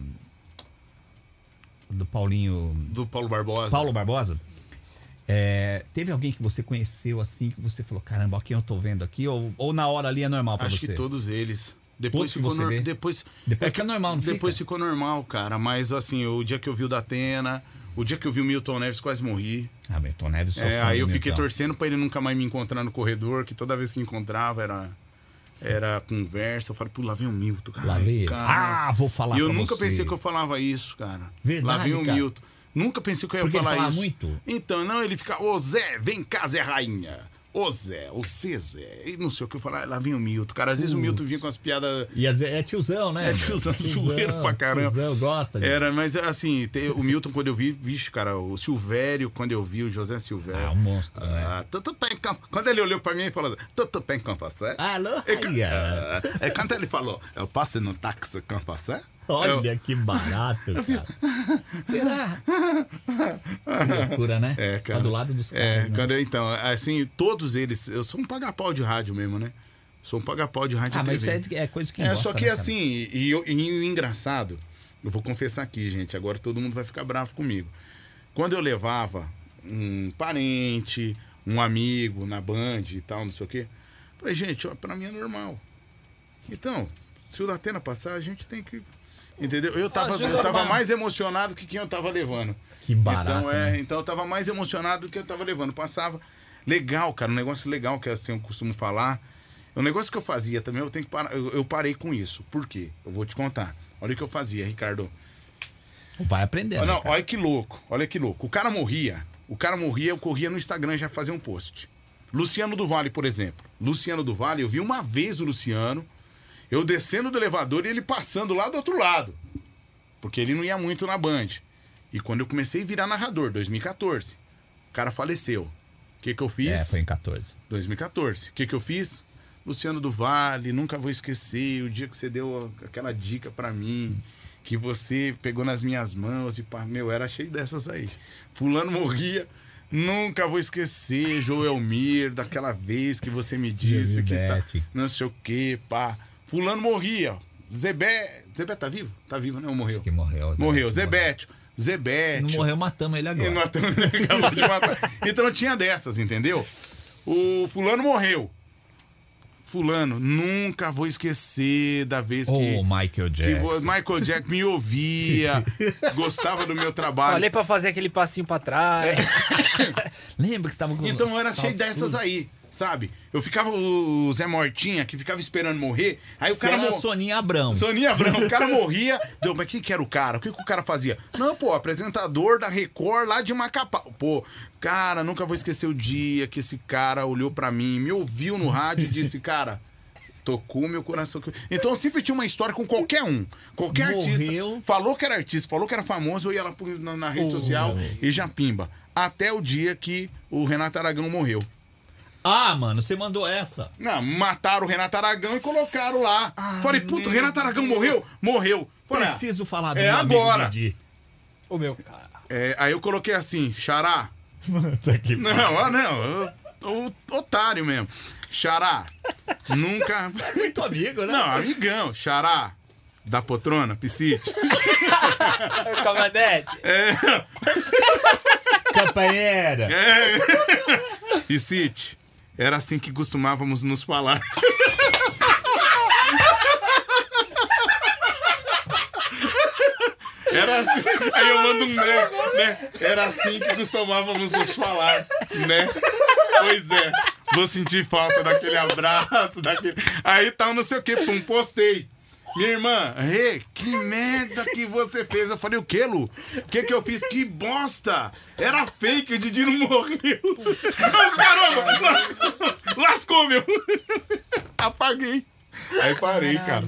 Speaker 2: do Paulinho
Speaker 3: do Paulo Barbosa.
Speaker 2: Paulo Barbosa. É, teve alguém que você conheceu assim que você falou, caramba, ó, quem eu tô vendo aqui ou, ou na hora ali é normal pra
Speaker 3: Acho
Speaker 2: você?
Speaker 3: que todos eles.
Speaker 2: Todos
Speaker 3: Depois
Speaker 2: que
Speaker 3: ficou
Speaker 2: você
Speaker 3: nor-
Speaker 2: vê?
Speaker 3: depois é
Speaker 2: Depois fica normal, não
Speaker 3: Depois
Speaker 2: fica?
Speaker 3: ficou normal, cara, mas assim, o dia que eu vi o da Atena, o dia que eu vi o Milton Neves quase morri.
Speaker 2: Ah, Milton Neves sou
Speaker 3: É,
Speaker 2: fã
Speaker 3: aí
Speaker 2: do
Speaker 3: eu fiquei
Speaker 2: Milton.
Speaker 3: torcendo pra ele nunca mais me encontrar no corredor, que toda vez que encontrava era era conversa, eu falo, pô, lá vem o Milton, cara.
Speaker 2: Lá veio.
Speaker 3: Cara.
Speaker 2: Ah, vou falar
Speaker 3: e eu
Speaker 2: pra
Speaker 3: nunca
Speaker 2: você.
Speaker 3: pensei que eu falava isso, cara.
Speaker 2: Verdade,
Speaker 3: Lá vem o
Speaker 2: cara.
Speaker 3: Milton. Nunca pensei que eu ia
Speaker 2: Porque ele
Speaker 3: falar
Speaker 2: falava
Speaker 3: isso.
Speaker 2: muito?
Speaker 3: Então, não, ele fica, ô Zé, vem cá, Zé Rainha. Ô Zé, o C Zé, e não sei o que eu falar, lá vinha o Milton. Cara, às vezes o Milton vinha com as piadas.
Speaker 2: E às vezes é tiozão, né?
Speaker 3: É tiozão, zoeiro pra caramba.
Speaker 2: Tiozão, gosta. de-
Speaker 3: Era, mas assim, tem- o Milton, quando eu vi, vixe, cara, o Silvério, quando eu vi, o José Silvério.
Speaker 2: Ah, um monstro, né?
Speaker 3: Ah, tudo bem com- Quando ele olhou pra mim e falou, tá tudo bem com você?
Speaker 2: Alô,
Speaker 3: E, ca-
Speaker 2: Raia.
Speaker 3: Ah, e é? quando ele falou, eu passo no táxi com você?
Speaker 2: Olha
Speaker 3: Eu,
Speaker 2: que barato, cara. Será? Que loucura, né?
Speaker 3: É,
Speaker 2: Você
Speaker 3: cara.
Speaker 2: Tá do lado dos
Speaker 3: é,
Speaker 2: caras. né?
Speaker 3: quando eu- então, assim, todos eles, eu sou um pagapau de rádio mesmo, né? Sou um pagapau de rádio
Speaker 2: Ah,
Speaker 3: e
Speaker 2: mas isso
Speaker 3: TV.
Speaker 2: é, é coisa que
Speaker 3: É,
Speaker 2: gosta,
Speaker 3: só que
Speaker 2: né, cara?
Speaker 3: assim, e, eu- e o engraçado, eu vou confessar aqui, gente, agora todo mundo vai ficar bravo comigo. Quando eu levava um parente, um amigo na Band e tal, não sei o quê, falei, gente, ó, pra mim é normal. Então, se o Datena passar, a gente tem que. Entendeu? Eu tava, eu tava mais emocionado que quem eu tava levando.
Speaker 2: Que barato,
Speaker 3: Então, é,
Speaker 2: né?
Speaker 3: então eu tava mais emocionado do que eu tava levando. Passava. Legal, cara, um negócio legal que assim eu costumo falar. Um negócio que eu fazia também, eu tenho que parar. Eu, eu parei com isso. Por quê? Eu vou te contar. Olha o que eu fazia, Ricardo.
Speaker 2: Vai aprender.
Speaker 3: Olha,
Speaker 2: né,
Speaker 3: não,
Speaker 2: cara?
Speaker 3: olha que louco, olha que louco. O cara morria. O cara morria, eu corria no Instagram já fazer um post. Luciano do Vale, por exemplo. Luciano do Vale, eu vi uma vez o Luciano, eu descendo do elevador e ele passando lá do outro lado. Porque ele não ia muito na Band. E quando eu comecei a virar narrador, 2014, o cara faleceu. O que, que eu fiz?
Speaker 2: É, foi em 14.
Speaker 3: 2014. O que, que eu fiz? Luciano do Vale, nunca vou esquecer o dia que você deu aquela dica pra mim, que você pegou nas minhas mãos e, pá, meu, era cheio dessas aí. Fulano morria, nunca vou esquecer, Joelmir, daquela vez que você me disse que tá,
Speaker 2: Joelmir Bete.
Speaker 3: não sei o quê, pá. Fulano morria, Zebé, Zebé tá vivo? Tá vivo, né? Ou morreu?
Speaker 2: Que morreu. Zé.
Speaker 3: Morreu,
Speaker 2: Que
Speaker 3: Zebete,
Speaker 2: morreu.
Speaker 3: Zebete.
Speaker 2: Não morreu, matamos ele
Speaker 3: E
Speaker 2: agora.
Speaker 3: é nós tamo- acabou de matar. Então tinha dessas, entendeu? O fulano morreu. Fulano, nunca vou esquecer da vez
Speaker 2: Ô,
Speaker 3: que,
Speaker 2: Michael
Speaker 3: que
Speaker 2: Jackson.
Speaker 3: vo- Michael Jack me ouvia, gostava do meu
Speaker 1: Falei
Speaker 3: trabalho.
Speaker 1: pra fazer aquele passinho pra trás.
Speaker 2: É. Lembra que você tava com
Speaker 3: Então eu era
Speaker 2: salto
Speaker 3: cheio dessas
Speaker 2: surdo?
Speaker 3: aí, sabe? Eu ficava o Zé Mortinha, que ficava esperando morrer. Aí o
Speaker 2: Você
Speaker 3: cara
Speaker 2: era
Speaker 3: morreu.
Speaker 2: Soninha é Abrão.
Speaker 3: Soninha Abrão, o cara morria. Deu, mas quem que era o cara? O que, que o cara fazia? Não, pô, apresentador da Record lá de Macapá. Pô, cara, nunca vou esquecer o dia que esse cara olhou pra mim, me ouviu no rádio e disse, cara. Tocou meu coração. Então eu sempre tinha uma história com qualquer um. Qualquer
Speaker 2: Morreu.
Speaker 3: artista. Falou que era artista, falou que era famoso, eu ia lá pro- na, na rede social e já pimba. Até o dia que o Renato Aragão morreu.
Speaker 2: Ah, mano, você mandou essa.
Speaker 3: Não, mataram o Renato Aragão e colocaram lá. Falei, puto, Renato Aragão morreu? Morreu. Falei, ah,
Speaker 2: Ah, Preciso falar do
Speaker 3: é
Speaker 2: meu amigo
Speaker 3: agora.
Speaker 2: Didi.
Speaker 1: Ô meu cara.
Speaker 3: É, aí eu coloquei assim, xará.
Speaker 2: Puta que
Speaker 3: Não, ah, não, o, o otário mesmo. Xará, nunca.
Speaker 2: Muito amigo, né?
Speaker 3: Não, amigão, xará. Da poltrona, piscite.
Speaker 1: Cavanete.
Speaker 2: É. Companheira.
Speaker 3: É, Piscite. Era assim que costumávamos nos falar. Era assim. Aí eu mando um né, né? Era assim que costumávamos nos falar, né? Pois é. Vou sentir falta daquele abraço, daquele. Aí tal, não sei o que, pum, postei. Minha irmã, Rê, que merda que você fez. Eu falei, o que, Lu? O que que eu fiz? Que bosta! Era fake, o Didi não morreu. Não, caramba! Lascou, lascou meu. Apaguei. Aí parei, cara.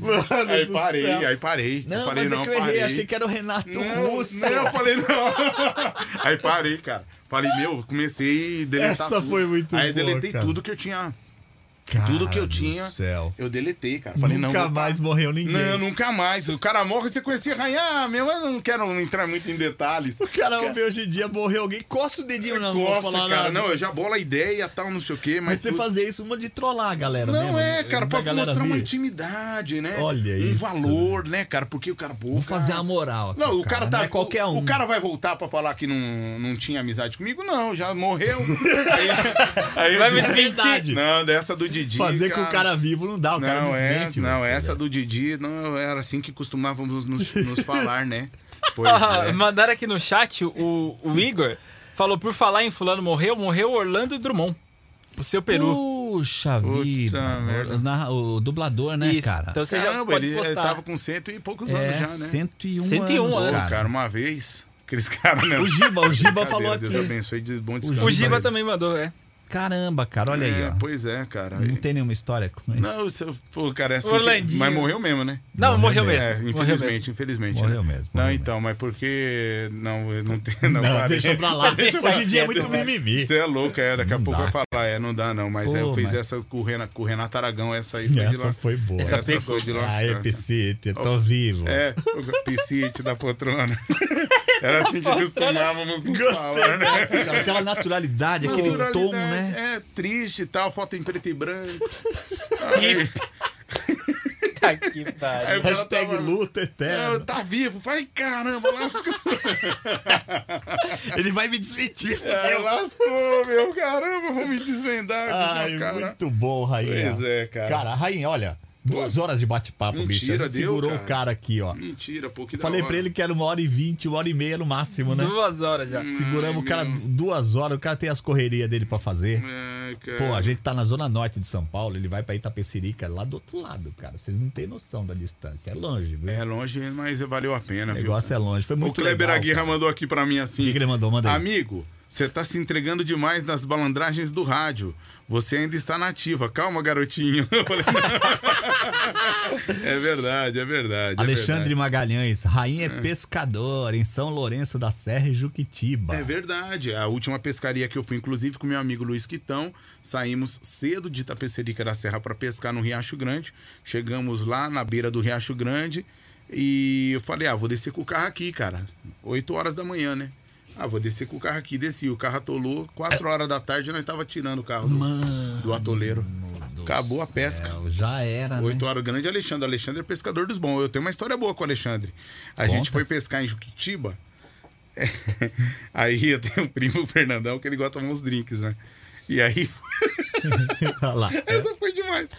Speaker 3: aí
Speaker 2: do
Speaker 3: parei,
Speaker 2: céu.
Speaker 3: aí parei.
Speaker 2: Não,
Speaker 3: eu falei,
Speaker 2: mas é
Speaker 3: não,
Speaker 2: que eu errei.
Speaker 3: parei.
Speaker 2: Achei que era o Renato
Speaker 3: Não,
Speaker 2: Russo.
Speaker 3: não, eu falei não. Aí parei, cara. Falei, meu, comecei a deletar
Speaker 2: Essa
Speaker 3: tudo.
Speaker 2: foi muito
Speaker 3: Aí eu
Speaker 2: boa,
Speaker 3: deletei
Speaker 2: cara.
Speaker 3: tudo que eu tinha.
Speaker 2: Cara
Speaker 3: tudo que eu
Speaker 2: do
Speaker 3: tinha,
Speaker 2: céu.
Speaker 3: eu deletei, cara. Falei, não,
Speaker 2: Nunca
Speaker 3: vou-
Speaker 2: mais morreu ninguém.
Speaker 3: Não, nunca mais. O cara morre, você conhecia Rainha. Ah, meu, eu não quero entrar muito em detalhes.
Speaker 2: O cara ouve hoje em dia, morreu alguém, coça o dedinho na mão,
Speaker 3: Nossa,
Speaker 2: falar
Speaker 3: cara,
Speaker 2: nada.
Speaker 3: não, eu já bola a ideia, tal, não sei o quê,
Speaker 2: Mas
Speaker 3: mas.
Speaker 2: você
Speaker 3: tudo-
Speaker 2: fazer isso, uma de trollar a galera
Speaker 3: Não
Speaker 2: mesmo, né?
Speaker 3: é, cara,
Speaker 2: da
Speaker 3: pra
Speaker 2: galera
Speaker 3: mostrar uma
Speaker 2: vir.
Speaker 3: intimidade, né?
Speaker 2: Olha
Speaker 3: um
Speaker 2: isso,
Speaker 3: valor, né, cara? Porque o cara. Pô,
Speaker 2: Vou
Speaker 3: cara-
Speaker 2: fazer a moral. aqui,
Speaker 3: Não, o cara, tá.
Speaker 2: Não é qualquer um.
Speaker 3: O cara vai voltar pra falar que não, não tinha amizade comigo? Não, já morreu. aí, aí eu
Speaker 1: Vai me
Speaker 3: digo,
Speaker 1: desmentir.
Speaker 3: Não, dessa do Didi.
Speaker 2: É Fazer com o cara vivo não dá, o cara
Speaker 3: Não, é,
Speaker 2: desmente
Speaker 3: não
Speaker 2: você,
Speaker 3: essa
Speaker 2: velho.
Speaker 3: do Didi não era assim que costumávamos nos, nos falar, né? Pois
Speaker 1: Ah,
Speaker 3: é.
Speaker 1: Mandaram aqui no chat o, o Igor. Falou, por falar em fulano morreu, morreu Orlando Drummond. O seu peru.
Speaker 2: Puxa
Speaker 3: Puta
Speaker 2: vida.
Speaker 3: merda.
Speaker 2: O, na- o dublador, né,
Speaker 1: Isso.
Speaker 2: cara?
Speaker 1: Então você já
Speaker 3: Caramba,
Speaker 1: pode
Speaker 3: ele ele
Speaker 1: postar.
Speaker 3: tava com cento e poucos anos
Speaker 2: é,
Speaker 3: tá já, né?
Speaker 2: 101,
Speaker 1: 101
Speaker 2: anos,
Speaker 1: anos.
Speaker 3: Pô,
Speaker 2: cara.
Speaker 3: cara, uma vez, aqueles caras, né?
Speaker 2: O Giba, o Giba falou
Speaker 3: Brincadeira, Deus
Speaker 2: aqui.
Speaker 3: abençoe, de bom
Speaker 1: O
Speaker 3: descanso.
Speaker 1: Giba também mandou, é.
Speaker 2: Caramba, cara, olha aí,
Speaker 3: É,
Speaker 2: ó.
Speaker 3: Pois é, cara.
Speaker 2: Não tem nenhuma história com isso.
Speaker 3: Não, isso, pô, cara, é assim.
Speaker 1: Orlandinho.
Speaker 3: que- Mas morreu mesmo, né?
Speaker 1: Não, morreu, mesmo.
Speaker 3: É,
Speaker 1: morreu
Speaker 3: infelizmente,
Speaker 1: mesmo.
Speaker 3: infelizmente.
Speaker 2: Morreu
Speaker 3: né?
Speaker 2: mesmo,
Speaker 3: Não,
Speaker 2: morreu
Speaker 3: então, mas porque. Não, eu não tem. Não,
Speaker 4: Não,
Speaker 3: para.
Speaker 4: deixa pra lá. Hoje em dia é muito mimimi.
Speaker 3: Você é louco, é. Daqui a
Speaker 2: Não
Speaker 3: pouco
Speaker 2: dá,
Speaker 3: vai falar. É, não dá, não. Mas
Speaker 2: Pô,
Speaker 3: é, eu fiz
Speaker 2: mas-
Speaker 3: essa com o, Renato, com o Renato Aragão, essa aí foi de lá.
Speaker 4: Essa foi boa.
Speaker 1: Essa pegou.
Speaker 3: foi de lá.
Speaker 4: Ah, é Piscite, tô vivo.
Speaker 3: É, o piscite da poltrona. Era assim que costumávamos nos
Speaker 4: Gostei,
Speaker 3: falar, né?
Speaker 4: né? Aquela naturalidade, aquele tom,
Speaker 3: Naturalidade,
Speaker 4: né?
Speaker 3: É, triste e tal, foto em preto e branco.
Speaker 1: Tá que pariu.
Speaker 3: Aí o cara
Speaker 4: Hashtag
Speaker 3: tava-
Speaker 4: luta eterna.
Speaker 3: É, Tá vivo, falei, caramba, lascou.
Speaker 4: Ele vai me desmentir.
Speaker 3: É, lascou, meu caramba, vou me desvendar.
Speaker 4: Ai,
Speaker 3: desmascarar.
Speaker 4: muito bom, Rainha.
Speaker 3: Pois é, cara.
Speaker 4: Cara, Rainha, olha, duas horas de bate-papo, bicho.
Speaker 3: Mentira,
Speaker 4: Ele
Speaker 3: deu,
Speaker 4: segurou
Speaker 3: cara.
Speaker 4: o cara aqui, ó.
Speaker 3: Mentira, pô, que da
Speaker 4: Falei
Speaker 3: hora.
Speaker 4: pra ele que era uma hora e vinte, uma hora e meia no máximo, né?
Speaker 1: Duas horas já.
Speaker 2: Hum.
Speaker 4: Seguramos o cara
Speaker 3: meu.
Speaker 4: duas horas, o cara tem as correrias dele pra fazer.
Speaker 3: Ai, cara.
Speaker 4: Pô, a gente tá na zona norte de São Paulo, ele vai pra Itapecerica, é lá do outro lado, cara. Vocês não têm noção da distância, é longe, viu?
Speaker 3: É longe, mas valeu a pena,
Speaker 4: o
Speaker 3: viu?
Speaker 4: negócio é longe. Foi muito
Speaker 3: O Kleber
Speaker 4: legal,
Speaker 3: Aguirre é
Speaker 4: cara.
Speaker 3: mandou aqui pra mim assim.
Speaker 4: O que que ele mandou? Manda aí.
Speaker 3: Amigo, você tá se entregando demais nas balandragens do rádio. Você ainda está na ativa. Calma, garotinho. Eu falei, "Não." é verdade, é verdade. é
Speaker 4: Alexandre
Speaker 3: verdade.
Speaker 4: Magalhães, rainha é pescador em São Lourenço da Serra e Juquitiba.
Speaker 3: É verdade. A última pescaria que eu fui, inclusive, com meu amigo Luiz Quitão, saímos cedo de Tapecerica da Serra para pescar no Riacho Grande. Chegamos lá na beira do Riacho Grande e eu falei: ah, vou descer com o carro aqui, cara. 8 horas da manhã, né? Ah, vou descer com o carro aqui. Desci. O carro atolou. 4
Speaker 2: É.
Speaker 3: horas da tarde nós tava tirando o carro do, do atoleiro. Acabou a pesca.
Speaker 2: Já era, né?
Speaker 3: Oito horas, o grande Alexandre. Alexandre é pescador dos bons. Eu tenho uma história boa com o Alexandre. A gente foi pescar em Juquitiba. aí eu tenho um primo, o Fernandão, que ele gosta de tomar uns drinks, né? E aí,
Speaker 4: Olha lá.
Speaker 3: essa foi demais.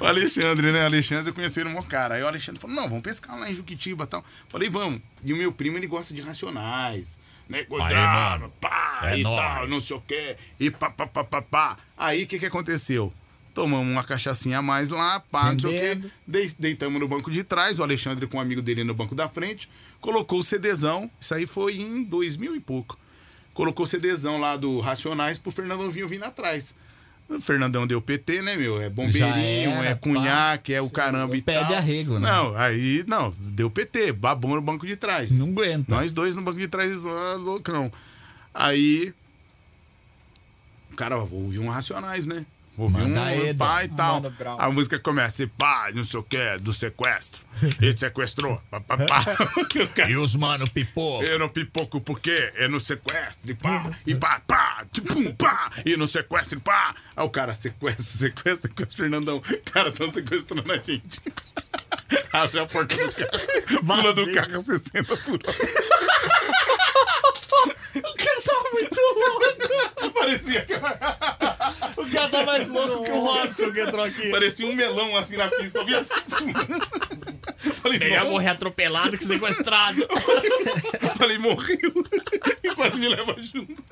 Speaker 3: O Alexandre, né? O Alexandre conheceu ele, mó cara. Aí o Alexandre falou: não, vamos pescar lá em Juquitiba e tal. Falei, vamos. E o meu primo, ele gosta de racionais. Né? Cuidado,
Speaker 4: mano.
Speaker 3: pá,
Speaker 4: É
Speaker 3: e tal,
Speaker 4: nóis.
Speaker 3: não sei o quê. E pá, pá, pá, pá, pá. Aí o que, que aconteceu? Tomamos uma cachaçinha a mais lá, pá, não sei o quê.
Speaker 2: Vendendo.
Speaker 3: Dei- Deitamos no banco de trás, o Alexandre com um amigo dele no banco da frente, colocou o CDzão, isso aí foi em 2000 e pouco. Colocou o CDzão lá do Racionais pro Fernandão vinho vindo atrás. O Fernandão deu PT, né, meu? É bombeirinho,
Speaker 2: era,
Speaker 3: é
Speaker 2: pá.
Speaker 3: cunhaque, é o caramba e
Speaker 2: Pede
Speaker 3: tal.
Speaker 2: arrego, né?
Speaker 3: Não, aí, não, deu PT, babou no banco de trás.
Speaker 2: Não aguenta.
Speaker 3: Nós dois no banco de trás, lá, loucão. Aí, o cara, ó, vou ouvir um Racionais, né? Vou ouvir
Speaker 2: Manda
Speaker 3: um
Speaker 2: aí,
Speaker 3: pá e tal.
Speaker 1: Mano Brown.
Speaker 3: A música começa, e pá, não sei o que, do sequestro. Ele sequestrou, pá, pá, pá. O cara,
Speaker 4: E os mano pipou.
Speaker 3: eu não pipoco porque é no sequestro, e pá, e pá, pá, tipum, pá, e no sequestro, e pá. Aí o cara sequestra, sequestra, sequestra, Fernandão. Cara, estão sequestrando a gente. Abre a porta do carro, pula do carro 60 por hora. O cara tava muito louco. Parecia,
Speaker 4: O cara tá mais louco que o Robson que entrou aqui.
Speaker 3: parecia um melão assim na pista, sabia? Falei,
Speaker 4: Ele ia
Speaker 3: "Nossa."
Speaker 4: morrer atropelado que sequestrado.
Speaker 3: Falei, morreu. E quase me leva junto.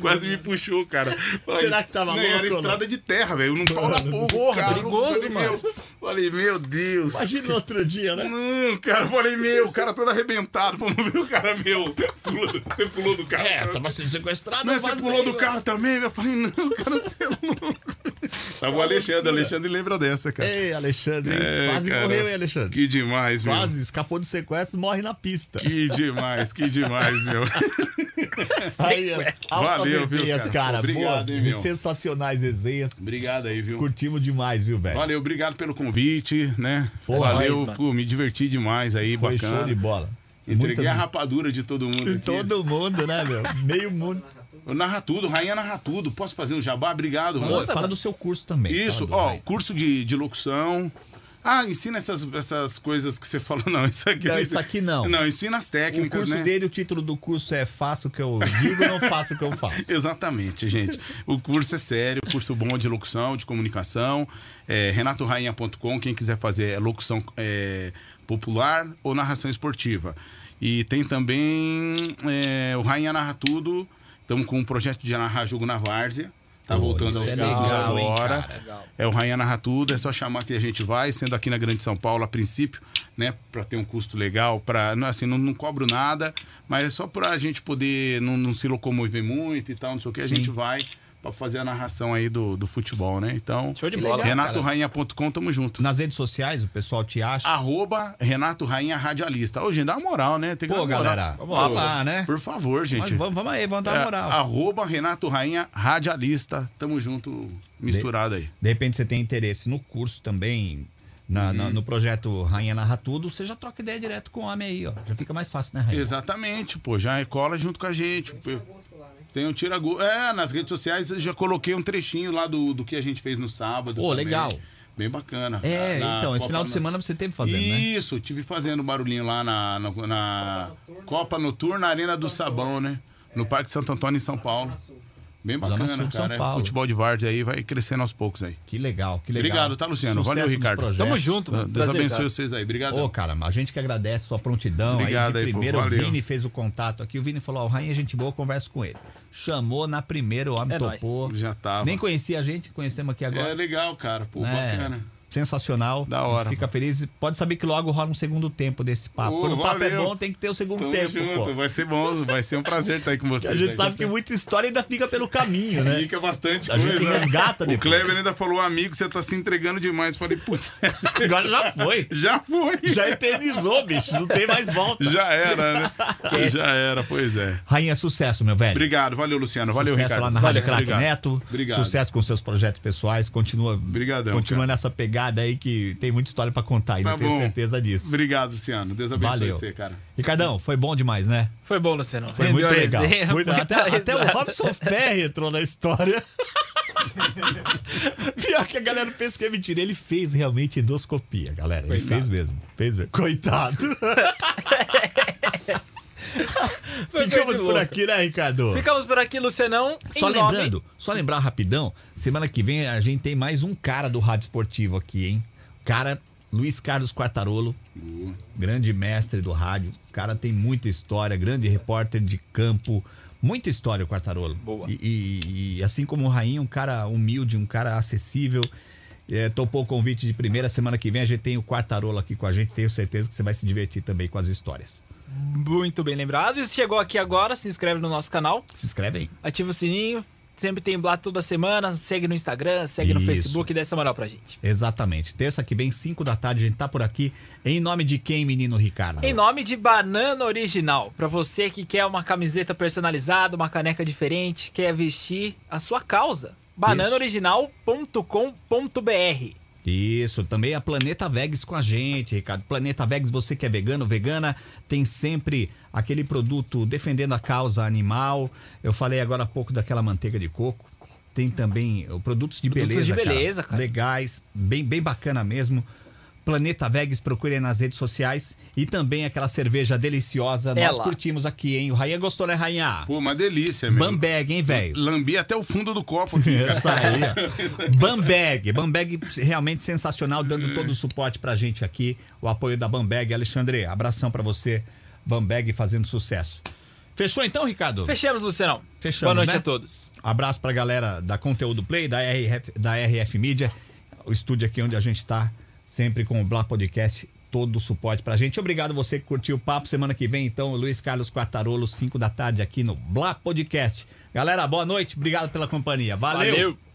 Speaker 3: Quase me puxou, cara. Falei,
Speaker 4: Será que tava
Speaker 3: não,
Speaker 4: louco
Speaker 3: Era
Speaker 4: ou não?
Speaker 3: estrada de terra, velho. Num pau da porra.
Speaker 1: porra,
Speaker 3: cara.
Speaker 1: perigoso,
Speaker 3: Falei,
Speaker 1: mano.
Speaker 3: meu- Falei, meu Deus.
Speaker 4: Imagina outro dia, né?
Speaker 3: Não, cara, falei, meu, o cara todo arrebentado. Vamos ver o cara meu. Pulou do- Você pulou do carro.
Speaker 4: É, tava sendo sequestrado.
Speaker 3: Não,
Speaker 4: mas
Speaker 3: você pulou do carro também? Eu falei, não, cara, você é louco. Tava o Alexandre, Alexandre lembra dessa, cara.
Speaker 4: Ei, Alexandre, hein?
Speaker 3: É,
Speaker 4: quase
Speaker 3: cara,
Speaker 4: morreu, hein, Alexandre?
Speaker 3: Que demais, meu.
Speaker 4: Quase, escapou do sequestro, morre na pista.
Speaker 3: Que demais, que demais, meu.
Speaker 4: Aí, altas
Speaker 3: Valeu, viu,
Speaker 4: resenhas,
Speaker 3: cara?
Speaker 4: cara.
Speaker 3: Obrigado,
Speaker 4: Boas,
Speaker 3: hein, meu?
Speaker 4: sensacionais resenhas.
Speaker 3: Obrigado aí, viu?
Speaker 4: Curtimos demais, viu, velho?
Speaker 3: Valeu, obrigado pelo convite, né?
Speaker 4: Pô,
Speaker 3: Valeu,
Speaker 1: nós, mano.
Speaker 3: pô, me diverti demais aí,
Speaker 4: Foi
Speaker 3: bacana.
Speaker 4: show de bola.
Speaker 3: Entreguei a
Speaker 4: Muitas-
Speaker 3: rapadura de todo mundo. Aqui.
Speaker 4: Todo mundo, né, meu? Meio mundo.
Speaker 3: Eu narra tudo, rainha narra tudo. Posso fazer um jabá? Obrigado, mano.
Speaker 2: Ô, fala do seu curso também.
Speaker 3: né?
Speaker 4: Tá
Speaker 3: Isso,
Speaker 2: fala do-
Speaker 3: ó, curso de, de locução. Ah, ensina essas, essas coisas que você falou. Não, isso aqui
Speaker 2: Não, isso aqui não.
Speaker 3: Não, ensina
Speaker 4: Um
Speaker 3: as
Speaker 2: O
Speaker 3: técnicas,
Speaker 2: curso
Speaker 3: né?
Speaker 2: dele, o título do curso é Faço o que eu digo, não faço o que eu faço.
Speaker 3: Exatamente, gente. O curso é sério, curso bom de locução, de comunicação. É, renatorainha.com, quem quiser fazer é locução é, popular ou narração esportiva. E tem também é, o Rainha Narra Tudo. Estamos com um projeto de narrar jogo na Várzea. Tá
Speaker 4: Pô,
Speaker 3: voltando
Speaker 4: isso
Speaker 3: aos
Speaker 4: é
Speaker 3: poucos
Speaker 4: legal, hein,
Speaker 3: agora.
Speaker 4: cara?
Speaker 3: É o Rainha Narra Tudo, é só chamar que a gente vai, sendo aqui na Grande São Paulo a princípio, né? Pra ter um custo legal, pra. Não, assim, não, não cobro nada, mas é só pra gente poder não, não se locomover muito e tal, não sei o que, a gente vai. pra fazer a narração aí do, do futebol, né? Então,
Speaker 1: Show de bola.
Speaker 3: renatorainha.com, tamo junto.
Speaker 2: Nas redes sociais, o pessoal te acha.
Speaker 3: Arroba Renato Rainha Radialista. Ô, gente, dá uma moral, né? Tem que
Speaker 2: Pô,
Speaker 3: dar uma moral.
Speaker 2: galera,
Speaker 3: Pô,
Speaker 2: vamos lá, né?
Speaker 3: Por favor,
Speaker 2: Mas
Speaker 3: gente.
Speaker 2: vamos, vamos aí, vamos dar
Speaker 3: É,
Speaker 2: uma moral.
Speaker 3: arroba Renato Rainha Radialista. Tamo junto, misturado aí.
Speaker 2: De repente você tem interesse no curso também, na- na- no projeto Rainha Narra Tudo, você já troca ideia direto com o homem aí, ó. Já fica mais fácil, né, Rainha?
Speaker 3: Exatamente, pô. Já cola junto com a gente. pô. Tem um tira gosto. É, nas redes sociais eu já coloquei um trechinho lá do, do que a gente fez no sábado.
Speaker 2: Pô,
Speaker 3: também.
Speaker 2: legal.
Speaker 3: Bem bacana.
Speaker 2: É,
Speaker 3: Na- na
Speaker 2: então, esse
Speaker 3: Copa
Speaker 2: final de
Speaker 3: no-
Speaker 2: semana você teve fazendo, né?
Speaker 3: Isso, tive fazendo barulhinho lá na, na, na Copa Noturna, na Arena do Sabão, né? No Parque Santo Antônio, em São Paulo. Bem
Speaker 2: Zona
Speaker 3: bacana,
Speaker 2: Sul de
Speaker 3: cara.
Speaker 2: São
Speaker 3: É,
Speaker 2: Paulo.
Speaker 3: Futebol de Várzea aí vai crescendo aos poucos aí.
Speaker 2: Que legal, que legal.
Speaker 3: Obrigado, tá, Luciano?
Speaker 2: Sucesso
Speaker 3: Valeu,
Speaker 2: nos
Speaker 3: Ricardo.
Speaker 2: projetos.
Speaker 1: Tamo junto, mano.
Speaker 3: Deus
Speaker 1: Prazer,
Speaker 3: abençoe
Speaker 1: cara.
Speaker 3: vocês aí. Obrigado.
Speaker 2: Ô, cara, a gente que agradece a sua prontidão.
Speaker 3: Obrigado
Speaker 2: aí,
Speaker 3: aí,
Speaker 2: de
Speaker 3: pô,
Speaker 2: primeiro o
Speaker 3: valeu.
Speaker 2: Vini fez o contato aqui. O Vini falou: Ó, o Rainha é gente boa, eu converso com ele. Chamou na primeira, o homem
Speaker 1: É nóis.
Speaker 2: topou.
Speaker 3: Já tava.
Speaker 2: Nem conhecia a gente, conhecemos aqui agora.
Speaker 3: É legal, cara. Pô,
Speaker 2: né?
Speaker 3: bacana.
Speaker 2: Sensacional.
Speaker 3: Da
Speaker 2: A gente
Speaker 3: hora,
Speaker 2: Fica feliz. Pode saber que logo rola um segundo tempo desse papo.
Speaker 3: Ô,
Speaker 2: Quando o papo é
Speaker 3: valeu.
Speaker 2: bom, tem que ter o segundo
Speaker 3: Tamo
Speaker 2: tempo,
Speaker 3: junto.
Speaker 2: pô.
Speaker 3: Vai ser bom, vai ser um prazer estar aí com vocês.
Speaker 2: A gente
Speaker 3: aí.
Speaker 2: sabe que muita história ainda fica pelo caminho, né?
Speaker 3: Fica bastante
Speaker 2: A gente
Speaker 3: coisa.
Speaker 2: resgata
Speaker 3: o
Speaker 2: depois.
Speaker 3: Kleber ainda falou, amigo, você tá se entregando demais. Eu Falei, putz,
Speaker 2: Agora já foi.
Speaker 3: já foi.
Speaker 2: Já eternizou, bicho. Não tem mais volta.
Speaker 3: Já era, né? Já era, pois é.
Speaker 2: Rainha, sucesso, meu velho.
Speaker 3: Obrigado, valeu, Luciano. Valeu,
Speaker 2: sucesso
Speaker 3: Ricardo.
Speaker 2: lá na Rádio
Speaker 3: valeu,
Speaker 2: Craque
Speaker 3: obrigado.
Speaker 2: Neto.
Speaker 3: Obrigado.
Speaker 2: Sucesso com seus projetos pessoais. Continua,
Speaker 3: Obrigadão,
Speaker 2: continua nessa pegada aí que tem muita história pra contar ainda.
Speaker 3: Tá
Speaker 2: tenho
Speaker 3: bom.
Speaker 2: certeza disso.
Speaker 3: Obrigado, Luciano. Deus abençoe
Speaker 2: Valeu.
Speaker 3: você, cara.
Speaker 2: Ricardão, foi bom demais, né?
Speaker 1: Foi bom, Luciano.
Speaker 2: Foi muito legal. Muito- até, até o
Speaker 1: Robson.
Speaker 2: Robson Ferre entrou na história. Pior que a galera pensa que é mentira. Ele fez realmente endoscopia, galera. Ele fez mesmo. Fez mesmo. Coitado. Ficamos
Speaker 1: coisa
Speaker 2: por
Speaker 1: louca.
Speaker 2: aqui, né, Ricardo?
Speaker 1: Ficamos por aqui, Lucianão.
Speaker 2: Só
Speaker 1: Em nome-
Speaker 2: lembrando, só lembrar rapidão, semana que vem a gente tem mais um cara do Rádio Esportivo aqui, hein? Cara, Luiz Carlos Quartarolo, grande mestre do rádio. O cara tem muita história, grande repórter de campo. Muita história o Quartarolo. Boa. E, e- e assim como o Rainha, um cara humilde, um cara acessível. É, topou o convite de primeira semana que vem. A gente tem o Quartarolo aqui com a gente. Tenho certeza que você vai se divertir também com as histórias.
Speaker 1: Muito bem lembrado. E se chegou aqui agora, se inscreve no nosso canal,
Speaker 2: Se inscreve aí.
Speaker 1: ativa o sininho. Sempre tem lá toda semana. Segue no Instagram, segue no
Speaker 2: Isso.
Speaker 1: Facebook e dá essa moral pra gente.
Speaker 2: Exatamente. Terça que vem, 5 da tarde, a gente tá por aqui. Em nome de quem, menino Ricardo?
Speaker 1: Em nome de Banana Original, pra você que quer uma camiseta personalizada, uma caneca diferente, quer vestir a sua causa. bananaoriginal.com.br
Speaker 2: Isso, também a Planeta Vegs com a gente, Ricardo. Planeta Vegs, você que é vegano, vegana, tem sempre aquele produto defendendo a causa animal. Eu falei agora há pouco daquela manteiga de coco. Tem também ó, produtos de
Speaker 1: Produtos de
Speaker 2: beleza.
Speaker 1: beleza, cara.
Speaker 2: Legais, bem, bem bacana mesmo. Planeta Vegs, procurem nas redes sociais. E também aquela cerveja deliciosa. Nós
Speaker 1: Ela.
Speaker 2: curtimos aqui, hein? O Rainha gostou, né, Rainha?
Speaker 3: Pô, uma delícia, meu.
Speaker 2: Bamberg, hein, velho?
Speaker 3: Lambi até o fundo do copo aqui. cara.
Speaker 2: Essa aí, ó. Bamberg. Bamberg realmente sensacional, dando todo o suporte pra gente aqui. O apoio da Bamberg. Alexandre, abração pra você. Bamberg fazendo sucesso. Fechou então, Ricardo?
Speaker 1: Fechamos, Lucianão.
Speaker 2: Fechamos,
Speaker 1: Boa noite
Speaker 2: né?
Speaker 1: a todos.
Speaker 2: Abraço pra galera da Conteúdo Play, da RF, da RF Mídia, o estúdio aqui onde a gente tá, sempre com o Blá Podcast, todo o suporte pra gente. Obrigado você que curtiu o papo. Semana que vem, então, Luiz Carlos Quartarolo, 5 da tarde, aqui no Blá Podcast. Galera, boa noite. Obrigado pela companhia. Valeu.
Speaker 1: Valeu.